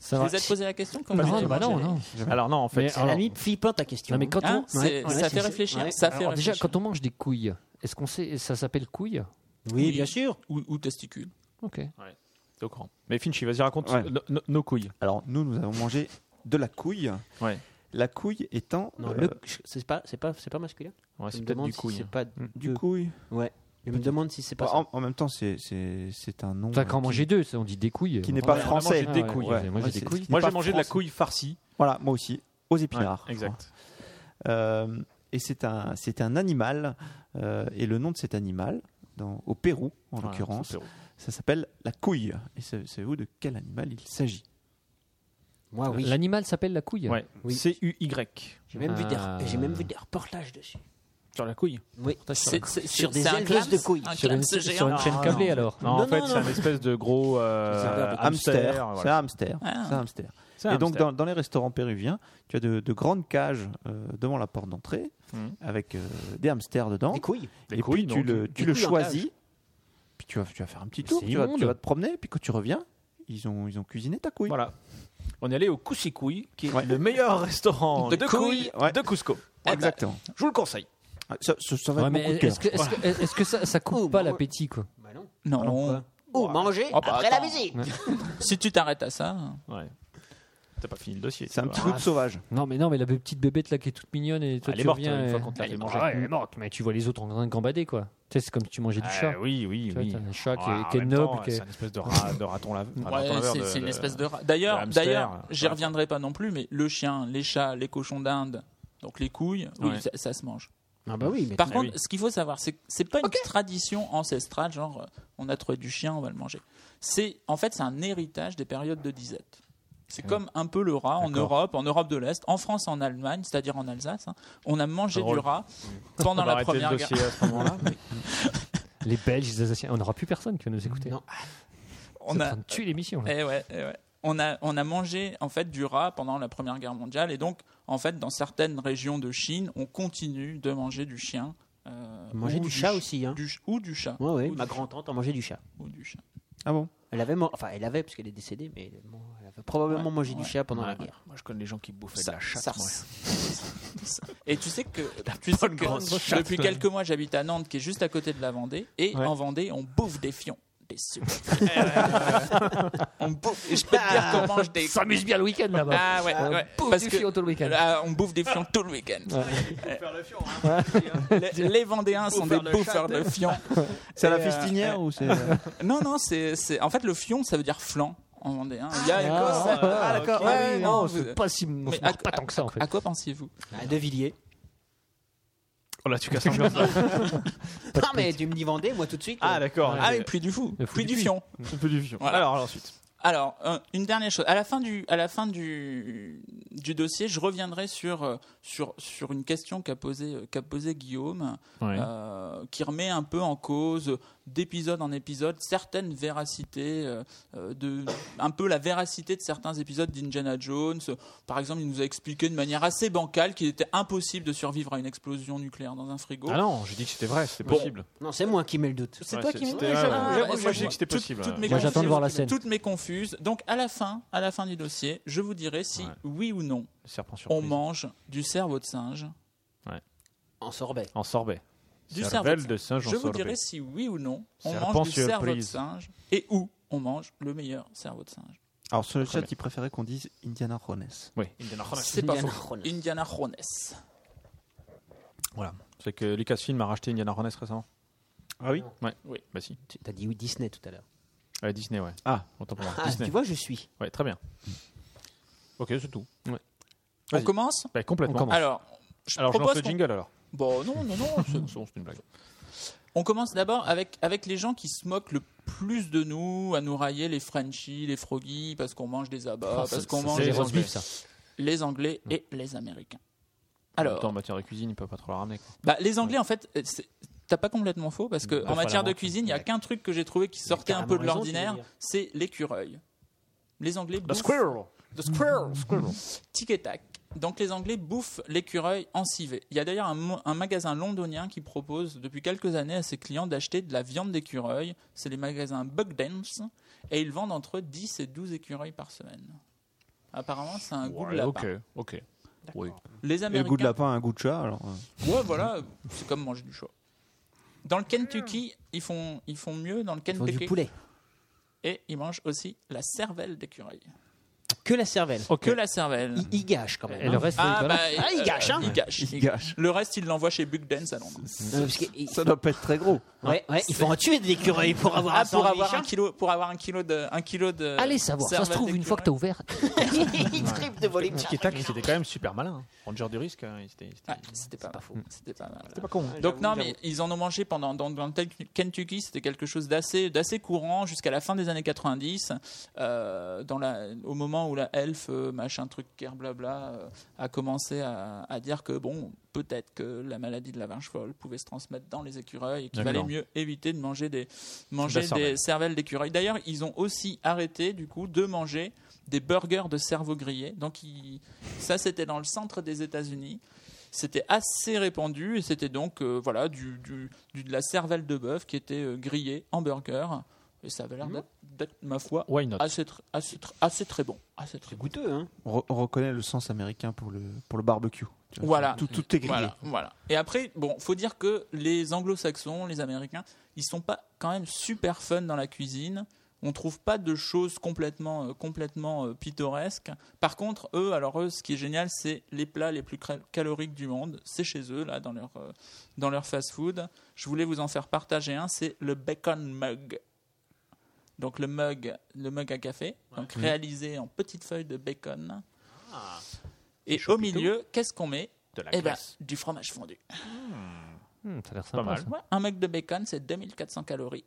Ça Vous va. vous êtes posé la question quand vous Non, avez bah mangé non, les- non. Alors non, en fait, Mais C'est à la alors- limite flippant ta question. Non, mais quand Hein on. C'est- ouais, ça ouais, fait c'est- réfléchir. ouais. Ça fait Alors, déjà, réfléchir. quand on mange des couilles, est-ce qu'on sait. Ça s'appelle couille Oui, bien sûr. ou, ou testicules. Ok. t'es au courant. Mais Finchy, vas-y, raconte Ouais. no- no- nos couilles. Alors, nous, nous avons mangé de la couille. Ouais. La couille étant. Non, euh, le- c'est pas, c'est pas, c'est pas masculin. Ouais, Je c'est me peut-être demande du si couille. c'est hein. pas Du de- couille. Bah, Je me demande si c'est pas. ça. En, en même temps, c'est- c'est c'est un nom. Enfin, euh, quand on qui- mangeait deux, ça, on dit des couilles. Qui On n'est va- pas Ouais, français. ouais, des ouais, couilles. ouais, Moi, j'ai Ouais, des c'est- couilles. c'est Moi, pas j'ai mangé de la français. couille farcie. Voilà, moi aussi. Aux épinards. Ouais, exact. Euh, et c'est un, c'est un animal. euh, et le nom de cet animal, dans- au Pérou en Voilà, l'occurrence, Ah, c'est au Pérou. ça s'appelle la couille. Et sa- savez-vous de quel animal il s'agit Moi, oui. L'animal s'appelle la couille. Ouais. Oui. C-U-Y. J'ai même, vu des- Ah. j'ai même vu des reportages dessus. Sur la couille Oui. C'est- c'est- Sur c'est des un éleveuses clams, de couilles. un Sur une, clams sur géant. une chaîne Ah, câblée, non. alors. Non, en fait, c'est un espèce de gros euh, C'est un verbe. hamster. C'est voilà. un hamster. Ah. C'est un hamster. C'est un Et donc, hamster. dans, dans les restaurants péruviens, tu as de, de grandes cages euh, devant la porte d'entrée Mhm. avec euh, des hamsters dedans. Des couilles. Des et couilles, puis tu donc. le, tu Des le couilles en choisis. Puis tu vas, tu vas faire un petit tour. C'est Tu vas, tu immonde. vas te promener. Puis quand tu reviens, ils ont, ils ont cuisiné ta couille. Voilà. On est allé au Coussicouille, qui est Ouais. le meilleur restaurant de, De couilles, couilles, ouais. de Cusco. Exactement. Je vous le conseille. Ah, Ça, ça- ça va Ouais, être mon mais coup de est-ce cœur. que, est-ce que- est-ce que ça, ça coupe Oh, pas bah, l'appétit, quoi Non, Ou manger Oh, bah, après la attends. musique. si tu t'arrêtes à ça, Ouais. T'as pas fini le dossier. C'est un tu vois. petit goût de sauvage. Non, mais non, mais la petite bébête là qui est toute mignonne et toi Elle tu est morte reviens. une fois et- qu'on te l'a Elle fait est manger. morte, elle est morte, mais tu vois les autres en train de gambader, quoi. Tu sais, c'est comme si tu mangeais du Ah, chat. oui, oui, Tu vois, oui. t'as un chat qui Ah, en est, qui est même noble. temps, qui est- C'est un espèce de, ra- de raton lave. enfin, Ouais, raton laveur c'est de- c'est une de- espèce de. ra- de D'ailleurs, hamster. euh, d'ailleurs, j'y Ouais. reviendrai pas non plus, mais le chien, les chats, les cochons d'Inde, donc les couilles, oui, Ouais. ça, ça se mange. Ah bah oui, mais Par Ah contre, oui. ce qu'il faut savoir, c'est que c'est pas une tradition ancestrale, genre euh, on a trouvé du chien, on va le manger. C'est en fait c'est un héritage des périodes de disette. C'est comme un peu le rat en D'accord. Europe, en Europe de l'Est, en France, en Allemagne, c'est-à-dire en Alsace. hein. On a mangé du Drôle. rat pendant On va la arrêter le première guerre. dossier à ce moment-là. Les Belges, les Alsaciens, on n'aura plus personne qui va nous écouter. Non. On a, tué l'émission. là. Eh ouais, eh ouais. On a, on a mangé en fait du rat pendant la Première Guerre mondiale et donc en fait dans certaines régions de Chine on continue de manger du chien euh, Manger ou du chat aussi, hein. du ch- ou du chat. Ouais, ouais, Ou ma du- grand-tante en mangeait du chat. ou du chat. Ah bon Elle avait, man- enfin, elle avait, parce qu'elle est décédée, mais bon, elle avait probablement Ouais, mangé ouais. du chat pendant la Ouais. guerre. Moi, je connais les gens qui bouffaient de la Ça chatte. moi. res- Et tu sais que, tu sais que depuis quelques mois, j'habite à Nantes, qui est juste à côté de la Vendée. Et en Vendée, on bouffe des fions. Des super on bouffe. Et je peux te dire qu'on mange des. S'amuse bien le week-end là-bas. Ah ouais, On ouais. bouffe Parce du que fion tout le week-end. là, on bouffe des fions tout le week-end. Les, les Vendéens sont des bouffeurs de fions. C'est à la Et, euh, festinière ou c'est. Non, non, c'est, c'est- En fait, le fion, ça veut dire flan en Vendéen. Il y a Ah, ah, d'accord. ouais, oui, non, oui. c'est pas si. on se à- marre pas tant que ça en fait. À quoi pensiez-vous À De Villiers. Oh là, tu casses l'ambiance. Non, mais tu me dis Vendée, moi tout de suite. euh, Ah, d'accord. Ah, et puis du fou. Le Puis du fion. Un peu du vieux. Voilà. Alors, alors, ensuite. Alors, euh, une dernière chose. À la fin du, à la fin du, du dossier, je reviendrai sur, euh, sur, sur une question qu'a posée euh, qu'a posé Guillaume, euh, qui remet un peu en cause, euh, d'épisode en épisode, certaines véracités, euh, euh, de, un peu la véracité de certains épisodes d'Indiana Jones. Par exemple, il nous a expliqué de manière assez bancale qu'il était impossible de survivre à une explosion nucléaire dans un frigo. Ah non, j'ai dit que c'était vrai, c'était Bon. possible. Non, c'est moi qui mets le doute. C'est Ouais, toi c'est- qui me c'était- Ouais, ah, j'avoue, ouais. j'avoue, Moi, j'avoue. j'ai dit que c'était Toutes- possible, bah, hein. euh, toutes ouais. mes Moi, j'attends de confuses- voir la scène. Toutes mes confuses. Donc à la fin, à la fin du dossier, je vous dirai si Ouais. oui ou non Le serpent on surprise. mange du cerveau de singe. En sorbet. En sorbet. Du cerveau Cervelle de de singe en Je vous sorbet. dirai si oui ou non on Serpent mange du cerveau de surprise. singe et où on mange le meilleur cerveau de singe. Alors, sur le Très chat, il préférait qu'on dise Indiana Jones. Oui. C'est pas Indiana faux. Jones. Indiana Jones. C'est que Lucasfilm a racheté Indiana Jones récemment. Ah oui Ouais. Oui. Bah si. Tu- T'as dit oui, Disney tout à l'heure. Ouais, Disney, ouais. Ah. Autant pour moi. Ah, Disney. tu vois, je suis. Ouais, très bien. Ok, c'est tout. Ouais. On Vas-y. commence Bah, complètement. On commence. Alors, je Alors, je lance propose le qu'on- jingle alors. Bon, non, non, non, c'est- C'est une blague. On commence d'abord avec, avec les gens qui se moquent le plus de nous, à nous railler les Frenchies, les Froggies, parce qu'on mange des abats, parce qu'on mange c'est les les, les rose Anglais. beef Ah, ça. Anglais Mm. et les Américains. En même Alors, temps, en matière de cuisine, il peut pas trop la ramener. quoi. bah, les Anglais, en fait, euh, c'est- t'as pas complètement faux, parce que Bah, en matière de vraiment, cuisine, il y a ouais. qu'un truc que j'ai trouvé qui sortait un carrément peu de raison, tu veux l'ordinaire, dire. c'est l'écureuil. Les Anglais The bouffent... squirrel. The squirrel. Tic et tac. Donc les Anglais bouffent l'écureuil en civet. Il y a d'ailleurs un, mo- un magasin londonien qui propose depuis quelques années à ses clients d'acheter de la viande d'écureuil. C'est les magasins Bug Dance. Et ils vendent entre 10 et 12 écureuils par semaine. Apparemment, c'est un goût de Ouais, lapin. ok, ok. Oui. Les Et le Américains. goût de lapin, un goût de chat, alors. euh, Ouais, voilà, c'est comme manger du chat. Dans le Kentucky, ils font, ils font mieux dans le Ils font Kentucky. du poulet. Et ils mangent aussi la cervelle d'écureuil. Que la cervelle. Que la cervelle. Il, il gâche quand même. Et hein. le reste, Ah, voilà. bah, Ah, il gâche, hein. il gâche, il gâche. Le reste, il l'envoie chez Bug Dance à Londres. Non, parce que- il- Ça doit pas être très gros. ouais, ouais, il faut en tuer des écureuils pour avoir Ah, un pour sandwich, avoir un hein. kilo, pour avoir un kilo de, un kilo de. Allez savoir, ça se cervelle trouve, une fois que t'as ouvert, Il tripe de voler. Tic et tac, c'était quand même super malin. Ranger du risque, hein, il était- il était- Ouais, c'était pas, fou. C'était pas mal. C'était pas con. Donc non, mais ils en ont mangé pendant dans, dans le Tel- Kentucky, c'était quelque chose d'assez d'assez courant jusqu'à la fin des années 90, euh, dans la, au moment où la Elf euh, machin truc care blabla euh, a commencé à, à dire que bon peut-être que la maladie de la vache folle pouvait se transmettre dans les écureuils et qu'il valait D'accord. mieux éviter de manger des manger De la cervelle. des cervelles d'écureuils. D'ailleurs, ils ont aussi arrêté du coup de manger des burgers de cerveau grillé. Donc ils- ça c'était dans le centre des États-Unis c'était assez répandu et c'était donc euh, voilà du, du- du- de la cervelle de bœuf qui était euh, grillée en burger et ça avait l'air d'être- d'être ma foi Why not assez tr- assez tr- assez très bon assez très C'est bon. goûteux, hein. On, re- on reconnaît le sens américain pour le, pour le barbecue. Tu vois, Voilà. Tout, tout est grillé. Voilà, voilà. Et après, bon, faut dire que les anglo-saxons, les américains, ils sont pas quand même super fun dans la cuisine. On trouve pas de choses complètement, euh, complètement euh, pittoresques. Par contre, eux, alors eux, ce qui est génial, c'est les plats les plus cra- caloriques du monde. C'est chez eux, là, dans leur, euh, dans leur fast-food. Je voulais vous en faire partager un, c'est le bacon mug. Donc le mug, le mug à café, donc réalisé en petites feuilles de bacon. Ah. Et au milieu, qu'est-ce qu'on met De la eh ben, glace. du fromage fondu. Hmm, ça a l'air Pas sympa. mal. ça. Ouais, un mug de bacon, c'est 2400 calories.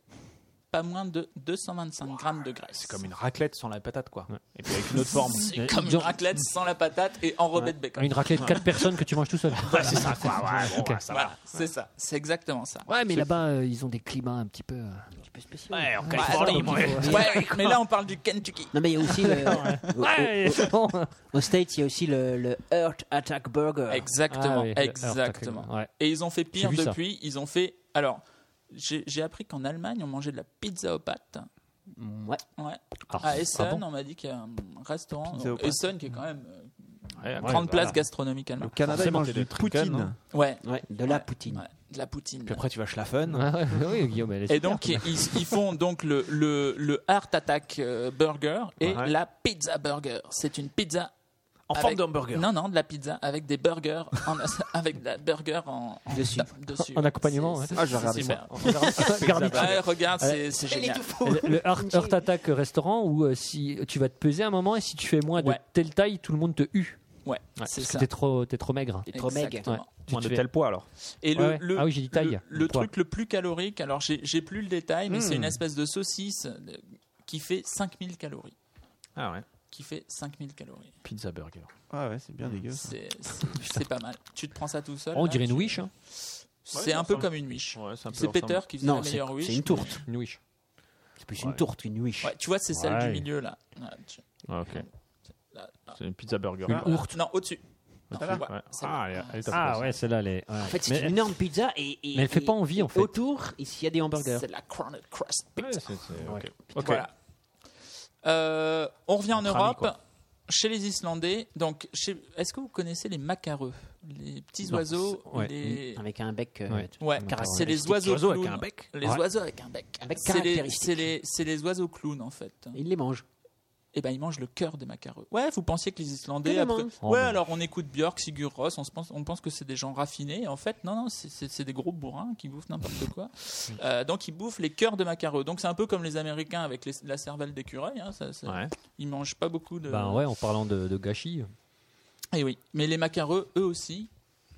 pas moins de 225 grammes de graisse. C'est comme une raclette sans la patate, quoi. Et puis avec une autre forme. C'est comme une raclette sans la patate et enrobée de bacon. Une raclette 4 personnes que tu manges tout seul. Ouais, c'est ça, quoi. Ouais, bon, ouais, ça va. Voilà, c'est ça, c'est exactement ça. Ouais, mais là-bas, euh, ils ont des climats un petit peu. euh, Ouais, en Bah, Californie, attends, moi. ouais, mais là on parle du Kentucky. Non, mais il y a aussi. le- Ouais, au, au States, il y a aussi le, le Heart Attack Burger. Exactement, Ah oui, le- exactement. Ouais. Et ils ont fait pire vu ça. depuis. Ils ont fait. Alors, j'ai j'ai appris qu'en Allemagne, on mangeait de la pizza aux pâtes. Ouais. Ouais. Ah, à Essen, ah bon on m'a dit qu'il y a un restaurant. Pizza aux donc, pâtes. Essen, qui est quand même euh, Ah, Ouais, grande voilà. place gastronomique Le allemande. Canada, il Forcément, mange t'es de des trichons, poutine. hein. Ouais. ouais. De la Ouais. poutine. Ouais, de la poutine. Puis après, tu vas schlaffen. Ouais, oui, Guillaume, elle est Et super. donc, ils, ils font donc le, le, le Heart Attack euh, Burger et Ouais. la Pizza Burger. C'est une pizza. En avec- forme d'hamburger. Non, non, de la pizza avec des burgers, en, avec de la burger en, en- Dessus. dessus. En accompagnement, C'est- ouais. c'est- Ah, je vais c'est regarder ça. super. Garniture. Ouais, regarde, c'est c'est génial. Le- Le Heart Heart Attack restaurant où euh, si tu vas te peser à un moment et si tu fais moins de Ouais. telle taille, tout le monde te hue. Ouais, Ouais, c'est Ah, parce ça. que t'es trop, t'es trop maigre. T'es trop maigre. Exactement. Ouais. Tu Moins te de fais- tel poids, alors. Et Ouais, le, ouais. le- Ah oui, j'ai dit taille. Le, le Poids. truc le plus calorique, alors j'ai j'ai plus le détail, mais Hmm. c'est une espèce de saucisse euh, qui fait 5000 calories. Ah ouais. Qui fait 5000 calories. Pizza burger. Ah ouais, c'est bien dégueu. ça. C'est- C'est c'est pas mal. Tu te prends ça tout seul. on là, dirait une tu- wish. hein. C'est ça un peu ressemble. comme une wish. Ouais, c'est un peu C'est leur Peter qui faisait la Non, c'est meilleure c'est wish. une tourte. Une wish. C'est plus Ouais. une tourte qu'une wish. Ouais, tu vois, c'est celle Ouais. du milieu là. Ouais, tu- Ouais, Ah, ok. là, là. C'est une pizza burger. Une ourte. Non, au-dessus. Non, Ouais. ouais, celle-là. Ah, elle est- elle est top. Ah ouais, celle-là, elle est. ouais. En fait, Mais- c'est une énorme pizza et. et- Mais elle fait et- pas envie, en et fait. Autour, ici, il y a des hamburgers. C'est la Crowned Crust Ouais, Pizza. c'est- c'est- ok. Ok. Voilà. Euh, on revient en Entre amis, Europe, quoi. chez les Islandais. Donc, chez- est-ce que vous connaissez les macareux Les petits Non, oiseaux c'est- ouais. les... Avec un bec. euh, Ouais. Mm. Ouais, Macareux. car c'est les Caractéristiques. oiseaux Oiseau avec clowns. un bec. Les Ouais. oiseaux avec un bec. Un bec C'est les, caractéristique. c'est les, c'est les oiseaux clowns en fait. Il les mange. Et ben ils mangent le cœur des macareux. Ouais, vous pensiez que les Islandais. Évidemment. après- Oh, Ouais, mais- alors on écoute Björk, Sigur Rós, on se pense, on pense que c'est des gens raffinés. En fait, non, non, c'est- c'est c'est des gros bourrins qui bouffent n'importe quoi. Euh, donc ils bouffent les cœurs de macareux. Donc c'est un peu comme les Américains avec les- la cervelle d'écureuil. Hein, ça, ça- Ouais. Ils mangent pas beaucoup de. Ben ouais, en parlant de, de gâchis. Et oui, mais les macareux, eux aussi,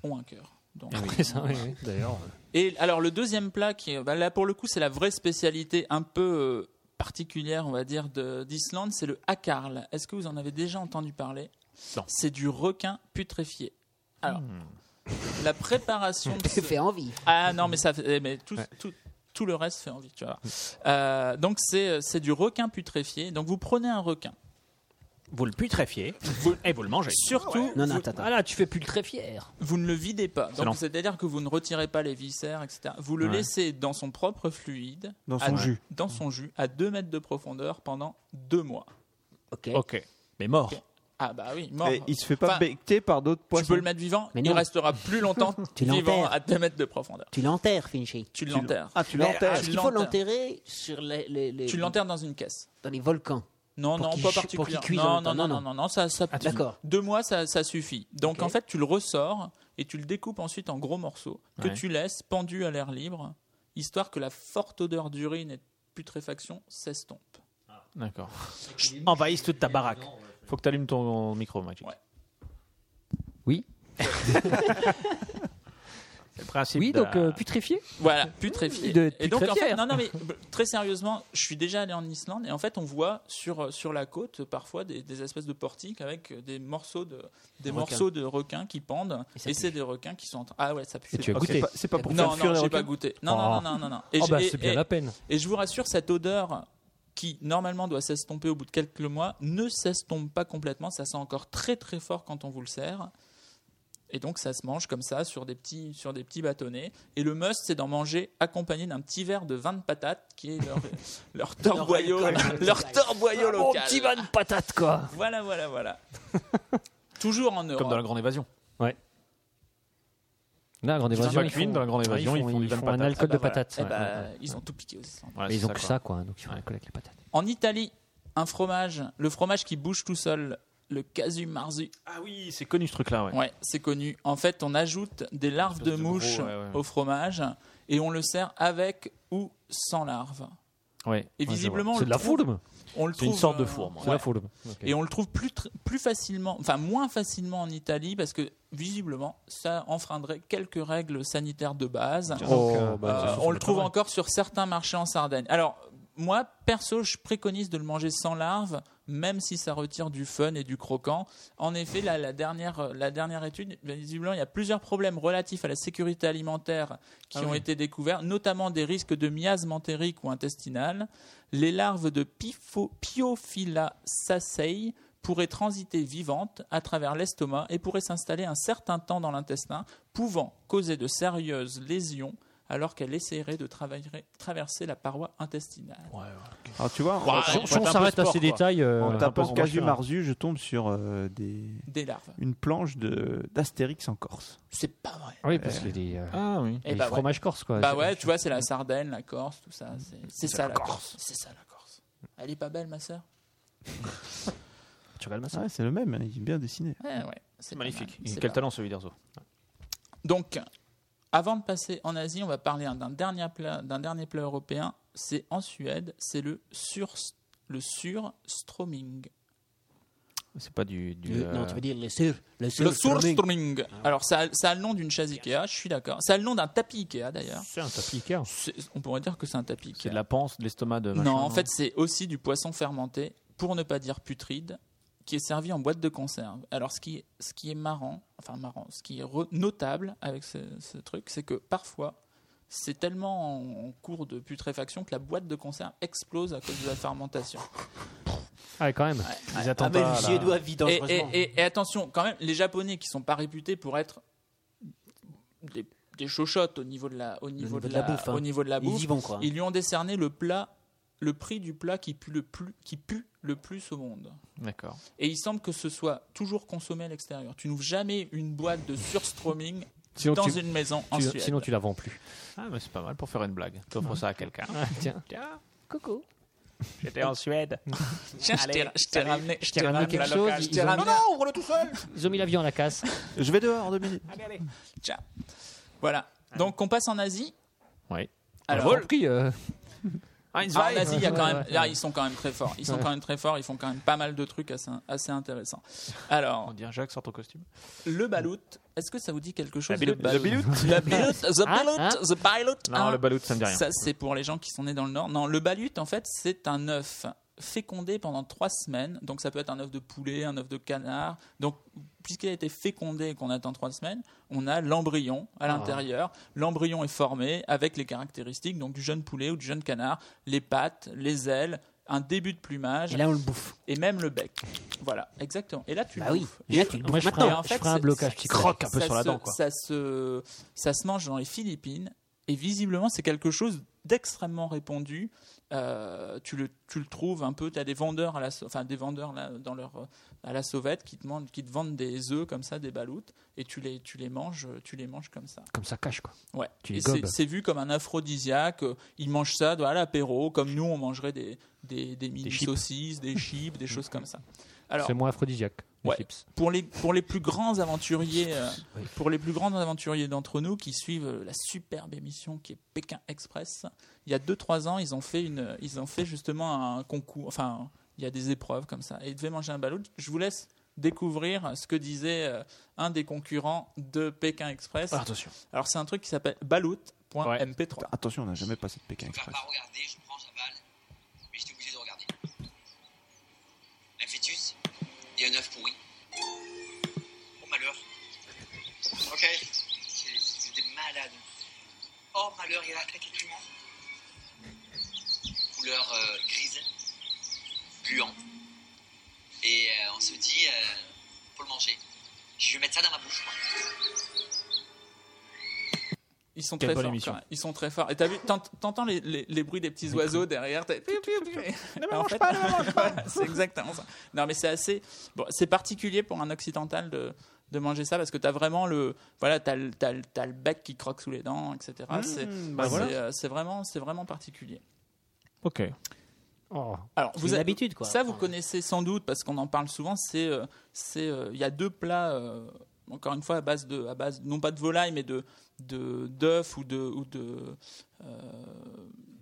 ont un cœur. Donc, euh, C'est ça, Eh oui, oui, D'ailleurs. Et alors le deuxième plat qui est- bah, là pour le coup c'est la vraie spécialité un peu euh, particulière on va dire de- d'Islande, c'est le hakarl. Est-ce que vous en avez déjà entendu parler Non. C'est du requin putréfié. Alors Hmm. la préparation de ce- fait envie. ah non mais ça fait- mais tout, Ouais. tout, tout le reste fait envie tu vois. Euh, donc c'est c'est du requin putréfié. Donc vous prenez un requin. Vous le putréfiez et vous le mangez. Surtout Non, non, attends, attends. Ah là, tu fais plus le très fier. Vous ne le videz pas. lent. Donc, c'est-à-dire que vous ne retirez pas les viscères, etc. Vous le Ouais. laissez dans son propre fluide, Dans à- son jus. dans son jus, à 2 mètres de profondeur pendant 2 mois. Ok. Ok. Mais mort. Ok. Ah bah oui, mort. Et il se fait pas Enfin, becter par d'autres Tu peux poissons. le mettre vivant, Mais il non. restera plus longtemps Tu vivant l'enterres. à 2 mètres de profondeur. Tu l'enterres, Finchy. Tu l'enterres. Ah, tu Mais l'enterres. Est-ce qu'il faut l'enterres. l'enterrer sur les, les- les- Tu l'enterres dans une caisse. dans les volcans Non, Pour non, qu'il pas chie- pour particulièrement. qu'il cuise en non, non, non, même temps. Non, non, non, non, ça, ça Ah, d'accord. Deux mois, ça, ça suffit. Donc Ok. en fait, tu le ressors et tu le découpes ensuite en gros morceaux que Ouais. tu laisses pendu à l'air libre, histoire que la forte odeur d'urine et de putréfaction s'estompe. D'accord. Envahisse toute ta baraque. Faut que tu allumes ton micro, Magic. Ouais. Oui. C'est le principe. Oui, de la- donc euh, putréfié. Voilà, putréfié. De et donc en fait, putréfière. non, non, mais b- très sérieusement, je suis déjà allé en Islande et en fait, on voit sur euh, sur la côte parfois des, des espèces de portiques avec des morceaux de des morceaux de requins qui pendent et, c'est des requins qui sont en train- ah ouais, ça pue. Et tu as Ah, goûté. c'est pas- C'est pas pour faire Non, fuir non, les j'ai pas requins. goûté. Non, non, Oh. non, non, non, non. Et Oh j'ai- bah, et- c'est bien et- la peine. Et je vous rassure, cette odeur qui normalement doit s'estomper au bout de quelques mois ne s'estompe pas complètement. Ça sent encore très très fort quand on vous le sert. Et donc ça se mange comme ça sur des petits, sur des petits bâtonnets. Et le must, c'est d'en manger accompagné d'un petit verre de vin de patate qui est leur, leur torboyau, leur torboyau Mon local. petit van patate, quoi. Voilà, voilà, voilà. Toujours en Europe. Comme dans la grande évasion. Là, grande Ils évasion. sont pas ils font- cuits dans la grande ouais, évasion, ils font du ils van font un patate. alcool de Ah bah voilà. patate. Eh ouais, ben, ouais, ouais. Ils ont tout piqué aussi. Voilà, Mais c'est ils ont que quoi. ça, quoi. Donc ils font un alcool avec les patates. En Italie, un fromage, le fromage qui bouge tout seul, le casu marzu. Ah oui, c'est connu ce truc-là, ouais. Ouais, c'est connu. En fait, on ajoute des larves de Espèce de gros, mouche ouais, ouais. au fromage et on le sert avec ou sans larves. Ouais. Et visiblement, on C'est le de la trouve- fourme. on le C'est une trouve, sorte de euh, fourme. hein. C'est de la fourme. Et on le trouve plus, tr- plus facilement, enfin moins facilement en Italie parce que visiblement, ça enfreindrait quelques règles sanitaires de base. Oh, Euh, on le trouve encore sur certains marchés en Sardaigne. Alors, moi, perso, je préconise de le manger sans larves, même si ça retire du fun et du croquant. En effet, là, la, dernière, la dernière étude, ben, visiblement, il y a plusieurs problèmes relatifs à la sécurité alimentaire qui ont été découverts, notamment des risques de miasme entérique ou intestinal. Les larves de Pifo- Pyophila sacei pourraient transiter vivantes à travers l'estomac et pourraient s'installer un certain temps dans l'intestin, pouvant causer de sérieuses lésions alors qu'elle essaierait de travailler- traverser la paroi intestinale. Alors tu vois, Ouah, Si on- faut si on être un peu s'arrête à sport, ces quoi. détails, euh, en tapant on va Casu faire un- Marzu, je tombe sur euh, des... Des larves. une planche de- d'Astérix en Corse. C'est pas vrai. Oui, parce qu'il y a des, euh, Ah oui. Eh des bah ouais. fromages corse, quoi. Bah Je- ouais, tu vois, c'est la Sardaigne, la Corse, tout ça. C'est- C'est ça la Corse. C'est ça la Corse. Elle est pas belle, ma sœur Tu regardes ma Ah ouais, c'est le même, hein, il est bien dessiné. Ouais, ouais. C'est C'est pas magnifique. mal, c'est Quel pas talent celui d'Erzo. mal. Donc, avant de passer en Asie, on va parler d'un dernier plat, d'un dernier plat européen. C'est en Suède, c'est le sur le surströmming. C'est pas du. du, Le- euh, Non, tu veux dire le sur. Le Le surströmming. surströmming. Ah Alors, ça, a- ça a le nom d'une chaise Ikea, je suis d'accord. Ça a le nom d'un tapis Ikea, d'ailleurs. C'est un tapis Ikea. C'est- On pourrait dire que c'est un tapis Ikea. C'est de la panse, de l'estomac de. machin, Non, en fait, c'est aussi du poisson fermenté, pour ne pas dire putride, qui est servi en boîte de conserve. Alors, ce qui, ce qui est marrant, enfin marrant, ce qui est re- notable avec ce, ce truc, c'est que parfois, c'est tellement en, en cours de putréfaction que la boîte de conserve explose à cause de la fermentation. Ah, quand même. Ils Ah, attendent mais pas. le là. suédois vit Et, dangereusement. et- et- et attention, quand même, les Japonais qui sont pas réputés pour être des, des chochottes au niveau de la, au niveau de la, bouffe, hein. au niveau de la bouffe, Ils y vont, quoi. ils lui ont décerné le plat, le prix du plat qui pue le plus, qui pue le plus au monde. D'accord. Et il semble que ce soit toujours consommé à l'extérieur. Tu n'ouvres jamais une boîte de surstroming Sinon, dans tu, une maison en tu, Suède. sinon, tu la vends plus. Ah, mais c'est pas mal pour faire une blague. T'offres ça à quelqu'un. Tiens. Tiens, Coco. J'étais en Suède. Tiens, je t'ai- Allez, je t'ai salut. ramené, je t'ai ramené ramené quelque la chose, locale, je ils t'ai ont- ramené- Ils ont mis l'avion à la casse. Je vais dehors en deux minutes. Voilà. Donc on passe en Asie. Oui. Alors, J'ai compris, euh, Ah, en Asie, il y a quand Ouais, même, ouais, là, ouais. ils sont quand même très forts. Ils sont Ouais. quand même très forts. Ils font quand même pas mal de trucs assez, assez intéressants. On Alors, dirait Jacques sort ton costume. le balout. Est-ce que ça vous dit quelque chose La le baloute. balout Le balout, the Hein, balout, hein the balout. Non, hein. le balut, ça me dit rien. Ça, c'est pour les gens qui sont nés dans le Nord. Non, le balut, en fait, c'est un œuf fécondé pendant trois semaines. Donc, ça peut être un œuf de poulet, un œuf de canard. Donc, puisqu'il a été fécondé et qu'on attend trois semaines, on a l'embryon à l'intérieur. L'embryon est formé avec les caractéristiques donc, du jeune poulet ou du jeune canard, les pattes, les ailes, un début de plumage Et et, là, on le bouffe. même le bec. Voilà, exactement. Et là, tu Bah le oui. bouffes. Et là, tu le Moi, bouffes je ferai, Et maintenant. un, en fait, je ferai un c'est- blocage psychologique. croque un peu ça sur la se- dent, quoi. Ça se, ça se mange dans les Philippines et visiblement c'est quelque chose d'extrêmement répandu. Euh, tu, le, tu le trouves un peu, tu as des vendeurs, à la, sau- enfin, des vendeurs là, dans leur, euh, à la sauvette qui te, demandent- qui te vendent des œufs comme ça, des baloutes, et tu les, tu les, manges, euh, tu les manges comme ça. Comme ça cache, quoi. Ouais. Tu Et les c'est gobes. c'est vu comme un aphrodisiaque. euh, Ils mangent ça à l'apéro, comme nous on mangerait des, des, des mini chips. saucisses, des chips, des choses comme ça. Alors, C'est moins aphrodisiaque. les Ouais. chips. pour les, pour les plus grands aventuriers euh, pour les plus grands aventuriers d'entre nous qui suivent euh, la superbe émission qui est Pékin Express il y a 2-3 ans ils ont fait une ils ont fait justement un concours enfin il y a des épreuves comme ça et ils devaient manger un ballot je vous laisse découvrir ce que disait euh, un des concurrents de Pékin Express Ah, Attention. alors c'est un truc qui s'appelle balout.mp3 Attention, on n'a jamais passé de Pékin Express. regarder, je prends, j'avale, mais j'étais obligé de regarder. Un fœtus et un œuf pourri. Oh malheur. Ok. J'étais malade. Oh malheur, il a attaqué tout le monde. Couleur euh, grise, gluant. Et euh, on se dit, euh, faut le manger. Je vais mettre ça dans ma bouche. moi. Ils sont Quelle très bonne forts. émission. quand même. Ils sont très forts. Et t'as vu, t'ent- t'entends les, les- les bruits des petits oiseaux derrière. t'as- Et en fait- Voilà, c'est exactement ça. Non, mais c'est assez. Bon, c'est particulier pour un occidental de, de manger ça parce que t'as vraiment le. Voilà, t'as le, t'as le- t'as le bec qui croque sous les dents, etc. c'est bah c'est, voilà. euh, c'est vraiment, c'est vraiment particulier. Ok. Oh. Alors, Vous vous avez avez. l'habitude, quoi. Ça, vous connaissez sans doute parce qu'on en parle souvent. C'est, euh, c'est, euh, il y a deux plats, euh, encore une fois, à base de, à base non pas de volaille, mais de de d'œufs ou de ou de euh,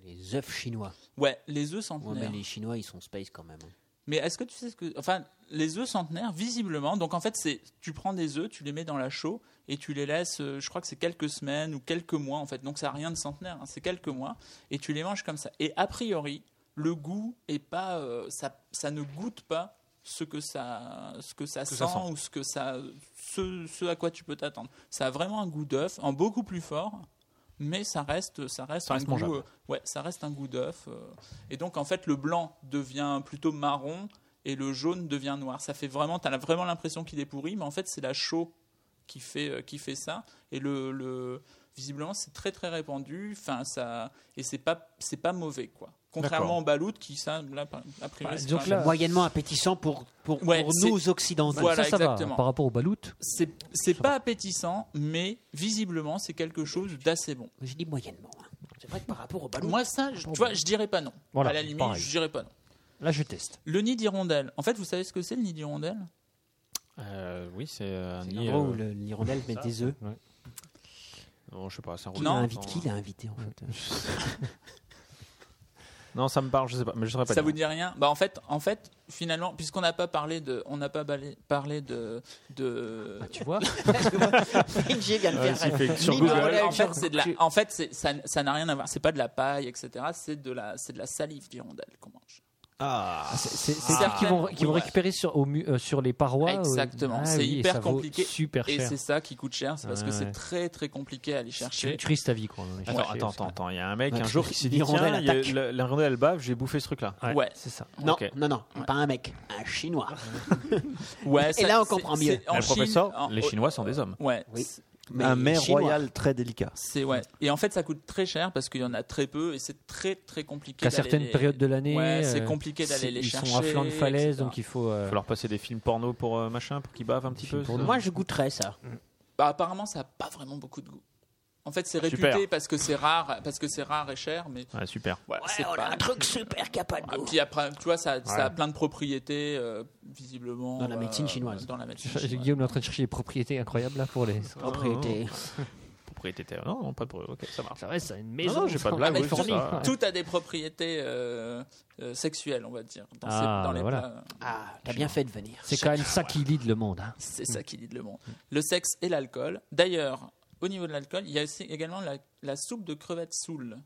Les œufs chinois. ouais, les œufs Ouais, centenaires. mais mais les Chinois, ils sont space quand même. est-ce que tu sais ce que, enfin, les œufs centenaires, visiblement. Donc en fait, c'est, tu prends des œufs, tu les mets dans la chaux et tu les laisses. euh, je crois que c'est quelques semaines ou quelques mois en fait. Donc ça n'a rien de centenaire, hein, c'est quelques mois et tu les manges comme ça. Et a priori, le goût est pas, euh, ça, ça ne goûte pas ce que ça, ce que ça, Que sent, ça sent. ou ce que ça, ce, ce à quoi tu peux t'attendre. Ça a vraiment un goût d'œuf, en beaucoup plus fort, mais ça reste, ça reste, Ça reste un goût, mangeable. euh, ouais, ça reste un goût d'œuf. euh, et donc en fait, le blanc devient plutôt marron et le jaune devient noir. Ça fait vraiment, t'as vraiment l'impression qu'il est pourri, mais en fait, c'est la chaux qui fait, euh, qui fait ça. Et le, le- visiblement, c'est très très répandu. Enfin, ça, et c'est pas, c'est pas mauvais quoi. Contrairement D'accord. au balout qui ça, là, par- a priori, c'est pas- moyennement appétissant pour, pour, Ouais, pour c'est- nous occidentaux. Voilà, va. exactement. Par rapport au baloute, C'est c'est pas appétissant, mais visiblement, c'est quelque chose d'assez bon. Je dis moyennement. hein. C'est vrai que par rapport au Ah ballon. Moi, ça, je, tu vois, je dirais pas non. Voilà, à la limite, pareil. je dirais pas non. là je teste. Le nid d'hirondelle. En fait, vous savez ce que c'est le nid d'hirondelle Euh, oui, c'est un nid. l'endroit où euh, le- l'hirondelle ça, met des ça. œufs. Ouais. Non, je sais pas, c'est un Qui l'a roulant. invité, Non. qui l'a invité en fait Non, ça me parle, je sais pas, mais je saurais pas. Ça dire. vous dit rien Bah en fait, en fait, finalement, puisqu'on n'a pas parlé de, on n'a pas balé- parlé de, de. tu vois J'ai bien Ouais, si, fait sur Ni Google. d'hirondelle, Google. en fait, c'est de la- Tu- en fait, c'est- ça, ça n'a rien à voir. C'est pas de la paille, etc. C'est de la, c'est de la salive d'hirondelle qu'on mange. Ah, C'est Ah. ceux qui vont, qui vont Ouais. récupérer sur, au mu- euh, sur les parois. euh, Exactement. ah c'est oui, et hyper ça vaut compliqué. Super et cher. c'est ça qui coûte cher. C'est parce Ouais, que ouais. c'est très très compliqué à aller chercher. C'est triste ta vie quoi. on en est Attends, cherché, attends, parce que- attends, attends, il y a un mec Ouais. un jour qui s'est dit L'hirondelle tiens, il y a attaque. le- la rondelle elle bave, je vais bouffer ce truc-là. Ouais, Ouais. c'est ça. Non, Ok. non, non, pas un mec, un chinois. Ouais, Et ça- là, on c'est- comprend c'est- mieux. en Mais le Chine, professeur, en- les Chinois sont des hommes. Ouais. Oui. Mais Un mets chinois. royal très délicat. C'est ouais. Et en fait, ça coûte très cher parce qu'il y en a très peu et c'est très très compliqué. Qu'à d'aller certaines les- périodes de l'année. Ouais, c'est euh, compliqué d'aller c'est- les ils chercher. sont à flanc de falaise, etc. donc il faut. euh, Il faut leur passer des films porno pour euh, machin, pour qu'ils bavent un petit films peu. porno. c'est ça Moi, je goûterais ça. Bah, apparemment, ça a pas vraiment beaucoup de goût. En fait, c'est réputé Super. parce que c'est rare, parce que c'est rare et cher, mais Ouais, super. voilà, Ouais, c'est on pas. a un truc super qui a pas de Ah, goût. puis après, tu vois, ça, ça a plein de propriétés, euh, visiblement. euh, Dans la médecine chinoise. Dans la médecine chinoise. Guillaume est en train de chercher des propriétés incroyables là pour les. Ah. Propriété. Propriété terre. Non, non, pas de propriété. Ok, ça marche. Ça reste une maison non, j'ai pas de blague, Ah, mais oui, c'est ça. tout, tout a des propriétés euh, euh, sexuelles, on va dire. Dans, ces- Ah, dans bah les voilà. plats. Ah, t'as bien fait de venir. C'est quand même ça qui lead le monde. hein. C'est ça qui dit le monde. Le sexe et l'alcool. D'ailleurs, au niveau de l'alcool, il y a aussi également la, la soupe de crevettes saoules.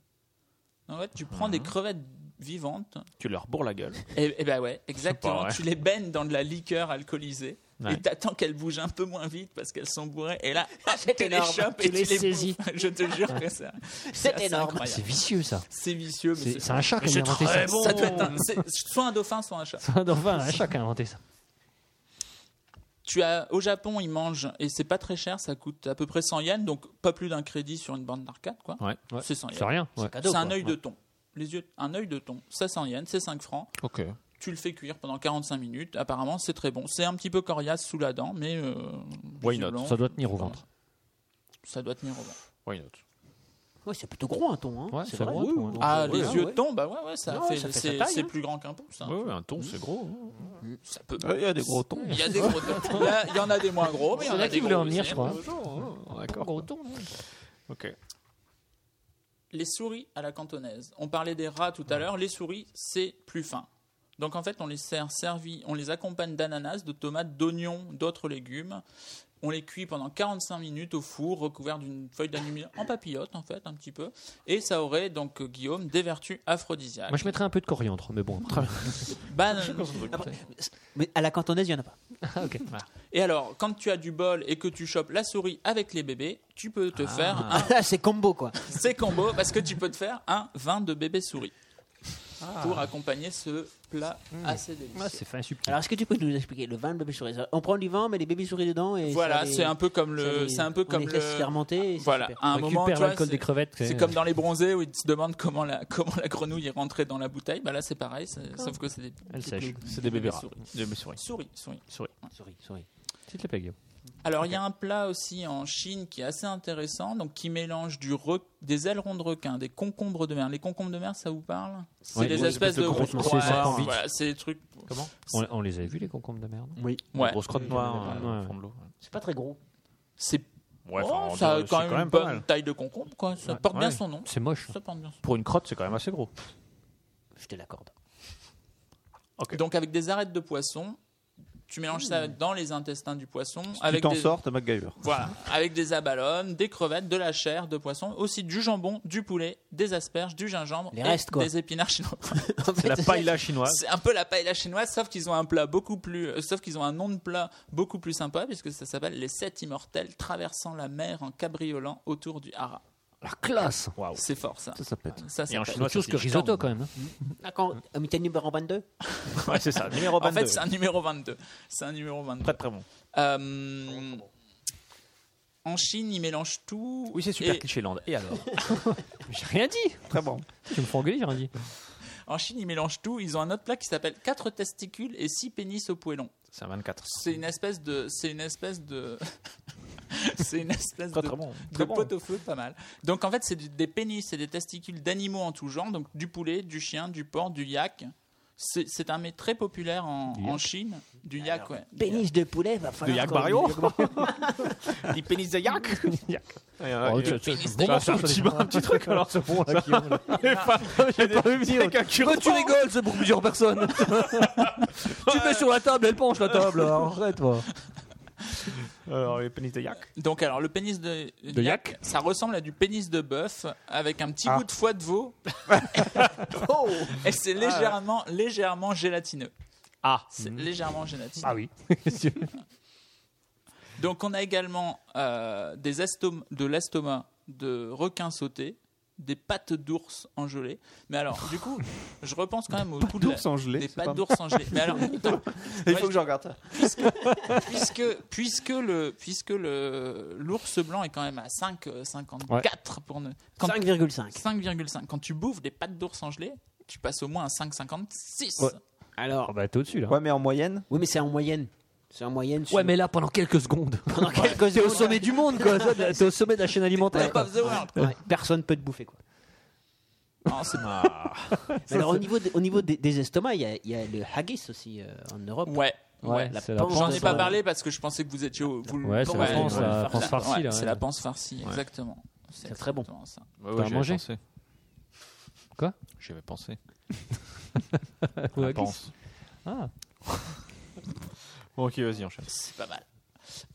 En fait, tu prends des crevettes vivantes, Tu leur bourres la gueule. et, et ben ouais, exactement, vrai. tu les baignes dans de la liqueur alcoolisée, Ouais. et t'attends qu'elles bougent un peu moins vite parce qu'elles sont bourrées, et là, hop, Ah, c'est tu les énorme. chopes Tu et les tu les saisis. bouffes. Je te jure que c'est C'est assez énorme. incroyable. C'est vicieux ça. C'est vicieux, mais C'est c'est- c'est un chat qui a inventé ça. ça doit être un- c'est- soit un dauphin, soit un chat. C'est un dauphin, un chat qui a inventé ça. Tu as, au Japon, ils mangent, et c'est pas très cher, ça coûte à peu près 100 yens, donc pas plus d'un crédit sur une bande d'arcade, quoi. Ouais. C'est 100 C'est yens. rien. ouais. cadeau, C'est un quoi. œil de thon. Les yeux, un œil de thon, ça 100 yens, c'est 5 francs. Ok. Tu le fais cuire pendant 45 minutes. Apparemment, c'est très bon. C'est un petit peu coriace sous la dent, mais euh, Why not visiblement, Ça doit tenir au ventre. ça doit tenir au ventre. Why not Ouais, c'est plutôt gros un ton. Hein. Ouais, c'est vrai. Oui, toi, hein. Ah, ouais, les ouais, yeux ouais. de thon, bah ouais, ouais, ça Ouais, fait, ça fait sa c'est, taille, c'est hein. plus grand qu'un pouce. hein. Ah, Ouais, ouais, un ton, c'est gros. hein. Ça peut. Il y a des gros tons. Il y a des gros tons. Il y a- Il y en a des moins gros, mais il y C'est en a là des qu'il gros. voulait en venir, aussi. je crois. D'accord. Gros ton, hein. Ok. Les souris à la cantonaise. On parlait des rats tout à l'heure. Les souris, c'est plus fin. Donc en fait, on les sert servis, on les accompagne d'ananas, de tomates, d'oignons, d'autres légumes. On les cuit pendant 45 minutes au four, recouvert d'une feuille d'aluminium en papillote, en fait, un petit peu. Et ça aurait, donc, euh, Guillaume, des vertus aphrodisiaques. Moi je mettrais un peu de coriandre, mais bon. très bien. Banane- Après, mais à la cantonaise, il n'y en a pas. Et alors, quand tu as du bol et que tu chopes la souris avec les bébés, tu peux Ah. te faire un Ah, c'est combo, quoi. C'est combo parce que tu peux te faire un vin de bébé souris pour accompagner ce plat assez Ah, délicieux. C'est fin subtil. Alors, est-ce que tu peux nous expliquer le vin de bébé souris On prend du vin, mais les bébés souris dedans. Et voilà, c'est un peu comme le, c'est un peu comme le, fermenté. voilà, à un On moment, récupère tu vois, l'alcool des c'est- crevettes. c'est comme dans les bronzés où ils se demandent comment la, comment la grenouille est rentrée dans la bouteille. Bah là, c'est pareil, c'est- sauf que c'est des, Elle sèche. C'est des bébés rats. souris. Des bébés souris. Souris, souris. Souris, souris. S'il te plaît, Guillaume. Alors, il y a un plat aussi en Chine qui est assez intéressant, donc qui mélange du re- des ailerons de requin, des concombres de mer. Les concombres de mer, ça vous parle C'est Ouais, des oui, espèces c'est de le grosses concombres, c'est ça, poissons, vite. voilà, c'est des trucs. Comment On, on les avait vus, les concombres de merde. Oui. Ouais. Grosse crotte noire Ouais, euh, ouais. au fond de l'eau. C'est pas très gros. C'est Ouais, Oh, enfin, en ça a deux, quand c'est même quand une même pas bonne mal. taille de concombre, quoi. Ça porte bien Ouais. son nom. C'est moche. Ça porte bien son Pour une crotte, c'est quand même assez gros. Je te l'accorde. nom. Donc avec des arêtes de poisson, Tu mélanges ça dans les intestins du poisson. tu avec t'en des- sors, t'as MacGyver. Voilà, avec des abalones, des crevettes, de la chair, de poisson, aussi du jambon, du poulet, des asperges, du gingembre, Les et restes, quoi. des épinards chinois. C'est la paella chinoise. C'est un peu la paella chinoise, sauf qu'ils ont un plat beaucoup plus, euh, sauf qu'ils ont un nom de plat beaucoup plus sympa, puisque ça s'appelle les sept immortels traversant la mer en cabriolant autour du hara. La classe Waouh. C'est fort ça. Ça, ça pète. Ça, Et en pète. chinois, Autre chose ça, que c'est chiant. risotto quand même. hein. D'accord, euh, mais t'es numéro 22 Ouais, c'est ça. Numéro En 22. fait, c'est un numéro 22. C'est un numéro 22. Très très bon. Euh, en Chine, ils mélangent tout. Oui, c'est super Et cliché land. Et alors J'ai rien dit. Très bon. Tu me fais engueuler, j'ai rien dit. En Chine, ils mélangent tout. Ils ont un autre plat qui s'appelle 4 testicules et 6 pénis au poêlon. C'est un 24. C'est une espèce de. C'est une espèce de. c'est une espèce Très de. très bon. de Très bon. pot au feu, pas mal. Donc en fait, c'est du- des pénis et des testicules d'animaux en tout genre, donc du poulet, du chien, du porc, du yak. C'est c'est un mets très populaire en, en Chine, du yak, ouais. Pénis de poulet, va falloir. De Yak qu'on- Barrio Des pénis de yak Oh, tu- tu- bon morceau, ça, petit, déjà. un petit truc alors ce bon là. J'ai pas vu venir. tu rigoles, c'est pour plusieurs personnes. tu mets sur la table, elle penche la table. hein. Arrête, toi. Alors les pénis de yak. Donc alors le pénis de, De yak Ah. ça ressemble à du pénis de bœuf avec un petit goût de foie de veau. et c'est légèrement, légèrement gélatineux. Ah. C'est légèrement gélatineux. oui. Donc on a également euh, des estom- de l'estomac de requin sauté, des pattes d'ours en gelée. Mais alors, du coup, je repense quand même au tout de la- D'ours en gelée. des c'est pas pattes d'ours en gelée. Mais alors, attends, Il Ouais, faut que je regarde ça. puisque, puisque le puisque le l'ours blanc est quand même à 5,54 pour ne quand- 5,5. 5,5. Quand tu bouffes des pattes d'ours en gelée, tu passes au moins à 5,56. Ouais. Alors, Ah bah t'es au-dessus là. Ouais, mais en moyenne, oui, mais c'est en moyenne. C'est en moyenne. sur- Ouais, mais là pendant quelques secondes. pendant quelques T'es au secondes, sommet du monde quoi. ça, T'es au sommet de la chaîne alimentaire. Top of the world. ouais, personne peut te bouffer, quoi. Ah, Non, c'est- Mais alors, au niveau, des- au niveau des, des estomacs, il y, a- il y a le haggis aussi euh, en Europe. Ouais. Ouais. la c'est hein. panse. J'en ai pense, pas euh, parlé parce que je pensais que vous étiez au. Vous, Ouais, c'est la panse, ouais, la panse bah, ouais, farcie, ouais, là, hein. C'est ouais. la panse farcie, exactement. C'est très bon. exactement ça. ouais, j'y avais mangé Quoi J'y avais pensé. Ouais, pense. Ah. Bon, ok, vas-y, enchaîne. C'est pas mal.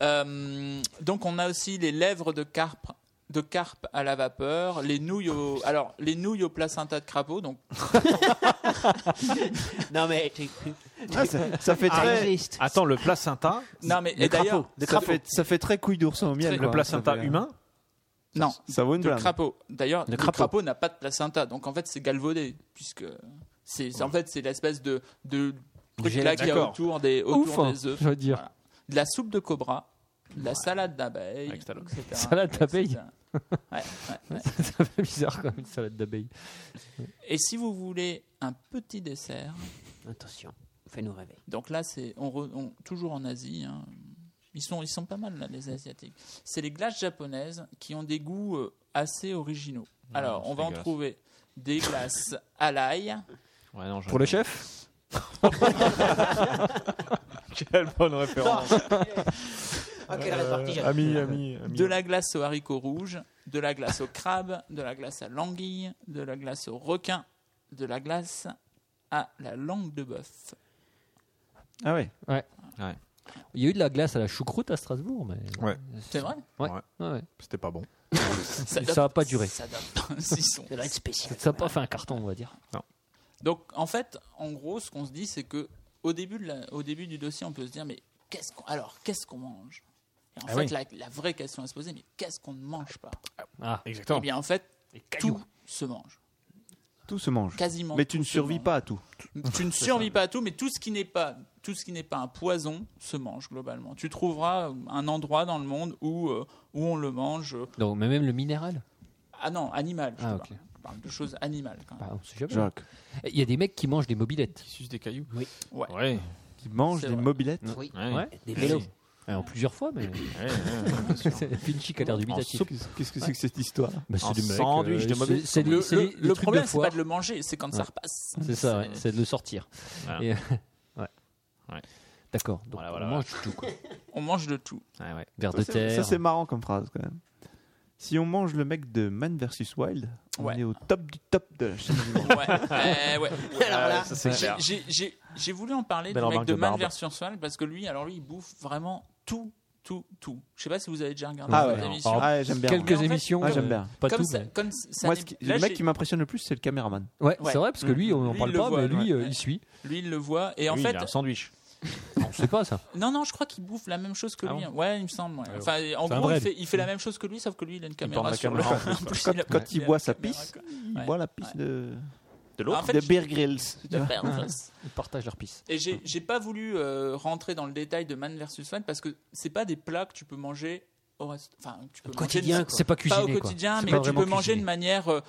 Euh, donc on a aussi les lèvres de carpe, de carpe à la vapeur, les nouilles au, alors les nouilles au placenta de crapaud. Donc Non, mais. tu- Ah, ça, ça fait ça très. existe. Attends, le placenta, non mais De et d'ailleurs crapaud, de Ça fait, ça fait très couille d'ours en miel. Très- quoi. le placenta Ça fait- hein. humain, non Ça vaut une de blinde. crapaud. D'ailleurs le crapaud. crapaud n'a pas de placenta, donc en fait c'est galvaudé puisque c'est c'est- en fait c'est l'espèce de de truc là qu'il y a d'accord. autour des Ouf, hein, autour des œufs. je veux dire. de la soupe de cobra, de la salade d'abeille, Avec Stallone. etc. Salade d'abeille. etc. Ouais, ouais, ouais. Ça fait bizarre quand même une salade d'abeille. Et si vous voulez un petit dessert, Attention, fais-nous rêver. donc là c'est on re- on- toujours en Asie, hein. ils sont ils sont pas mal là, les asiatiques. C'est les glaces japonaises qui ont des goûts euh, assez originaux. Alors c'est on va en dégueulasse. trouver des glaces à l'ail, Ouais, non, Pour le chef Quelle bonne référence. Ok, la Euh, partie, j'arrive. Ami, ami, ami. de la glace au haricot rouge, de la glace au crabe, de la glace à l'anguille, de la glace au requin, de la glace à la langue de bœuf. Ah ouais. Il y a eu de la glace à la choucroute à Strasbourg, mais. Ouais. C'est vrai Ouais. Ouais. ouais, ouais. C'était pas bon. ça, Ça va pas durer. Ça date pas, s'ils sont- Ça doit être spécial. Ça n'a pas fait un carton, on va dire. Donc en fait, en gros, ce qu'on se dit, c'est que au début, de la- au début du dossier, on peut se dire, mais qu'est-ce qu'on, alors qu'est-ce qu'on mange Et en Ah fait, oui. Oh. la, la vraie question à se poser, mais qu'est-ce qu'on ne mange pas Ah, Eh Exactement. bien, en fait, tout se mange, Tout se mange. quasiment. Mais tu ne tout se survis mange. pas à tout. Tu ne survis pas à tout, mais tout ce qui n'est pas tout ce qui n'est pas un poison se mange globalement. Tu trouveras un endroit dans le monde où euh, où on le mange. euh, donc mais même le minéral. Ah non, animal. Je Ah, te ok. parle. Je parle de choses animales. Quand même. Bah, on sait jamais. Jacques. Il y a des mecs qui mangent des mobilettes Qui suce des cailloux Ouais. Ouais. Qui mange C'est des vrai. mobilettes. Oui, Ouais. des vélos. Euh, en plusieurs fois, mais. Ouais, ouais, bien sûr. Finchy qui a l'air dubitatif. soupe. Qu'est-ce que c'est que cette histoire Bah, En c'est des mecs, sandwich euh, de mobile. c'est- C'est Le, des- c'est le- des- le des trucs problème, de c'est pas foire. de le manger, c'est quand ça Ouais. repasse. C'est ça, ouais, c'est de le sortir. Voilà. Et, euh, ouais. Ouais. D'accord. Donc Voilà, voilà, on mange tout quoi. On mange de tout. Ah Ouais, ouais. Vers de Ça, c'est- terre. ça, c'est marrant comme phrase quand même. Si on mange le mec de Man vs Wild, On est au top du top de la chaîne du monde. Ouais, euh, ouais. Alors Ah, là, Ça, c'est j'ai- clair. j'ai- j'ai- j'ai voulu en parler Belle du mec remarque de de Man Barbe. vs Swell parce que lui, alors lui, il bouffe vraiment tout, tout, tout. Je sais pas si vous avez déjà regardé Ah cette ouais. émission. Ah ouais, j'aime bien. Mais en fait, Ah, euh, j'aime bien. comme ça- comme ça Moi, n'est- ce qui- là, le mec j'ai- qui m'impressionne le plus, c'est le caméraman. Ouais, c'est vrai, parce que lui, on n'en Lui, parle il le pas, voit, mais lui, ouais. euh, il suit. Lui, il le voit. Et en Lui, il fait. a un sandwich. On sait pas ça. Non, non, je crois qu'il bouffe la même chose que Ah lui. bon ouais, il me semble. ouais. Ah ouais. Enfin, en C'est un gros, il vrai, fait, lui. il fait la même chose que lui, sauf que lui, il a une Il porte caméra la sur le caméra. bras. En plus, Quand- il a- quand il a boit la sa caméra, pisse, quoi. il Ouais. boit la pisse de. De l'autre. En fait, De je- Beer Grylls. De Bear Grylls. Ils partagent leur piste. Et j'ai j'ai pas voulu euh, rentrer dans le détail de Man vs Wild parce que c'est pas des plats que tu peux manger au reste. Enfin, que tu peux manger quotidien, de- quoi. C'est pas Pas cuisiné, au quoi. quotidien, C'est mais pas tu peux vraiment manger cuisiné. de manière euh,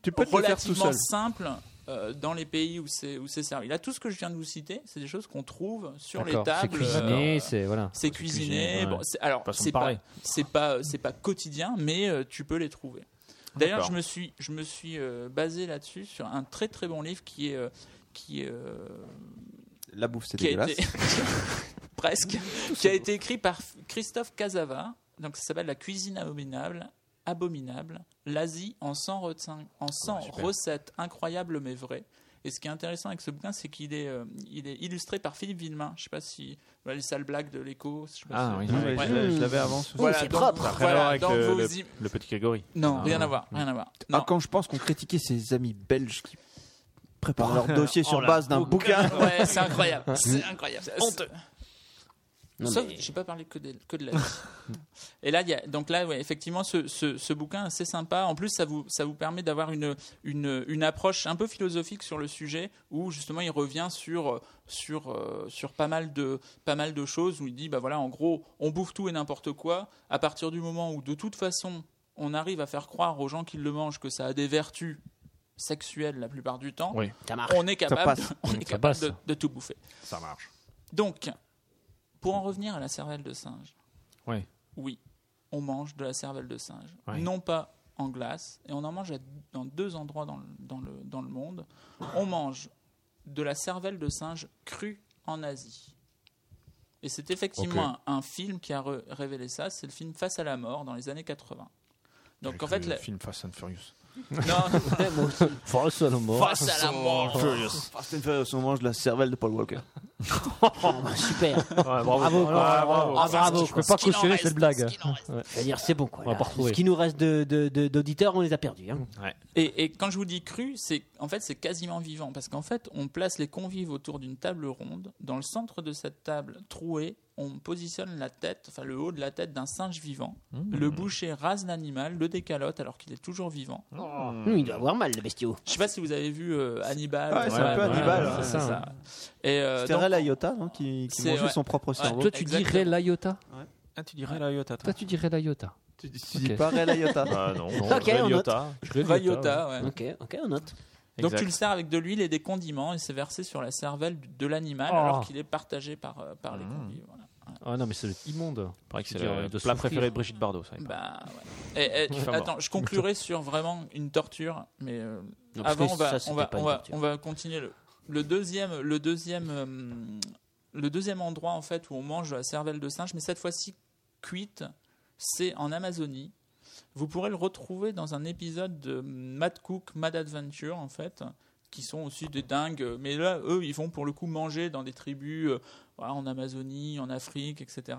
Tu peux te le faire tout relativement seul. simple euh, dans les pays où c'est où c'est servi. Là, tout ce que je viens de vous citer, c'est des choses qu'on trouve sur les D'accord. C'est tables. euh, cuisiné, c'est- voilà. C'est C'est cuisiné. cuisiné, bon, ouais. c'est- alors, Façon de c'est pas parler. c'est pas c'est pas quotidien, mais euh, tu peux les trouver. D'ailleurs, D'accord. je me suis, je me suis euh, basé là-dessus sur un très très bon livre qui est, euh, qui est, euh, La bouffe, c'est qui a dégueulasse. été- presque, qui a été écrit par Christophe Casava. Donc ça s'appelle La cuisine abominable, abominable, l'Asie en 100, recin- Ah en 100 super. recettes incroyables mais vraies. Et ce qui est intéressant avec ce bouquin, c'est qu'il est, euh, il est illustré par Philippe Villemain. Je sais pas si voilà, les sales blagues de l'écho. je sais pas Ah si- oui, Ouais. je l'avais- je l'avais avant. sous- Voilà, donc- Après voilà, avoir avec donc le, vous le- Ah. y- le petit Grégory. Non, rien à voir, rien à voir. Ah, quand je pense qu'on critiquait ses amis belges qui préparent leur Oh, dossier sur la base d'un bouquin. Ouais, c'est incroyable. C'est Mm. incroyable. C'est C'est- honteux. Non, Sauf, mais- j'ai pas parlé que de, que de la vie. Et là, il y a, donc là, ouais, effectivement, ce, ce, ce bouquin est assez sympa. En plus, ça vous, ça vous permet d'avoir une, une, une approche un peu philosophique sur le sujet, où justement, il revient sur, sur, euh, sur pas, mal de, pas mal de choses, où il dit, bah voilà, en gros, on bouffe tout et n'importe quoi. À partir du moment où, de toute façon, on arrive à faire croire aux gens qui le mangent que ça a des vertus sexuelles la plupart du temps, Oui. Ça marche. on est capable, passe. de- on est Ça capable passe. de- de tout bouffer. Ça marche. Donc, pour en revenir à la cervelle de singe, Ouais. oui, on mange de la cervelle de singe, Ouais. non pas en glace, et on en mange à- dans deux endroits dans le, dans le- dans le monde. On mange de la cervelle de singe crue en Asie. Et c'est effectivement Ok. un, un film qui a re- révélé ça, c'est le film Face à la mort dans les années 80. Donc en fait, le la- film Fast and Furious. Non. Moi aussi. Face à la mort. Face à la mort. Fast and Furious, on mange de la cervelle de Paul Walker. Ah, Super. bravo. bravo. quoi. Ah, bravo. Ah, bravo, Je quoi. peux pas Ce qu'il en cautionner reste, cette blague. ce qu'il en reste. Ouais. C'est-à-dire, c'est bon, quoi. On va Là, pas retrouver. Ce qui nous reste de- de- de- d'auditeurs, on les a perdus. hein. Et, et quand je vous dis cru, c'est en fait c'est quasiment vivant parce qu'en fait on place les convives autour d'une table ronde. Dans le centre de cette table trouée, on positionne la tête, enfin le haut de la tête d'un singe vivant. Mmh. Le boucher rase l'animal, le décalote alors qu'il est toujours vivant. Mm. Mmh, Il doit avoir mal, le bestiau. Je sais pas si vous avez vu euh, Hannibal. Ouais, c'est un peu Hannibal, hein. c'est ça. Et euh, C'était donc- Ray Liotta non, qui, qui C'est- mangeait ouais. son propre Ouais. cerveau. Toi, tu dirais la Iota Ah, tu dirais la Iota, Toi, tu dirais la Iota. Tu dis, Ok. dis pas Ray Liotta. Bah non, Ok, Ray on note. Liotta. Je dirais Ray Liotta, Liotta, ouais. ouais. Ok, ok, on note. Donc Exact. tu le sers avec de l'huile et des condiments et c'est versé sur la cervelle du- de l'animal Oh. alors qu'il est partagé par, euh, par les convives. voilà. Ah non, mais c'est immonde. Il paraît que Je c'est veux dire, le de plat souffrir. préféré de Brigitte Bardot. Ça, il paraît. Bah ouais. Et, et, Enfin, attends, bon. je conclurai sur vraiment une torture, mais euh, Non, parce avant que on va, ça, c'était on, va, pas on, une va, torture. on va continuer le, le deuxième le deuxième euh, le deuxième endroit en fait où on mange de la cervelle de singe, mais cette fois-ci cuite, c'est en Amazonie. Vous pourrez le retrouver dans un épisode de Mad Cook, Mad Adventure en fait, qui sont aussi des dingues, mais là eux ils vont pour le coup manger dans des tribus euh, voilà, en Amazonie, en Afrique, etc.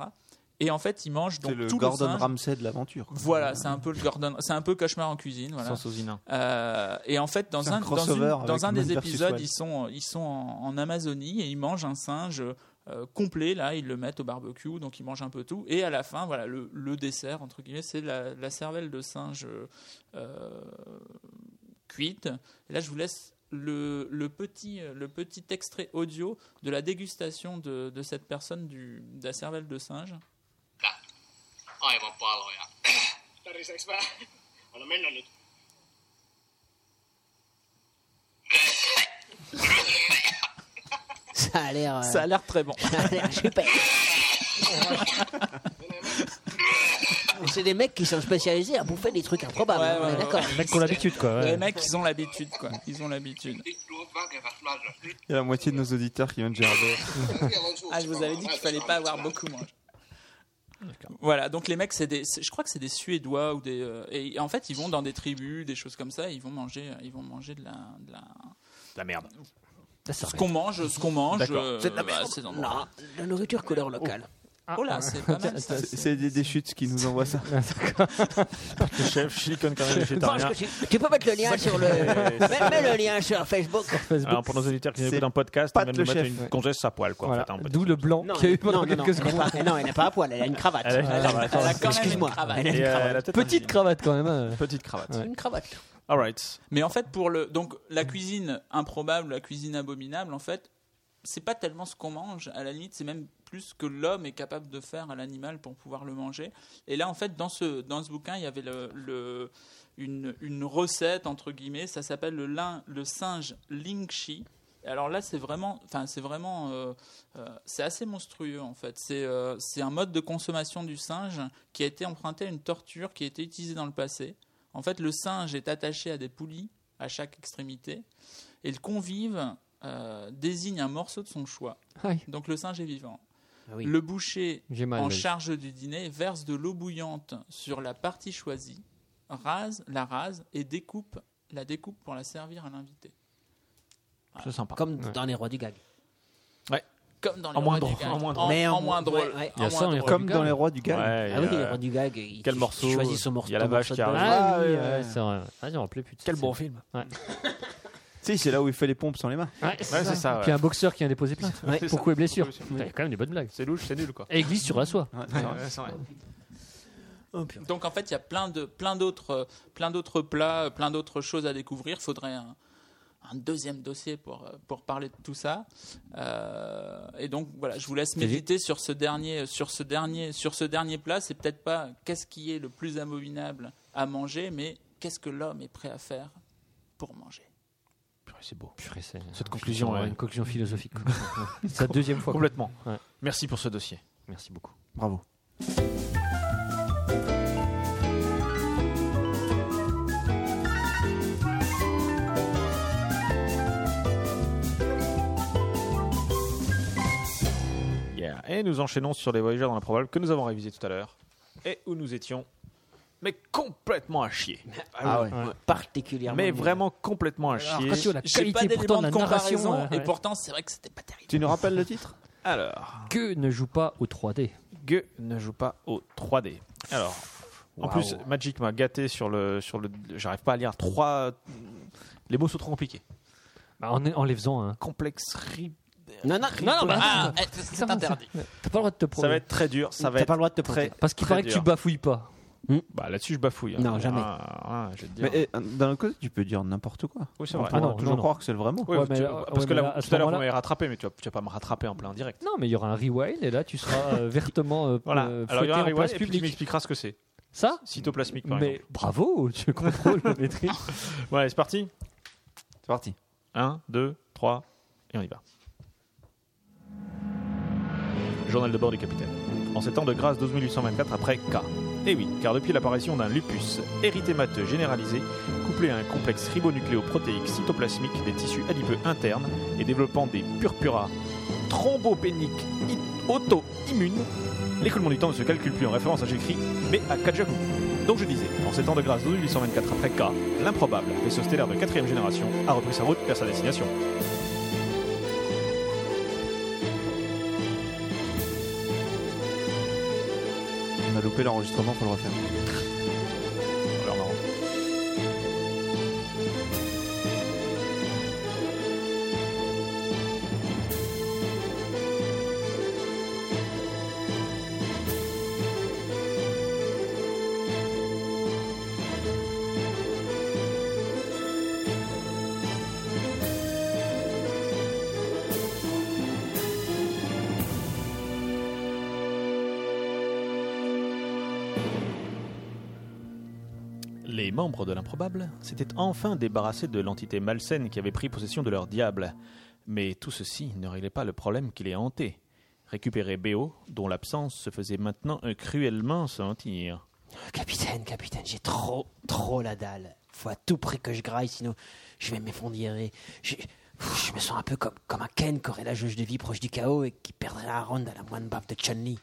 Et en fait, ils mangent donc C'est le tout Gordon singe. Ramsay de l'aventure. quoi. Voilà, c'est un peu le Gordon, c'est un peu cauchemar en cuisine, voilà. Sans hein. Sosina. Euh, et en fait, dans C'est un un, dans crossover une- avec dans un Man des versus épisodes, Wild. ils sont ils sont en, en Amazonie et ils mangent un singe euh, complet. Là, ils le mettent au barbecue, donc ils mangent un peu tout. Et à la fin, voilà, le, le dessert entre guillemets, c'est la, la cervelle de singe euh, euh, cuite. Et là, je vous laisse. Le, le petit, le petit extrait audio de la dégustation de, de cette personne du, de la cervelle de singe. Aivan paloja. Täriseks mä? Anna mennä nyt. Ça a l'air. euh, Ça a l'air très bon. ça a l'air super. C'est des mecs qui sont spécialisés à bouffer des trucs improbables. Ouais, hein, on ouais, est ouais. d'accord. Les mecs qui ont l'habitude, quoi. ouais. Les mecs, ils ont l'habitude, quoi. Ils ont l'habitude. Il y a la Ah, moitié de nos auditeurs qui viennent gerber. Ah, Ah, je vous avais dit qu'il fallait pas avoir beaucoup mangé. Voilà, donc les mecs, c'est des, c'est- je crois que c'est des Suédois ou des, euh, et en fait ils vont dans des tribus, des choses comme ça, et ils vont manger, euh, ils vont manger de la, de la, la merde. ce qu'on mange, ce qu'on mange, D'accord. euh, C'est de la bah, merde. c'est dans- Non, de la nourriture couleur locale. Oh là, c'est pas mal. ça. C'est c'est des, des chutes qui nous envoient ça. Le chef Silicon Valley Pense végétarien. que tu, tu peux mettre le lien sur le. mets, mets le lien sur Facebook. Alors pour nos auditeurs qui nous C'est écoutent en podcast, on Pat vient de le nous mettre chef. une congesse à poil. Quoi, en Voilà. fait, hein, D'où le blanc qu'il y a eu non, pendant non, non, quelques elle n'est secondes. pas- non, elle n'est pas à poil, elle a une cravate. Elle a une cravate. Elle a quand même une Excuse-moi. cravate. Elle a Et, une euh, Ah, cravate. la tête Petite invisible. cravate quand même. hein. Petite cravate. Ouais. Une cravate. All right. Mais en fait, pour le donc la cuisine improbable, la cuisine abominable, en fait, c'est pas tellement ce qu'on mange. À la limite, c'est même plus ce que l'homme est capable de faire à l'animal pour pouvoir le manger. Et là, en fait, dans ce dans ce bouquin, il y avait le, le- une, une recette entre guillemets. Ça s'appelle le lin- le singe lingxi. Alors là, c'est vraiment, enfin, c'est vraiment, euh, euh, c'est assez monstrueux en fait. C'est euh, c'est un mode de consommation du singe qui a été emprunté à une torture qui a été utilisée dans le passé. En fait, le singe est attaché à des poulies à chaque extrémité et le convive euh, désigne un morceau de son choix. Aïe, Donc le singe est vivant. Ah oui. Le boucher J'ai mal. en là. charge du dîner verse de l'eau bouillante sur la partie choisie, rase, la rase et découpe la découpe pour la servir à l'invité. C'est sympa. Comme Ouais. dans les rois du gag. Comme dans En les moins rois du drôle, gag. en moins drôle. Mais en- en moins drôle. ouais, ouais. Il y a En ça, moins on les drôle. Comme dans les rois du Galles. Ouais, Ah oui, il y a- les rois du gag. il- euh, quel il morceau choisit son morceau. Il y a la ton vache morceau qui de arrive. base. Ah oui, Ouais, ouais, ouais. c'est vrai. Ah, j'en rappelais plus. de Quel cette bon scène. film. Tu sais, c'est là où il fait les pompes sans les mains. Ouais, Ouais, c'est ça. ouais. Puis un boxeur qui a déposé plainte. Ouais. Pour coups et blessures. Putain, Il y a quand même des bonnes blagues. C'est louche, c'est nul quoi. Et il glisse sur la soie. Donc en fait, il y a plein de plein d'autres euh, plein d'autres plats, euh, plein d'autres choses à découvrir. Faudrait un, un deuxième dossier pour euh, pour parler de tout ça. Euh, et donc voilà, je vous laisse méditer sur ce dernier sur ce dernier sur ce dernier plat. C'est peut-être pas qu'est-ce qui est le plus abominable à manger, mais qu'est-ce que l'homme est prêt à faire pour manger. C'est beau. Purée, c'est- Cette conclusion, Ouais, ouais. une euh, conclusion philosophique. quoi. Ouais. c'est la deuxième fois. quoi. Complètement. Ouais. Merci pour ce dossier. Merci beaucoup. Bravo. Yeah. Et nous enchaînons sur les voyageurs dans l'improbable que nous avons révisé tout à l'heure et où nous étions, mais complètement à chier. Ah ouais. Particulièrement. Mais nul. vraiment complètement à Alors, chier. quand tu vois la J'ai pas qualité d'éléments pourtant de de la narration, comparaison, hein, et ouais. pourtant c'est vrai que c'était pas terrible. Tu nous rappelles le titre Alors, que ne joue pas au 3D. Gue ne joue pas au 3D. Alors, en plus, Magic m'a gâté sur le. Sur le J'arrive pas à lire trois. Les mots sont trop compliqués. Bah, en, en les faisant, hein. Complexe, ri- Non, non, non, non, bah, Ah, eh, c'est interdit. T'as pas le droit de te Ça va promener. être très dur. Ça va t'as être pas le droit de te très. prêter. Parce qu'il très paraît que dur. tu bafouilles pas. Bah, Là-dessus, je bafouille. hein. Non, jamais. Ah, ouais, je vais te dire. Mais eh, d'un autre côté, tu peux dire n'importe quoi. Oui, c'est vrai. euh, Ah On va non, toujours non, non. croire que c'est le vrai mot. Oui, Ouais, tu- mais là- parce ouais, que mais là, là, à tout ce à l'heure, vous moment-là- m'avez rattrapé, mais tu vas, tu vas pas me rattraper en plein direct. Non, mais il y aura un rewild et là tu seras euh, vertement euh, Voilà. euh, Alors, il y fouetté aura un en rewind, place et puis tu publique. m'expliqueras ce que c'est. Ça Cytoplasmique, par Mais exemple. bravo, tu contrôles la maîtrise. Voilà, c'est parti. C'est parti. 1, 2, 3, et on y va. Journal de bord du capitaine. En ces temps de grâce 12824 après K. Eh oui, car depuis l'apparition d'un lupus érythémateux généralisé, couplé à un complexe ribonucléoprotéique cytoplasmique des tissus adipeux internes et développant des purpuras thrombopéniques i- auto-immunes, l'écoulement du temps ne se calcule plus en référence à j'écris, mais à Kajaku. Donc je disais, en ces temps de grâce 12824 après K, l'improbable vaisseau stellaire de quatrième génération a repris sa route vers sa destination. On a loupé l'enregistrement, faut le refaire. Alors, marrant. Les membres de l'improbable s'étaient enfin débarrassés de l'entité malsaine qui avait pris possession de leur diable. Mais tout ceci ne réglait pas le problème qui les hantait. Récupérer Béo, dont l'absence se faisait maintenant euh, cruellement sentir. Capitaine, capitaine, j'ai trop, trop la dalle. Faut à tout prix que je graille, sinon je vais m'effondrer. Je, pff, je me sens un peu comme, comme un Ken qui aurait la jauge de vie proche du chaos et qui perdrait un round à la moindre baffe de Chun-Li.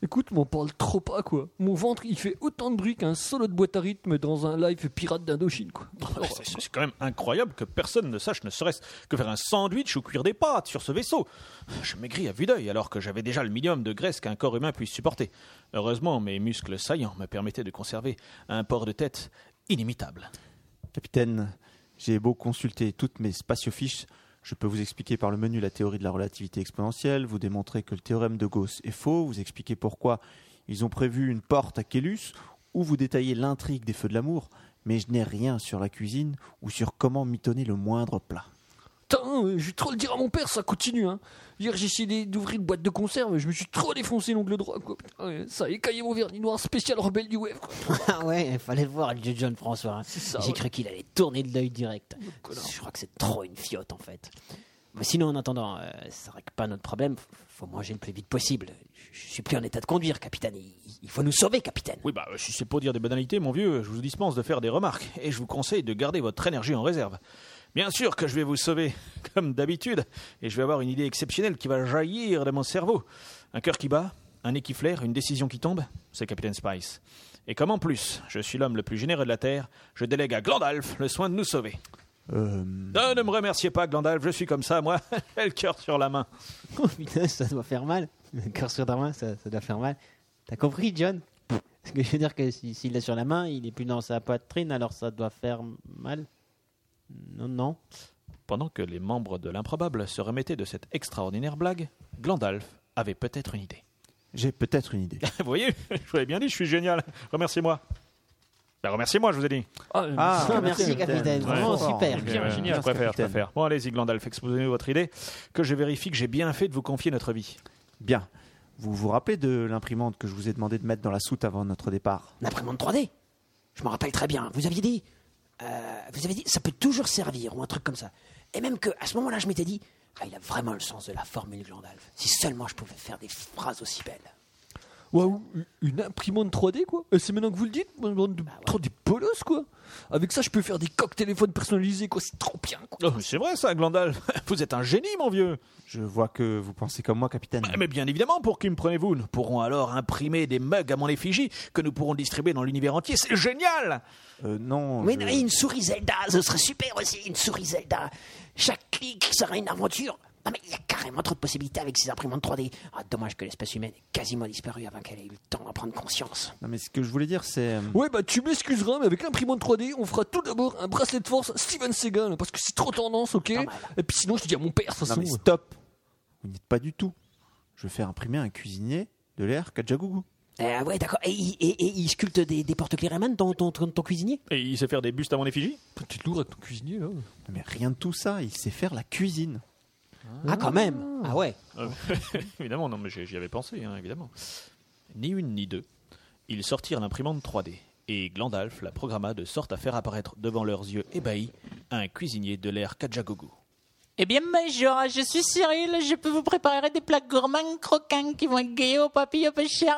Écoute, m'en parle trop pas, quoi. Mon ventre, il fait autant de bruit qu'un solo de boîte à rythme dans un live pirate d'Indochine, quoi. Ah, C'est- C'est c'est quand même incroyable que personne ne sache ne serait-ce que faire un sandwich ou cuire des pâtes sur ce vaisseau. Je maigris à vue d'œil alors que j'avais déjà le minimum de graisse qu'un corps humain puisse supporter. Heureusement, mes muscles saillants me permettaient de conserver un port de tête inimitable. Capitaine, j'ai beau consulter toutes mes spatiofiches, je peux vous expliquer par le menu la théorie de la relativité exponentielle, vous démontrer que le théorème de Gauss est faux, vous expliquer pourquoi ils ont prévu une porte à Kélus, ou vous détailler l'intrigue des feux de l'amour, mais je n'ai rien sur la cuisine ou sur comment mitonner le moindre plat. Putain, euh, je vais trop le dire à mon père, ça continue, hein. Hier, j'ai essayé d'ouvrir une boîte de conserve, je me suis trop défoncé l'ongle droit, quoi. Putain, euh, ça a écaillé mon vernis noir spécial rebelle du web, quoi. Ah ouais, il fallait le voir le John François. hein. ça, J'ai ouais. cru qu'il allait tourner de l'œil direct. Je crois que c'est trop une fiotte en fait. Mais sinon, en attendant, euh, ça règle pas notre problème. F- Faut manger le plus vite possible. Je- Je suis plus en état de conduire, capitaine. Il il faut nous sauver, capitaine. Oui, bah, euh, si c'est pour dire des banalités, mon vieux, je vous dispense de faire des remarques et je vous conseille de garder votre énergie en réserve. Bien sûr que je vais vous sauver, comme d'habitude, et je vais avoir une idée exceptionnelle qui va jaillir de mon cerveau. Un cœur qui bat, un nez qui flaire, une décision qui tombe, c'est Capitaine Spice. Et comme en plus, je suis l'homme le plus généreux de la Terre, je délègue à Glandalf le soin de nous sauver. Euh, Ah, ne me remerciez pas, Glandalf, je suis comme ça, moi, j'ai le cœur sur la main. Oh putain, ça doit faire mal. Le cœur sur ta main, ça, ça doit faire mal. T'as compris, John Parce que je veux dire que si- s'il est sur la main, il est plus dans sa poitrine, alors ça doit faire mal. Non, non. Pendant que les membres de l'improbable se remettaient de cette extraordinaire blague, Glandalf avait peut-être une idée. J'ai peut-être une idée. Vous voyez, je vous avais bien dit, je suis génial. Remerciez-moi. Ben, remerciez-moi, je vous ai dit. Ah, Ah, merci, capitaine. Vraiment Ouais. super. Bien, génial. Je préfère, je préfère. Bon, allez-y, Glandalf, exposez-nous votre idée, que je vérifie que j'ai bien fait de vous confier notre vie. Bien. Vous vous rappelez de l'imprimante que je vous ai demandé de mettre dans la soute avant notre départ L'imprimante 3D. Je me rappelle très bien. Vous aviez dit, euh, vous avez dit, ça peut toujours servir ou un truc comme ça. Et même que à ce moment-là, je m'étais dit, ah, il a vraiment le sens de la formule Glandalf. Si seulement je pouvais faire des phrases aussi belles. Waouh, une imprimante 3D, quoi. Et c'est maintenant que vous le dites, moi, bande de- Bah trop des bolosses, quoi. Avec ça, je peux faire des coques téléphones personnalisés, quoi. C'est trop bien, quoi. Oh, mais c'est vrai ça, Glandalf. Vous êtes un génie, mon vieux. Je vois que vous pensez comme moi, capitaine. Bah, Mais bien évidemment, pour qui me prenez-vous Nous pourrons alors imprimer des mugs à mon effigie que nous pourrons distribuer dans l'univers entier. C'est génial Euh, non. Mais je- non, une souris Zelda, ce serait super aussi, une souris Zelda. Chaque clic serait une aventure. Ah, mais il y a carrément trop de possibilités avec ces imprimantes 3D. Ah, dommage que l'espèce humaine ait quasiment disparu avant qu'elle ait eu le temps d'en prendre conscience. Non, mais ce que je voulais dire, c'est. euh, Ouais, bah tu m'excuseras, mais avec l'imprimante 3D, on fera tout d'abord un bracelet de force Steven Seagal, parce que c'est trop tendance, ok Et puis sinon, je te dis à mon père, de toute Non, façon. mais stop Vous n'y êtes pas du tout. Je vais faire imprimer un cuisinier de l'air Kajagougou. Ah ouais, d'accord. Et, il- et- et il sculpte des, des porte-clés Rayman dans ton, ton- ton cuisinier Et il sait faire des bustes à mon effigie T'es lourd avec ton cuisinier, hein. là. Non, Mais rien de tout ça, il sait faire la cuisine. Ah, quand même Ah ouais Évidemment, non, mais j'y j'y avais pensé, hein, évidemment. Ni une ni deux. Ils sortirent l'imprimante 3D, et Glandalf la programma de sorte à faire apparaître devant leurs yeux ébahis un cuisinier de l'air Kajagogu. Eh bien, Major, je suis Cyril, je peux vous préparer des plats gourmands croquants qui vont égayer au papillon pas cher.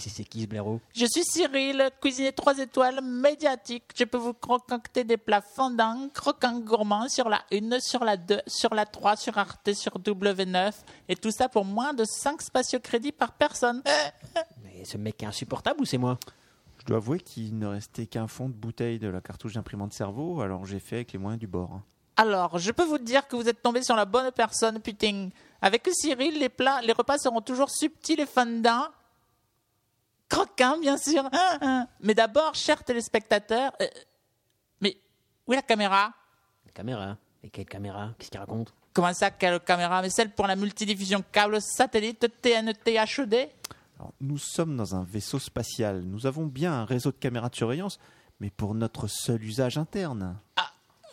C'est c'est qui ce blaireau Je suis Cyril, cuisinier 3 étoiles médiatique. Je peux vous concocter des plats fondants, croquants gourmands sur la 1, sur la 2, sur la 3, sur Arte, sur W9. Et tout ça pour moins de 5 spatio-crédits par personne. Mais ce mec est insupportable ou c'est moi Je dois avouer qu'il ne restait qu'un fond de bouteille de la cartouche d'imprimante cerveau, alors j'ai fait avec les moyens du bord. hein. Alors, je peux vous dire que vous êtes tombé sur la bonne personne, putain. Avec Cyril, les plats, les repas seront toujours subtils et fondants. Croquants, bien sûr. Hein, hein. Mais d'abord, chers téléspectateurs, euh, mais où est la caméra Caméra Et quelle caméra Qu'est-ce qu'il raconte Comment ça, quelle caméra Mais celle pour la multidiffusion câble satellite TNT HD Alors, nous sommes dans un vaisseau spatial. Nous avons bien un réseau de caméras de surveillance, mais pour notre seul usage interne.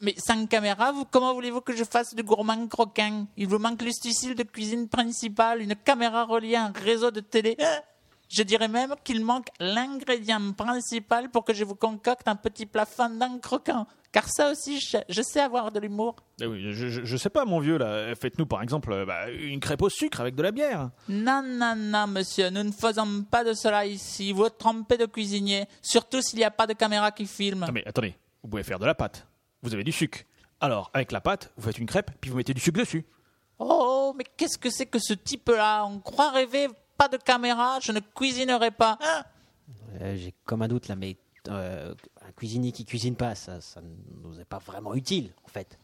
Mais sans caméra, vous, comment voulez-vous que je fasse du gourmand croquant Il vous manque l'usticile de cuisine principale, une caméra reliée à un réseau de télé. Hein Je dirais même qu'il manque l'ingrédient principal pour que je vous concocte un petit plat fondant croquant. Car ça aussi, je, je sais avoir de l'humour. Eh oui, je, je- je sais pas, mon vieux, là. Faites-nous, par exemple, euh, bah, une crêpe au sucre avec de la bière. Non, non, non, monsieur, nous ne faisons pas de cela ici. Vous vous trompez de cuisinier, surtout s'il n'y a pas de caméra qui filme. Ah, mais attendez, vous pouvez faire de la pâte. Vous avez du sucre. Alors, avec la pâte, vous faites une crêpe, puis vous mettez du sucre dessus. Oh, mais qu'est-ce que c'est que ce type-là On croit rêver pas de caméra, je ne cuisinerai pas. Euh, J'ai comme un doute là, mais euh, un cuisinier qui cuisine pas, ça, ça nous est pas vraiment utile en fait.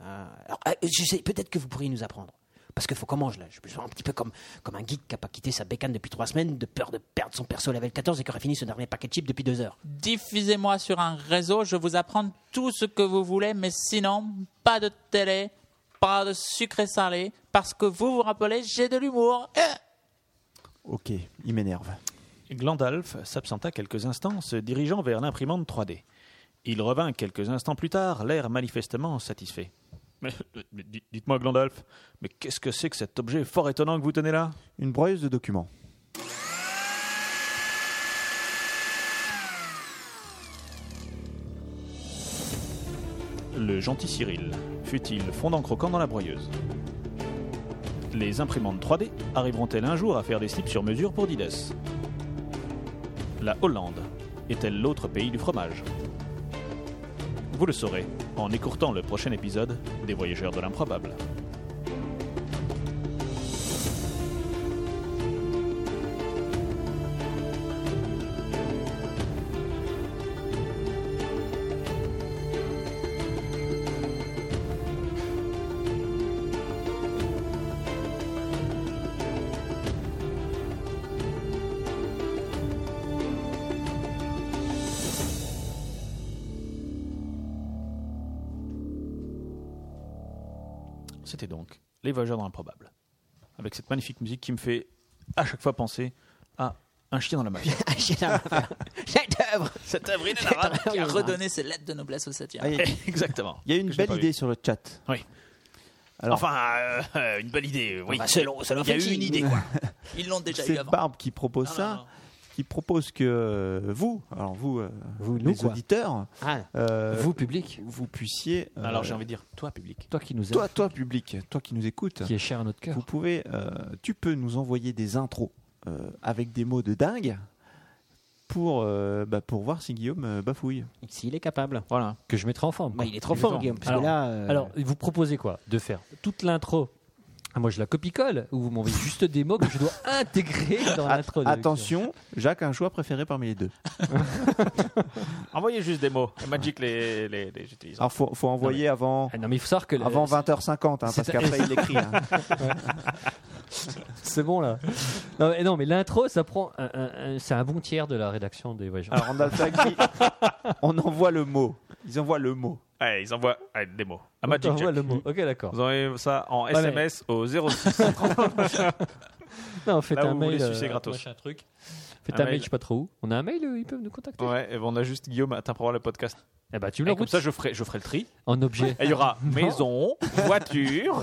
Euh, alors, euh, je sais, peut-être que vous pourriez nous apprendre. Parce que faut qu'on mange là. Je me sens un petit peu comme, comme un geek qui a pas quitté sa bécane depuis trois semaines de peur de perdre son perso level 14 et qui aurait fini ce dernier paquet de chips depuis deux heures. Diffusez-moi sur un réseau, je vous apprends tout ce que vous voulez, mais sinon, pas de télé, pas de sucré salé, parce que vous vous rappelez, j'ai de l'humour. Eh Ok, il m'énerve. Glandalf s'absenta quelques instants, se dirigeant vers l'imprimante 3D. Il revint quelques instants plus tard, l'air manifestement satisfait. Mais, euh, mais di- dites-moi, Glandalf, mais qu'est-ce que c'est que cet objet fort étonnant que vous tenez là Une broyeuse de documents. Le gentil Cyril fut-il fondant croquant dans la broyeuse Les imprimantes 3D arriveront-elles un jour à faire des slips sur mesure pour Didas La Hollande est-elle l'autre pays du fromage Vous le saurez en écourtant le prochain épisode des Voyageurs de l'improbable. C'était donc Les Voyageurs dans l'improbable. Avec cette magnifique musique qui me fait à chaque fois penser à un chien dans la mafia. un chien dans la mafia. Cette œuvre Cette œuvre inébranlable qui a redonné ses lettres de noblesse au 7 Exactement. Il y Ah, a une Que je n'ai belle pas idée vu. sur le chat. Oui. Alors, Enfin, euh, euh, une bonne idée, oui. Enfin, selon- selon Il y a eu Fetty. une idée, quoi. Ils l'ont déjà eu c'est avant. Barbe qui propose ça, qui propose que euh, vous, alors vous, euh, les quoi. auditeurs, euh, Ah. Vous, public, vous puissiez. euh, Alors j'ai envie de dire, toi public. Toi qui nous toi, toi public, toi qui nous écoutes, Qui est cher à notre cœur. Vous pouvez, euh, tu peux nous envoyer des intros euh, avec des mots de dingue pour euh, bah, pour voir si Guillaume euh, bafouille. S'il est capable. Voilà. que je mettrai en forme. Bah, il est trop fort, Exactement. Guillaume, parce que alors, là, euh, alors, vous proposez quoi De faire toute l'intro. Ah, moi, je la copie-colle ou vous m'envoyez juste des mots que je dois intégrer dans At- l'intro. de- attention, Jacques a un choix préféré parmi les deux. Envoyez juste des mots. Magic les, les, les utilise. Alors faut, faut envoyer avant. Ah, non mais il faut savoir que le- avant c'est- 20h50 hein, parce c'est- qu'après il écrit. hein. Ouais. C'est bon là. Non mais, non, mais l'intro, ça prend. un- un- un- c'est un bon tiers de la rédaction des voyageurs. Alors on a ça qui- on envoie le mot. Ils envoient le mot. Allez, ils envoient allez, des mots. À On Magic t'envoie Jack. le mot. Ok, d'accord. Vous envoyez ça en Ouais, mais- SMS au 06. Non, faites Là où un vous mail. voulez sucer euh, gratos. machin truc. Faites Un un, mail, mail. je sais pas trop où. On a un mail, euh, ils peuvent nous contacter. Ouais, et ben, on a juste Guillaume à t'improbar le podcast. Eh ben, tu me Et le comme routes ça, je ferai, je ferai le tri. en objet. Et il y aura maison, voiture.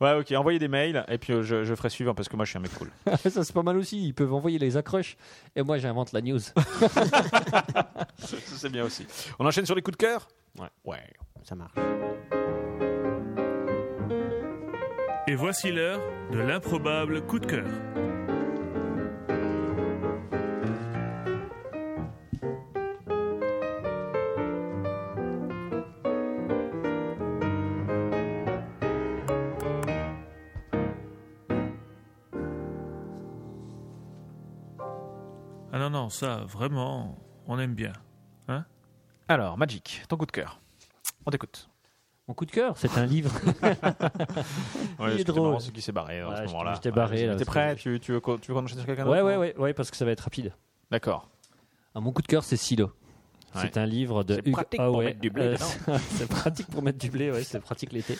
Ouais, ok, envoyez des mails et puis euh, je, je ferai suivre parce que moi je suis un mec cool. ça c'est pas mal aussi. Ils peuvent envoyer les accroches. Et moi, j'invente la news. Ça, C'est bien aussi. On enchaîne sur les coups de cœur Ouais. Ouais. Ça marche. Et voici l'heure de l'improbable coup de cœur. Ah non, non, ça, vraiment, on aime bien. Hein Alors, Magic, ton coup de cœur. On t'écoute. Mon coup de cœur, c'est un livre. Ouais, il est c'était drôle. marrant, c'est qui s'est barré euh, à Ouais, ce j'étais- moment-là. j'étais barré, là, T'es parce prêt que- tu, tu veux qu'on tu veux qu'on enchaîne sur quelqu'un Ouais, d'autre ouais, non ouais, ouais, parce que ça va être rapide. D'accord. Ah, mon coup de cœur, c'est Silo. Ouais. C'est un livre de C'est Hugues pratique pour Hauer. mettre du blé Euh, dedans. c'est- c'est pratique pour mettre du blé, ouais, c'est pratique l'été.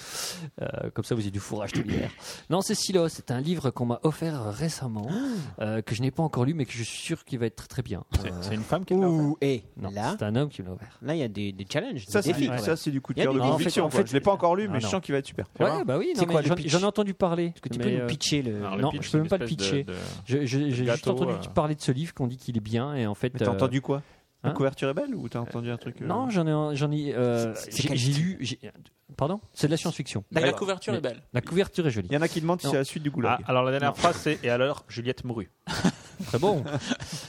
Euh, comme ça, vous avez du fourrage tout l'hiver. Non, c'est Silo. C'est un livre qu'on m'a offert récemment, Ah. euh, que je n'ai pas encore lu, mais que je suis sûr qu'il va être très très bien. C'est- Euh, C'est une femme qui l'a offert. Ouh, et non, là, c'est un homme qui me l'a offert. là, il y a des, des challenges. des Ça c'est défis. du, quand ça, c'est du coup Il de y a cœur des de défis. conviction. En fait, en quoi. fait, je l'ai pas encore lu, Ah, mais je non. sens qu'il va être super. Tu vas Ouais, voir bah oui, C'est non, mais quoi, le j'en- pitch j'en ai entendu parler. Est-ce que tu mais, peux euh, nous pitcher le. Ah. Alors, le non, pitch, je peux c'est même pas le une espèce pitcher. de- de- Je- je- J'ai juste gâteau, entendu euh. parler de ce livre, qu'on dit qu'il est bien, et en fait. Mais t'as euh, entendu quoi La hein couverture est belle ou t'as entendu un truc euh, Non, j'en ai, j'en ai. euh, C'est- c'est j'ai quel j'ai style lu. j'ai- Pardon, c'est de la science-fiction. La couverture Mais- est belle. La couverture est jolie. Il y en a qui demandent si Non. c'est la suite du Ah, goulag. alors la dernière Non. phrase c'est Et alors Juliette mourut. Très bon.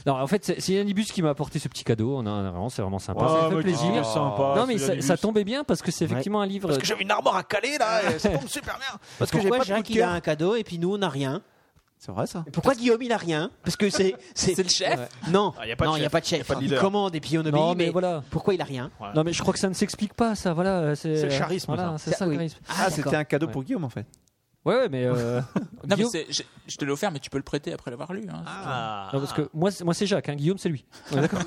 non, en fait, c'est- c'est Yanibus qui m'a apporté ce petit cadeau. On a- on a vraiment- c'est vraiment sympa. ça Oh, fait plaisir. sympa. non, mais ça, ça tombait bien parce que c'est effectivement un livre. Parce que j'avais une armoire à caler là, et ça tombe super bien. Parce que j'ai Pourquoi pas de coup Jacques de il a cœur. un cadeau et puis nous on n'a rien C'est vrai ça Pourquoi Guillaume il a rien Parce que c'est C'est le chef Ouais. Non, Ah, y a pas de non, il n'y a chef, pas de y a chef. pas de il leader. commande et puis on obéit. Non, mais mais voilà. Pourquoi il a rien Non, mais je crois que ça ne s'explique pas, ça. Voilà, c'est C'est le charisme, Voilà, ça. c'est ça le oui. charisme. Ah, c'était un cadeau pour Guillaume en fait. Ouais, ouais, mais. euh, Non, mais Guillaume- c'est- je, je te l'ai offert, mais tu peux le prêter après l'avoir lu. Ah. hein. Non, parce que moi, c'est- moi c'est Jacques, hein, Guillaume c'est lui. On est d'accord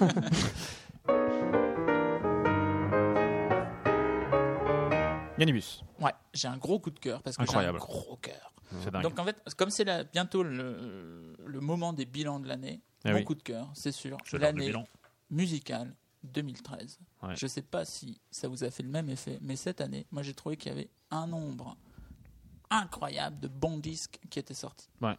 Yannibus. Ouais, j'ai un gros coup de cœur parce que j'ai un Incroyable. gros cœur. C'est dingue. Donc en fait, comme c'est là bientôt le, le moment des bilans de l'année, Ah mon oui. coup de cœur, c'est sûr, C'est l'heure du l'année bilan. musicale 2013. Ouais. Je sais pas si ça vous a fait le même effet, mais cette année, moi j'ai trouvé qu'il y avait un nombre incroyable de bons disques qui étaient sortis. Ouais.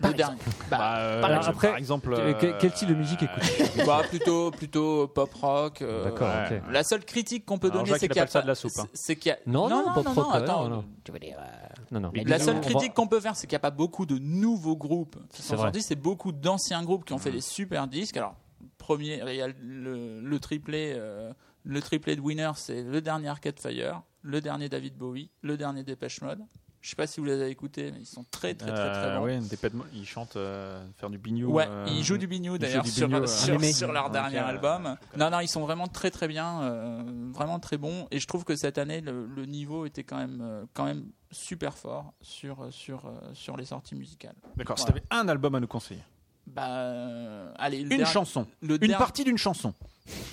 Le dernier. Bah, euh, Alors par après, exemple, que- que- quel type de musique écoute Bah, plutôt, plutôt pop rock. euh, D'accord, ok. ouais. La seule critique qu'on peut Alors, donner, Jacques, c'est il qu'il y a appelle ça pas- de la soupe, hein. c'est- C'est qu'il y a Non, non, pas de non, rock, attends, non, non. Tu veux dire. euh, Non, non. La Nous, seule on critique qu'on peut faire, c'est qu'il n'y a pas beaucoup de nouveaux groupes qui C'est sont vrai. sortis. C'est beaucoup d'anciens groupes qui ont fait des super disques. Alors, premier, il y a le, le triplé, euh, le triplé de Winner, c'est le dernier Arcade Fire, le dernier David Bowie, le dernier Dépêche Mode. Je sais pas si vous les avez écoutés, mais ils sont très très très très Euh, bons. ouais, des pets de mo- il chante euh, faire du bignou. Ouais, euh, ils jouent du bignou ils d'ailleurs jouent du sur, bignou, euh, sur- animé. sur leur Ok, dernier euh, album. Non, non, ils sont vraiment très très bien, euh, vraiment très bons. Et je trouve que cette année, le, le niveau était quand même, euh, quand même super fort sur, euh, sur, euh, sur les sorties musicales. D'accord, si Voilà. t'avais un album à nous conseiller, Bah, euh, allez, le une dernier- chanson, le une dernier- partie d'une chanson,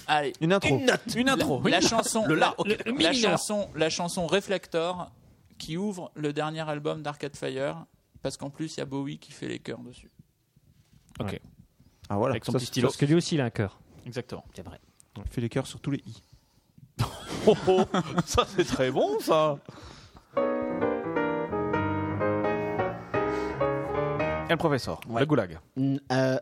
Allez, une intro, Une note, une intro, la, la une- chanson, le la, la- ok, d'accord. la chanson, la chanson Reflector qui ouvre le dernier album d'Arcade Fire, parce qu'en plus il y a Bowie qui fait les chœurs dessus. Ah voilà, Avec son ça, petit c'est- stylo. Parce que lui aussi il a un cœur. Exactement. C'est vrai. Il fait les cœurs sur tous les i. Oh, oh, ça c'est très bon ça. Et le professeur, Ouais. le goulag. Mm, euh,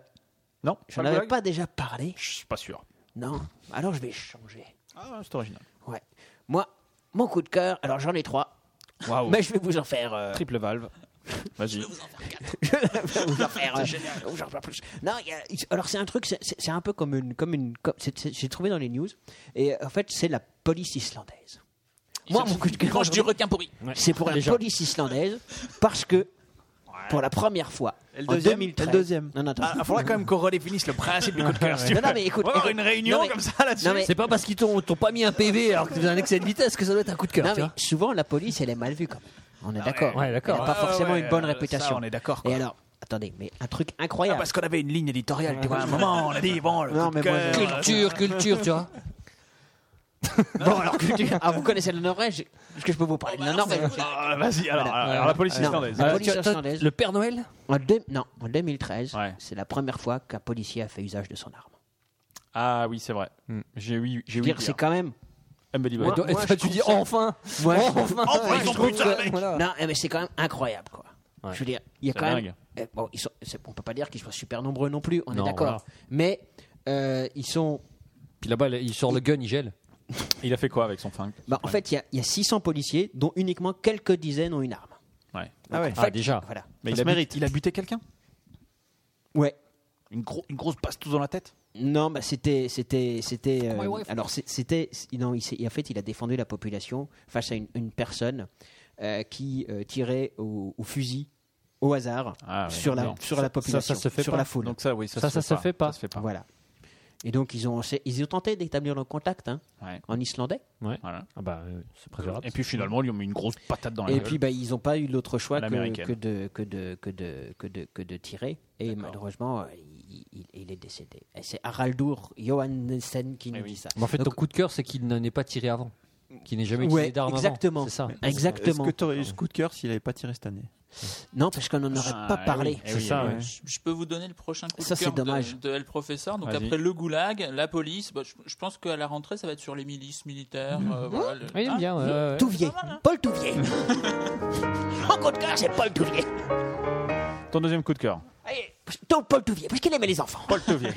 Non, J'en le avais goulag pas déjà parlé Je suis pas sûr. Non. Alors je vais changer. Ah, c'est original. Ouais. Moi, mon coup de cœur, alors j'en ai trois, Oh. Waouh. mais je vais vous en faire. euh, Triple valve. Vas-y. je vais vous en faire. euh, vous en faire plus. Non, il y a- alors c'est un truc, c'est- c'est c'est un peu comme une. Comme une comme- c'est- c'est- J'ai trouvé dans les news, et euh, en fait, c'est la police islandaise. Moi, mon coup de cœur, Mange du requin pourri. c'est pour la police islandaise, parce que pour la première fois, le en deuxième 2013. Et le deuxième Non, non, attends. Il faudra quand même qu'on redéfinisse le principe du coup de cœur. si Ah, tu Non, non, veux. mais écoute, On va avoir écoute. une réunion Non, mais- comme ça là-dessus. Non, mais- C'est pas parce qu'ils t'ont t'ont pas mis un PV alors que tu faisais un excès de vitesse que ça doit être un coup de cœur. Non, tu mais vois. souvent, la police, elle est mal vue quand même. On est d'accord. ouais, d'accord. Elle n'a pas Ah Ouais, Ah forcément ouais, une bonne ça, réputation. on est d'accord. quoi. Ah, Et alors, attendez, mais un truc incroyable. Parce qu'on avait une ligne éditoriale, tu vois, à un moment, on a dit, bon, le Non, coup de mais moi, cœur, je- euh, Culture, culture, tu vois. Bon, alors, culture. Ah, vous connaissez la Norvège Est-ce que je peux vous parler de la Norvège Ah, Vas-y, alors, alors, alors, la police Non. islandaise. La Euh, police tu- toi, islandaise. le Père Noël en deux- Non, en 2013, Ouais. c'est la première fois qu'un policier a fait usage de son arme. Ah oui, c'est vrai. Hmm. J'ai eu, j'ai eu. Dire, c'est quand même. Unbelievable. Et toi, et moi, toi, je tu dis trouve enfin Moi, je- Enfin Enfin, ils ont pris ça, mec. Voilà. Non, eh, mais c'est quand même incroyable, quoi. Je veux dire, il y a C'est quand dingue. même. eh, Bon, ils sont, c'est- on peut pas dire qu'ils soient super nombreux non plus, on Non, est d'accord. voilà. Mais euh, ils sont. Puis là-bas, il sort le gun, il gèle. Il a fait quoi avec son funk bah, en fait, il y a- il y, a 600 policiers, dont uniquement quelques dizaines ont une arme. Ouais. Ah ouais. En Ah, fait, déjà. Voilà. Mais il Ça se a, buté, mérite. il a buté quelqu'un Ouais. une, gros- une grosse passe tout dans la tête Non, bah c'était, c'était, c'était. Comme my euh, wife. alors c'est- c'était, non, il s'est- en fait, il a défendu la population face à une, une personne euh, qui euh, tirait au, au fusil au hasard Ah oui, sur la non. sur la population, ça se fait sur pas. la foule. Donc ça, oui, ça, Ça, ça se fait pas. Ça se fait pas. voilà. Et donc ils ont ils ont tenté d'établir le contact hein, Ouais. en islandais. Voilà. Ah bah, euh, c'est préférable. Et puis finalement, ils lui ont mis une grosse patate dans la Et gueule. puis bah, ils n'ont pas eu d'autre choix À que, l'américaine. que de que de que de que de que de tirer. Et malheureusement, euh, il, il- il est décédé. Et c'est Haraldur Johansen qui nous dit ça. Mais en fait, Donc- ton coup de cœur, c'est qu'il n'en est pas tiré avant. Qu'il n'ait jamais Ouais, utilisé d'arme avant. exactement. C'est ça. Exactement. Est-ce que t'aurais eu ce coup de cœur s'il avait pas tiré cette année Non, parce qu'on n'en aurait Ah, pas eh oui, parlé. eh C'est oui, ça, eh oui. ouais. Je, je peux vous donner le prochain coup Ça, de c'est cœur de- dommage. de, El Professeur. Donc Vas-y. après le goulag, la police, bah, je, je pense qu'à la rentrée, ça va être sur les milices militaires. Mhm. euh, voilà, le- Oui, Ah, il aime hein. bien. ouais, ouais. Touvier. Pas mal, hein. Paul Touvier. Mon coup de cœur, c'est Paul Touvier. Ton deuxième coup de cœur. Allez, donc Paul Touvier, parce qu'il aimait les enfants. Paul Tevier.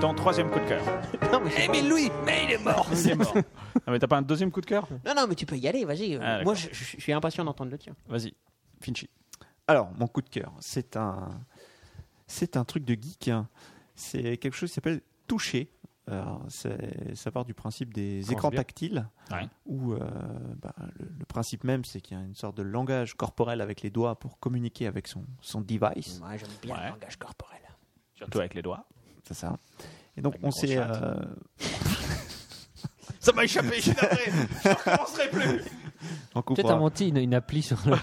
Ton troisième coup de cœur. Non, Eh, mais, lui, mais il est mort. Il est mort. Ah, mais t'as pas un deuxième coup de cœur Non, non, mais tu peux y aller, vas-y. Ah, d'accord. Moi, je, je- je suis impatient d'entendre le tien. Vas-y, Finchi. Alors, mon coup de cœur, c'est un, c'est un truc de geek. hein. C'est quelque chose qui s'appelle Toucher. Alors, c'est- ça part du principe des Commence écrans bien. tactiles, Ouais. où euh, bah, le, le principe même, c'est qu'il y a une sorte de langage corporel avec les doigts pour communiquer avec son, son Mm. device. Moi, j'aime bien le langage corporel. Surtout avec les doigts. C'est ça. Et donc, Avec on une grosse s'est. euh, chatte. Ça m'a échappé, je suis navré. Je recommencerai plus. Peut-être On coupera. inventer une, une appli sur le.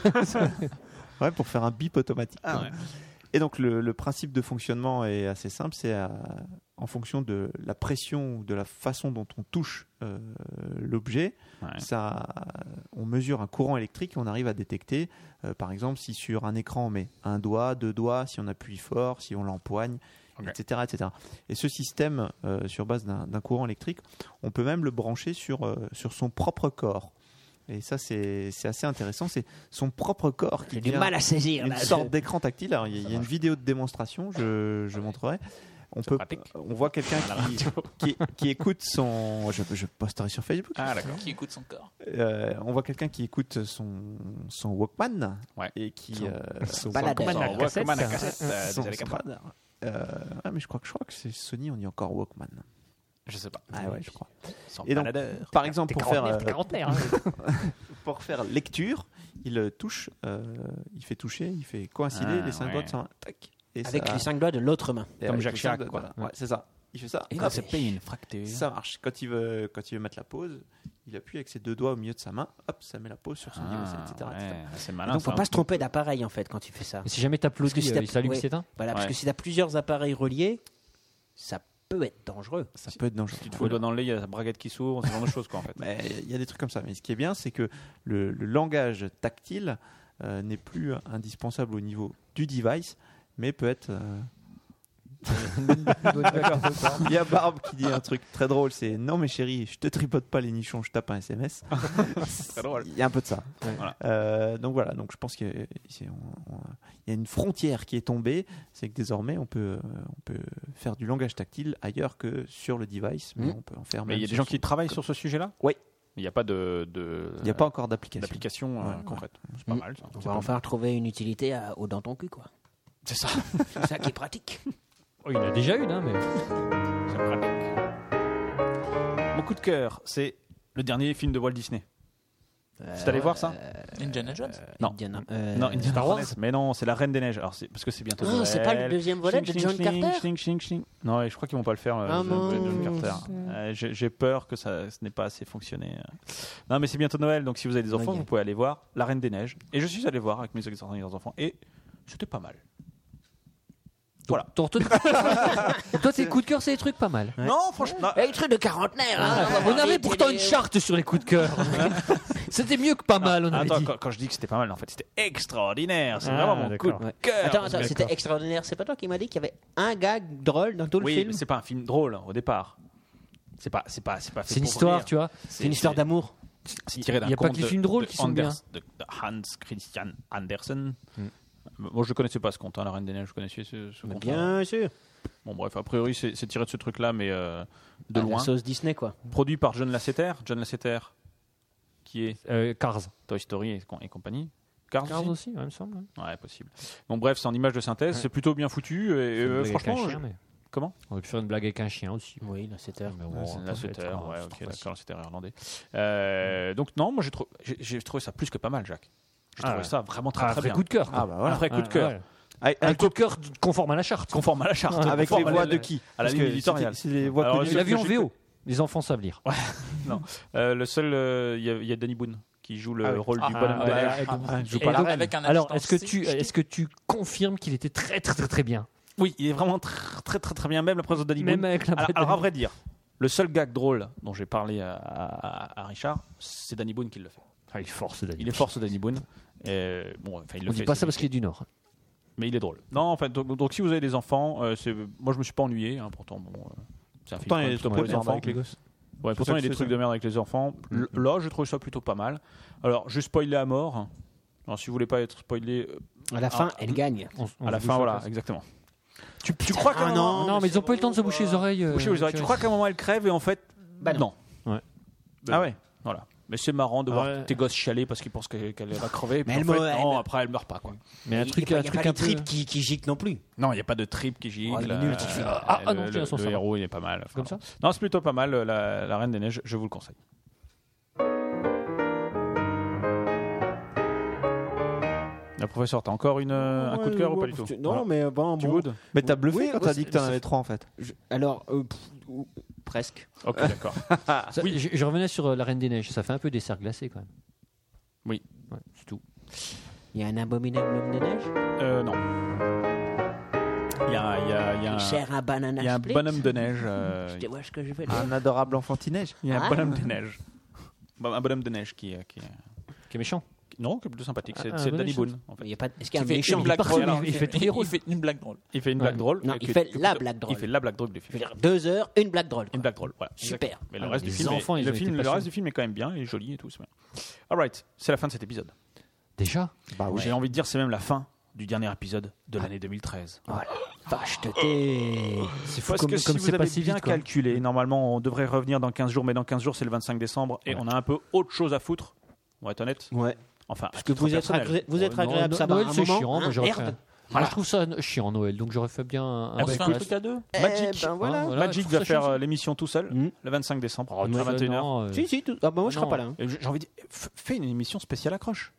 ouais, pour faire un bip automatique. Ah ouais. Et donc le, le principe de fonctionnement est assez simple, c'est euh, en fonction de la pression ou de la façon dont on touche euh, l'objet, ça, euh, on mesure un courant électrique et on arrive à détecter, euh, par exemple, si sur un écran on met un doigt, deux doigts, si on appuie fort, si on l'empoigne, etc., etc. Et ce système, euh, sur base d'un d'un courant électrique, on peut même le brancher sur, euh, sur son propre corps. Et ça, c'est c'est assez intéressant. C'est son propre corps qui J'ai du devient mal à saisir, Une là, sorte je- d'écran tactile. Alors, il y a, il y a une vidéo de démonstration, je, je montrerai. On, peut, on voit quelqu'un qui, qui, qui écoute son. Je, je posterai sur Facebook. Ah. Ah, Qui écoute son corps. Euh, on voit quelqu'un qui écoute son, son Walkman et qui Son- euh, son Walkman à son cassette. Walkman à cassette, euh, des Son- années son- 80. Euh, ah, mais je crois que je crois que c'est Sony on dit encore Walkman je sais pas ah ouais je crois Sans et donc baladeur. par exemple pour T'es faire quarantenaire, hein. euh, pour faire lecture il euh, touche euh, il fait toucher il fait coïncider Ah, les cinq ouais. doigts de sa main tac Ah. Avec les cinq doigts de l'autre main. Et Comme avec Jacques les Chirac, cinq doigts de- quoi. voilà. Ouais, c'est ça il fait ça Et hop. Ah, quand c'est hein. payé une fracture. ça marche quand il veut quand il veut mettre la pause il appuie avec ses deux doigts au milieu de sa main hop ça met la pause sur son Ah, niveau etc, etc. ouais, c'est Ah, hein. Et donc, faut pas se tromper d'appareil en fait quand tu fais ça. Et si jamais t'applaudis, Parce que euh, t'as- il s'allume, il s'éteint Voilà, parce Ouais. que si t'as plusieurs appareils reliés, ça peut être dangereux. Ça peut être dangereux. Tu te fous le doigt dans le lait, il y a la braguette qui s'ouvre, ce genre de choses quoi en fait. Mais il y a des trucs comme ça. Mais ce qui est bien, c'est que le, le langage tactile euh, n'est plus indispensable au niveau du device, mais peut être. euh, D'accord. Il y a Barbe qui dit un truc très drôle, c'est non mais chérie, je te tripote pas les nichons, je tape un SMS. très drôle. Il y a un peu de ça. Ouais. Voilà. Euh, donc voilà, donc je pense qu'il y a une frontière qui est tombée, c'est que désormais on peut, euh, on peut faire du langage tactile ailleurs que sur le device, mais Mm. on peut en faire. Mais même il y a des gens sur son qui travaillent com- sur ce sujet-là Oui. Il n'y a pas de. de- Il n'y a pas encore d'application. D'application euh, Ouais. concrète. C'est pas mal ça. On va enfin retrouver une utilité à- au dans ton cul, quoi. C'est ça. C'est ça qui est pratique. Oh, il y en a déjà une, hein, mais. Mon coup de cœur, c'est le dernier film de Walt Disney. C'est allé voir ça Indiana Jones Non. Indiana, euh, non, Indiana Star Wars Jones. Mais non, c'est La Reine des Neiges. Alors, c'est- parce que c'est bientôt. Ah, c'est pas le Noël. deuxième volet de Ching, John ching, Carter ching, ching, ching. Non, et je crois qu'ils vont pas le faire, euh, Ah, John- John, mon Carter. Dieu. Euh, J'ai j'ai peur que ça ce n'ait pas assez fonctionné. euh. Non, mais c'est bientôt Noël, donc si vous avez des enfants, Ok. vous pouvez aller voir La Reine des Neiges. Et je suis allé voir avec mes ex-enfants et leurs enfants, et c'était pas mal. Voilà. Toi, tes coups de cœur, c'est des trucs pas mal. Non, franchement. Et Eh, le truc de quarantenaire, Ah, hein. bah, on avait pourtant une charte sur les coups de cœur. C'était mieux que pas mal, on avait Ah, Attends, dit. quand, quand je dis que c'était pas mal, en fait, c'était extraordinaire. C'est Ah, vraiment mon coup de d'accord. cœur. Attends, attends, c'était extraordinaire. C'est pas toi qui m'as dit qu'il y avait un gag drôle dans tout le oui, film mais c'est pas un film drôle au départ. C'est pas, c'est pas, c'est pas. fait C'est une pour histoire, rire. tu vois. C'est une histoire d'amour. C'est tiré d'un Il y a pas conte que les de- films drôles de qui sont bien. Hmm. Anders- de- de Hans Christian Andersen. Moi, je connaissais pas ce conte, hein, La Reine des Neiges. Je connaissais ce, ce conte. Bien sûr. Bon, bref, a priori, c'est c'est tiré de ce truc-là, mais euh, Ah, de la loin. sauce Disney, quoi. Produit par John Lasseter. John Lasseter, qui est Euh, Cars, Toy Story et, com- et compagnie. Cars, Cars aussi, ouais, il me semble. hein. Ouais, possible. Bon, bref, c'est en image de synthèse, Ouais. c'est plutôt bien foutu. Et, euh, une blague avec franchement, un je- chien, mais- comment On aurait pu faire une blague avec un chien aussi. Oui, la 7 Ouais, c'est Lasseter, ouais, ok, d'accord, Lasseter irlandais. Euh, donc non, moi j'ai trou- j'ai- j'ai trouvé ça plus que pas mal, Jacques. J'ai Ah trouvé ouais. ça vraiment très Ah, un très vrai bien. coup de cœur, quoi. Ah, bah voilà. Un vrai coup de Ah, cœur. ouais. Un coup de cœur Ah, conforme à la charte. Conforme à la charte. Avec Conforme les à voix la- de qui À la Parce ligne que éditoriale. c'est- c'est les voix Alors, connues. le Il l'a vu seul en que j'ai- VO. Les enfants savent lire. Non, Euh, le seul, euh, il y a- il y, a Danny Boone qui joue le Ah oui. rôle Ah, du bonhomme ouais, bah, de ouais, neige. ouais, Ah, donc- il joue et pas la le- reine- Alors, est-ce que tu est-ce que tu confirmes qu'il était très très très très bien Oui, il est vraiment très très très, très bien, même la présence de Danny Même Boone. avec la alors, patte alors, à d'Annie. vrai dire, le seul gag drôle dont j'ai parlé à, à- à Richard, c'est Danny Boone qui le fait. Ah, il force Danny. Il est force Danny Boone. Et, bon, enfin, il le On dit fait, pas c'est ça parce qu'il est du Nord. Mais il est drôle. Non, en fait, donc, donc si vous avez des enfants, euh, c'est- moi je me suis pas ennuyé, hein, pourtant. Bon, euh, c'est un film Pourtant, il y a quand même des plutôt trucs mauvais de merde enfants. avec les Ouais, gosses. C'est pourtant, il ça y a que des c'est trucs ça. de merde avec les enfants. L- Mm-hmm. Là, j'ai trouvé ça plutôt pas mal. Alors, je spoilé à mort. Alors, si vous voulez pas être spoilé. euh, À la fin, ah, elle gagne. à la fin, voilà, exactement. Tu, tu crois qu'à un moment. Ah non, mais ils ont pas eu le temps de se boucher les oreilles. euh, Boucher aux oreilles. Tu crois qu'à un moment, elle crève et en fait. Bah non. non. Ouais. Ah ouais. Voilà. Mais c'est marrant de voir Ouais. tes gosses chialer parce qu'ils pensent que- qu'elle va crever. Mais Mais en elle fait, meurt, elle non, meurt. après elle meurt pas quoi. Mais un Il- truc- il y a un pas- il y a truc pas un les peu- tripes qui, gicle non plus. Non, il n'y a pas de trip qui gicle. Oh, il est euh, nul, ce film. euh, Ah, ah, le- non, tiens, le, ça, le ça va. héros il est pas mal. Comme ça Non, c'est plutôt pas mal. euh, La, la Reine des Neiges, je vous le conseille. La professeure, t'as encore une, euh, un coup de cœur ou pas du tout Non, Voilà. mais bon. Tu bon. would Mais t'as bluffé Oui, quand ouais, t'as dit que c'est- t'en avais c'est- trois en fait. je- Alors, euh, pff, ou- presque. Ok, d'accord. Ça, je, je revenais sur euh, la Reine des Neiges. Ça fait un peu dessert glacé quand même. Oui. c'est tout. Il y a un abominable homme des neiges Euh, non. Il y a, un- il y a- il y a Il sert un banana Ah. il y a un split. bonhomme de neige. euh, Je te vois ce que je veux dire. Un adorable enfantinage. Il y a un Ah. bonhomme de neige. Bon, un bonhomme de neige qui, euh, qui, euh, Qui est méchant. non, qui est plutôt sympathique. C'est Ah, un c'est Danny bonhomme. Boone. En fait. Il y a pas- est-ce qu'il y a un Qui fait méchant une blague Personne, il drôle. fait- il fait- Il fait une blague drôle. Il fait une blague drôle. Non, euh, il qui- fait qui- la blague drôle. Il fait la blague drôle du film. Deux heures, une blague drôle. Une blague drôle, voilà. Super. Mais le Ah, reste les du film, est- enfants, ils le, ont film- été le reste passionnés. du film est quand même bien, il est joli et tout. c'est bien. All right, c'est la fin de cet épisode. Déjà Ah Bah J'ai envie de dire, c'est même la fin du dernier épisode de l'année 2013. Voilà. Oh, Vache de thé. C'est Parce que si vous avez bien calculé, normalement on devrait revenir dans 15 jours, mais dans 15 jours c'est le 25 décembre et on a un peu autre chose à foutre, on va être honnête. Ouais. Enfin, Parce que vous êtes, agré- vous êtes agréable, ça va. Noël, un c'est moment, chiant. moi, hein, j'aurais fait- merde. Moi, je trouve ça chiant Noël, donc j'aurais fait bien un, Ah bah, écoute, podcast. à deux. Eh Magic, ben voilà. Hein, voilà, je Magic trouve va ça faire chiant. euh, l'émission tout seul le 25 décembre à Ouais, 21h. non, euh, Si, si, tout- ah bah moi je serai Non. pas là. hein. Et J'ai envie de dire, f- fais une émission spéciale accroche.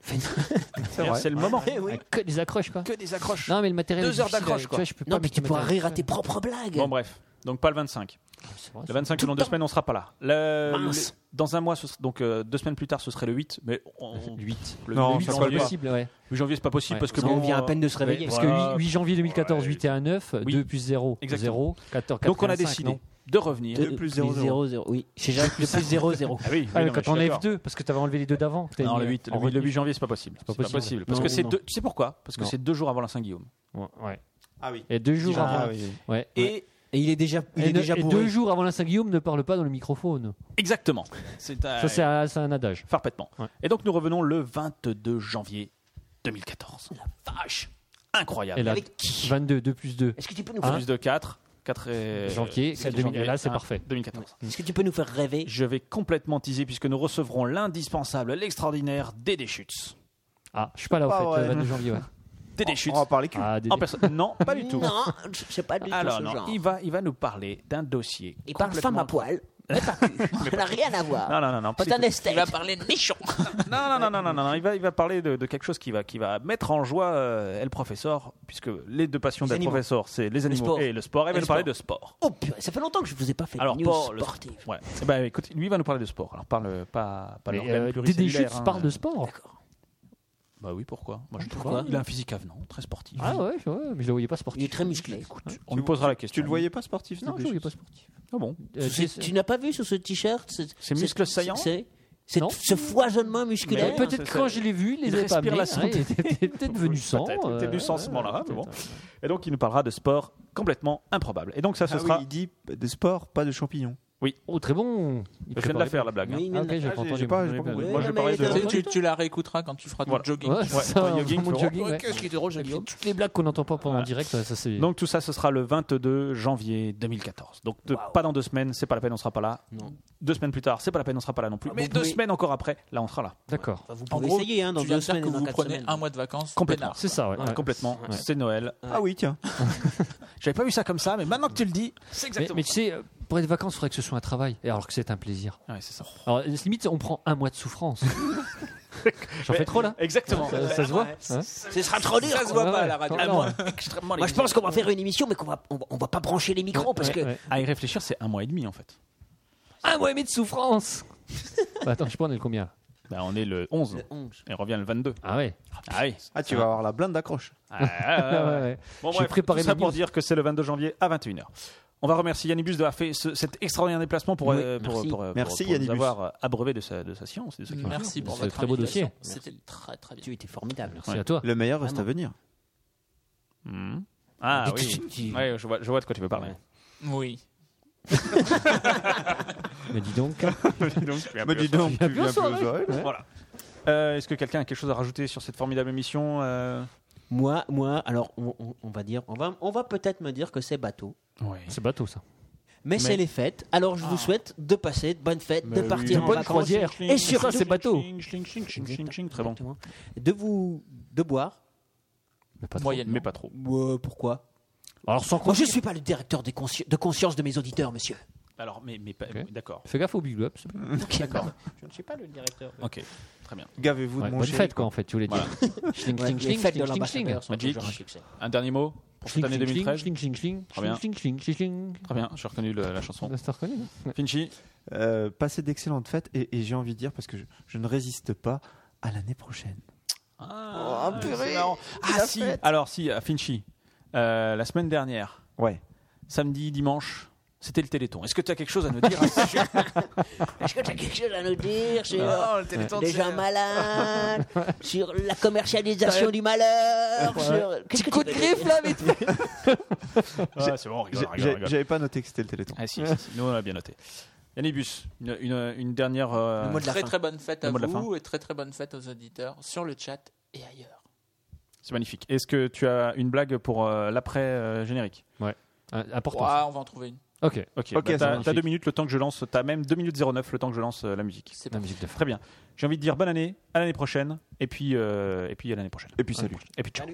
C'est vrai. C'est le moment. Eh oui. Que des accroches, quoi. Que des accroches. Non, mais le matériel. Deux est heures difficile, d'accroche, tu quoi. vois, je peux Non, pas mais tu mettre pourras le rire à matériel. tes propres blagues. Bon bref, donc pas le 25. Ah, C'est vrai, Le 25 dans deux semaines, on sera pas là. Le- le- dans un mois, ce sera- donc euh, deux semaines plus tard, ce serait le 8. Mais on, c'est- 8. le Non, 8 ça C'est colle janvier, pas. possible, ouais. 8 janvier, c'est pas possible Ouais, parce que Parce qu'on bon, vient à euh, peine de se Ouais, réveiller. Parce Voilà. que 8 janvier 2014, Ouais. 8 et 1, 9, Oui. 2 plus 0, Exactement. 0, 14, 4, euh, donc on a décidé de revenir. De plus 0, 0, Oui, j'ai jamais plus 0, 0. Ah oui, Ah, oui, mais non, mais quand je on suis enlève d'accord. 2, parce que t'avais enlevé les deux d'avant. que t'avais Non, mis le 8, le, en 8, le rediff. 8 janvier, c'est pas possible. C'est pas possible. possible. Parce Non, que c'est non. deux- tu sais pourquoi Parce que Non. c'est deux jours avant la Saint-Guillaume. Ouais, ouais. Ah oui. Et deux jours Ah avant. oui. Ouais. Et, et il est déjà, il Et est ne- déjà et bourré. deux jours avant la Saint-Guillaume, ne parle pas dans le microphone. Exactement. C'est à- Ça, c'est un, c'est un adage. parfaitement. Ouais. Et donc nous revenons le 22 janvier 2014. La vache Incroyable. Et là, Avec qui 22, 2 plus 2. Est-ce que tu peux nous Hein faire, Plus de 4. 4 et... Janvier, quatre 2000, là, c'est hein, parfait. 2014. est-ce que tu peux nous faire rêver Je vais complètement teaser puisque nous recevrons l'indispensable, l'extraordinaire Dédé Schütz. Ah, je suis pas là, au Pas fait, vrai. le 22 janvier, ouais. Dédé On Schütz. va parler cul. Ah, des- En personne. Non, pas du tout. Oh, Non, je sais pas du tout Alors ce non, genre. il va, il va nous parler d'un dossier. Il parle femme complètement- à poil, mais pas cul. Ça n'a rien à voir. Non, non, non, non, pas C'est un du tout. esthète. Il va parler de nichon. Non, non, non, non, non, non, non, Il va, il va parler de, de quelque chose qui va, qui va mettre en joie euh, El Professeur, puisque les deux passions Les d'El animaux. Professeur, c'est les animaux sport. et le sport. Et il va Et nous le parler sport. de sport. Oh purée, ça fait longtemps que je vous ai pas fait Alors, de news pas le- sportive. Ouais. Eh ben, écoute, lui va nous parler de sport. Alors, parle pas, pas Mais, l'organe euh, Dédé pluricellulaire, Schütz hein. parle de sport. D'accord. Bah oui, pourquoi Moi, je trouve Pourquoi qu'il a un physique avenant, très sportif. Ah ouais, ouais, mais je le voyais pas Il sportif. Euh, est très musclé. On lui posera la question. Tu le voyais pas sportif Non, je le voyais pas sportif. Ah bon Euh, C'est- Jason- Tu n'as pas vu sur ce t-shirt C'est muscles c'est- saillants C'est c'est Non. ce foisonnement Mais musculaire. peut-être que quand je l'ai vu, il les Il avait pas respire mis. la hein, santé. il était était peut-être venu sans. Peut-être, il était euh, venu sans ce ouais, moment-là, mais peut-être, bon. ouais. Et donc, il nous parlera de sport complètement improbable. Et donc, ça, ce Ah oui, sera. il dit de sport, pas de champignons. Oh, très bon. Il Je viens de la faire, la blague. hein. Oui, Ah, mais- ok, j'ai Ah, pas j'ai- entendu. j'ai pas- j'ai mais pas bon. compris. Ouais, Moi, je non, parlais mais de- t'as- Tu, tu- tu la réécouteras quand tu feras Voilà. du jogging. Ouais, Ouais, ça, ouais, jogging, tu mon vois. jogging, ouais. qui était drôle, Guillaume Toutes les blagues qu'on n'entend pas pendant en direct, ça c'est. Donc tout ça, ce sera le 22 janvier 2014. Donc de- pas dans deux semaines, c'est pas la peine, on sera pas là. Non. Deux semaines plus tard, c'est pas la peine, on sera pas là non plus. Ah, Mais vous deux pouvez- semaines encore après, là, on sera là. D'accord. Vous En pouvez gros, essayer hein, dans tu viens deux de dire semaines que ou dans vous quatre prenez semaines. un mois de vacances. Complètement. peinard. C'est ça, ouais. Ouais, Complètement. Ouais. C'est Noël. Ah oui, tiens. J'avais pas vu ça comme ça, mais maintenant que tu le dis, c'est Mais, exactement. mais tu sais, euh, pour être vacances, il faudrait que ce soit un travail, et alors que c'est un plaisir. Ah Ouais, c'est ça. Alors, euh, limite, on prend un mois de souffrance. J'en fais trop là Exactement. ça, ça se voit hein Ce sera trop dur. Ça se voit Ouais, pas à ouais. la radio. Ah, non. Extrêmement. Moi, je pense qu'on va faire une émission, mais qu'on va, on, va- on va pas brancher les micros parce Ouais, que ouais. À y réfléchir, c'est un mois et demi en fait. Un mois et demi de souffrance Bah, Attends, je sais pas, on est le combien là Bah, on est le 11 Le 11. et on revient le 22. Ah ouais, Ah oui. Ah, tu vas avoir la blinde d'accroche. Ah, ah, ah, Ah ouais, ah. ouais. Bon, J'ai bref, préparé tout ça mes pour news. dire que c'est le 22 janvier à 21h. On va remercier Yannibus d'avoir fait ce- cet extraordinaire déplacement pour, Oui, euh, pour, merci. pour, euh, pour- Merci, pour nous Yannibus. avoir euh, abreuvé de sa, de sa science. et de ce qu'il fait. Merci pour C'est votre un très beau dossier. invitation. C'était très très bien. tu étais formidable. C'est à toi. Le meilleur reste à venir. Hmm. Ah Des oui, petits- Ouais, je, vois, je vois de quoi tu veux parler. Oui. Mais dis donc. Mais dis donc, tu viens plus aux oreilles. Voilà. Euh, Est-ce que quelqu'un a quelque chose à rajouter sur cette formidable émission euh Moi, moi, alors on, on- on va dire, on va, on va peut-être me dire que c'est bateau. C'est bateau ça. Mais, c'est les fêtes, alors je Ah. vous souhaite de passer de bonnes fêtes, Bah de partir en bonne vacances. croisière. Et sur ça, c'est bateau. Très bon. De vous. de boire. Mais pas trop. Moyennement. Mais pas trop. Ouais, pourquoi Alors sans Moi, je suis pas le directeur des consci- de conscience de mes auditeurs, monsieur. Alors, mais, mais pas- d'accord. Fais gaffe au Big Up. D'accord. Je ne suis pas le directeur. Ok, très bien. Gavez-vous de mon bonne chéri, fête, quoi, en fait, tu voulais dire. Schling, Ouais, schling, les fêtes schling, de schling, schling, l'ambassadeur schling. sont Magic. toujours un succès. Un dernier mot pour cette Schling, année schling, 2013 schling, schling, schling, Très bien. schling, schling, schling, schling. Très bien, j'ai reconnu le- la chanson. Ça, c'est reconnu, non Finchi Euh, passez d'excellentes fêtes et, et j'ai envie de dire, parce que je, je ne résiste pas, à l'année prochaine. Ah, Oh, purée, c'est marrant. Ah, si Alors, si, à Finchi, euh, la semaine dernière, Ouais. samedi, dimanche, c'était le Téléthon. Est-ce que tu as quelque chose à nous dire Ah, à ce sujet Est-ce que tu as quelque chose à nous dire sur Non, le Téléthon, les c'est- gens malades, sur la commercialisation du malheur, sur... Qu'est-ce que tu peux dire là, mais Ah, C'est bon, on rigole, J'ai- on rigole, on j'ai- rigole. J'avais pas noté que c'était le téléthon. Ah, si, si, si, nous on l'a bien noté. Yannibus, une, une, une dernière. euh, très très bonne fête Le à mot de la vous et très très bonne fête aux auditeurs sur le chat et ailleurs. C'est magnifique. Est-ce que tu as une blague pour euh, l'après-générique Ouais. Ah, Important. Ouah, ça. on va en trouver une. Ok. Ok, Ok, bah, c'est t'as- magnifique. t'as deux minutes le temps que je lance, t'as même 2 minutes 09 le temps que je lance euh, la musique. C'est La pas musique de Très bien. J'ai envie de dire bonne année, à l'année prochaine, et puis, euh, et puis à l'année prochaine. Et puis salut. Et puis ciao.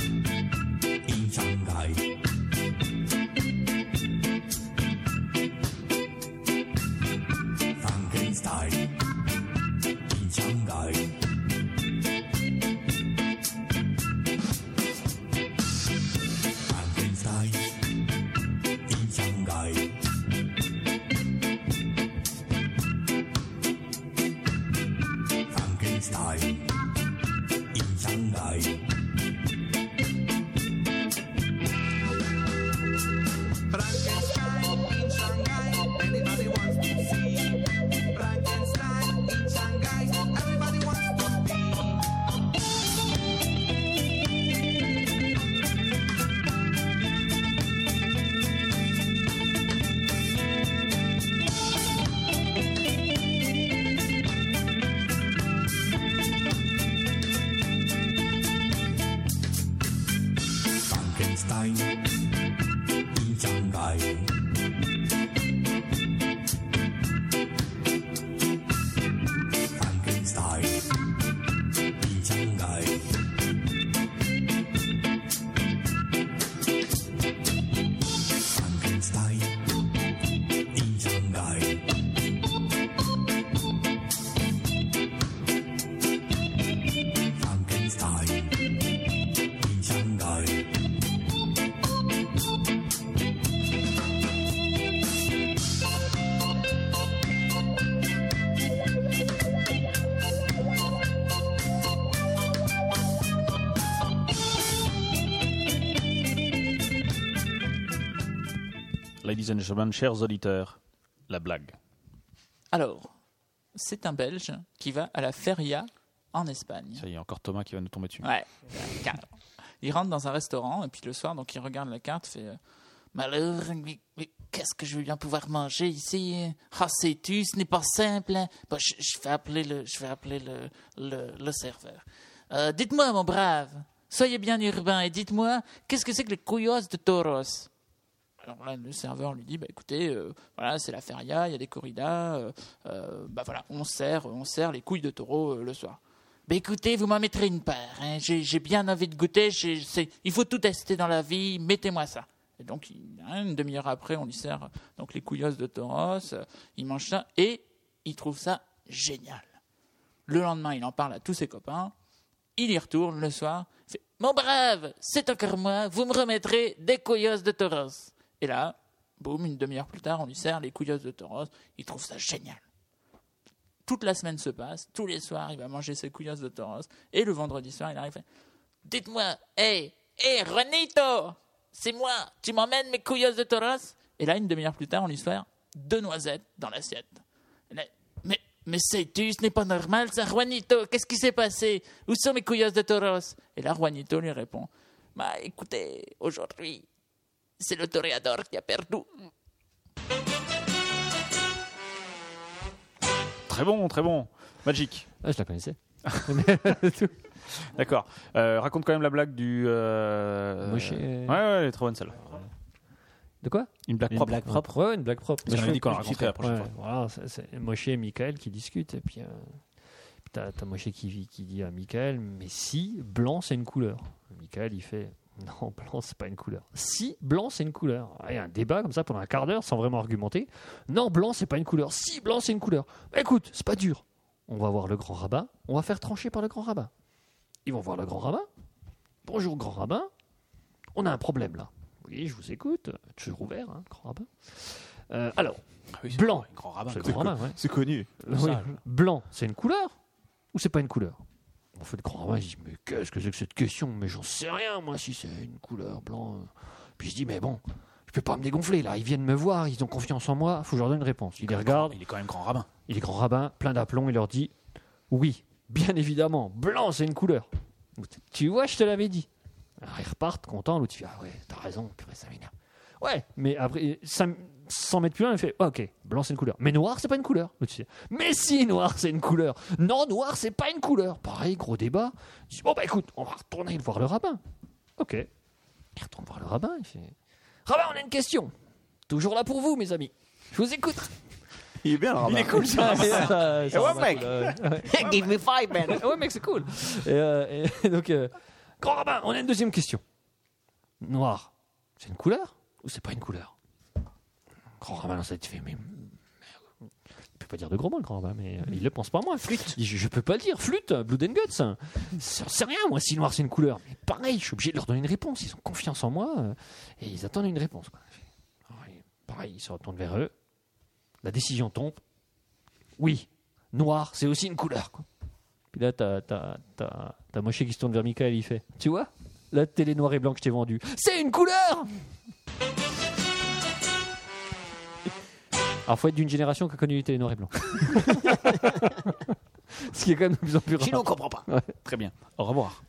in Shanghai. Frankenstein in Shanghai. Frankenstein in Shanghai. Frankenstein in Shanghai. Frankenstein in Shanghai, anybody wants to see. Frankenstein in Shanghai, everybody wants to be. Frankenstein in Shanghai. Frankenstein in Shanghai. Frankenstein in Shanghai. Frankenstein in Shanghai. Ladies and gentlemen, chers auditeurs, la blague. Alors, c'est un Belge qui va à la feria en Espagne. Ça y est, encore Thomas qui va nous tomber dessus. Ah, Ouais, carrément. Il rentre dans un restaurant et puis le soir, donc il regarde la carte, fait euh, Malheur, mais, mais qu'est-ce que je vais bien pouvoir manger ici Ah, sais-tu, ce n'est pas simple. Bon, je, je vais appeler le, je vais appeler le, le, le serveur. Euh, dites-moi, mon brave, soyez bien urbain et dites-moi, qu'est-ce que c'est que les couillos de toros alors là, le serveur lui dit, bah, écoutez, euh, voilà, c'est la feria, il y a des corridas, euh, euh, bah voilà, on sert, on sert les couilles de taureau euh, le soir. Bah écoutez, vous m'en mettrez une part, hein, j'ai j'ai bien envie de goûter, j'ai- c'est- il faut tout tester dans la vie, mettez-moi ça. Et donc, il- hein, une demi-heure après, on lui sert euh, donc les couillosses de taureau, euh, il mange ça et il trouve ça génial. Le lendemain, il en parle à tous ses copains, il y retourne le soir. il fait, Mon brave, c'est encore moi, vous me remettrez des couillosses de tauros. Et là, boum, une demi-heure plus tard, on lui sert les couillosses de tauros. Il trouve ça génial. Toute la semaine se passe, tous les soirs, il va manger ses couillosses de tauros. Et le vendredi soir, il arrive il fait, Dites-moi, hé, hé, Renito, c'est moi, tu m'emmènes mes couillosses de tauros Et là, une demi-heure plus tard, on lui sert deux noisettes dans l'assiette. Et là, Mais, Mais sais-tu, ce n'est pas normal, ça, Juanito, qu'est-ce qui s'est passé Où sont mes couillasses de toros Et là, Juanito lui répond Bah écoutez, aujourd'hui, c'est le toréador qui a perdu. Très bon, très bon. Magic. Ah, je la connaissais. D'accord. Euh, raconte quand même la blague du. euh, Moshe. Ouais, ouais, elle est trop bonne celle-là. De quoi Une blague propre. Ouais, ouais, une blague propre. Parce qu'on Mais avait je dit qu'on la pense que raconterait la c'était- prochaine ouais, Voilà, c'est- c'est Moshe et Michael qui discutent. Et puis, euh, puis t'as t'as Moshe qui, vit- qui dit à Michael Mais si, blanc, c'est une couleur. Michael, il fait Non, blanc, c'est pas une couleur. Si, blanc, c'est une couleur. Et un débat comme ça pendant un quart d'heure sans vraiment argumenter. Non, blanc, c'est pas une couleur. Si, blanc, c'est une couleur. Bah, écoute, c'est pas dur. On va voir le grand rabbin. On va faire trancher par le grand rabbin. Ils vont voir le grand rabbin. Bonjour, grand rabbin. On a un problème là. Oui, je vous écoute. Toujours ouvert, hein, grand rabbin. Euh, alors, blanc, c'est le grand rabbin, ouais. C'est connu. Oui. Blanc, c'est une couleur ou c'est pas une couleur On fait le grand rabbin, il dit mais qu'est-ce que c'est que cette question Mais j'en sais rien moi si c'est une couleur blanc. euh. Puis je dis mais bon, je peux pas me dégonfler là. Ils viennent me voir, ils ont confiance en moi. Faut que je leur donne une réponse. Il les regarde. Il est quand même grand rabbin. Il est grand rabbin, plein d'aplomb, il leur dit Oui, bien évidemment, blanc c'est une couleur. Tu vois, je te l'avais dit. Alors ils repartent contents, l'autre il fait Ah ouais, t'as raison, purée, ça m'énerve. Ouais, mais après, ça, 100 mètres plus loin, il fait Ah, Ok, blanc c'est une couleur. Mais noir c'est pas une couleur. L'autre, il fait, Mais si, noir c'est une couleur. Non, noir c'est pas une couleur. Pareil, gros débat. Je dis, Bon bah écoute, on va retourner voir le rabbin. Ok. Il retourne voir le rabbin, il fait Rabbin, on a une question. Toujours là pour vous, mes amis. Je vous écoute. Il est bien, le rabbin. Et ouais, mec. Give me five, man. ouais, mec, c'est cool. Et, euh, et donc, euh, grand rabbin, on a une deuxième question. Noir, c'est une couleur ou c'est pas une couleur Grand rabbin, ça te fait, mais. merde. Il peut pas dire de gros mots, le grand rabbin, mais euh, il le pense pas moins. Flûte. Je, je peux pas le dire, flûte, euh, blood and guts. hein. Ça c'est rien, moi, si noir c'est une couleur. Mais pareil, je suis obligé de leur donner une réponse. Ils ont confiance en moi euh, et ils attendent une réponse. quoi. Alors, il- Pareil, ils se retournent vers eux. La décision tombe. Oui, noir, c'est aussi une couleur. quoi. Puis là, t'as, t'as, t'as, t'as Moshe qui se tourne vers Michael, il fait Tu vois La télé noire et blanc que je t'ai vendue, c'est une couleur Alors, faut être d'une génération qui a connu les télé noires et blanc. Ce qui est quand même de plus en plus rare. Sinon, on comprend pas. Ouais. Très bien. Au revoir.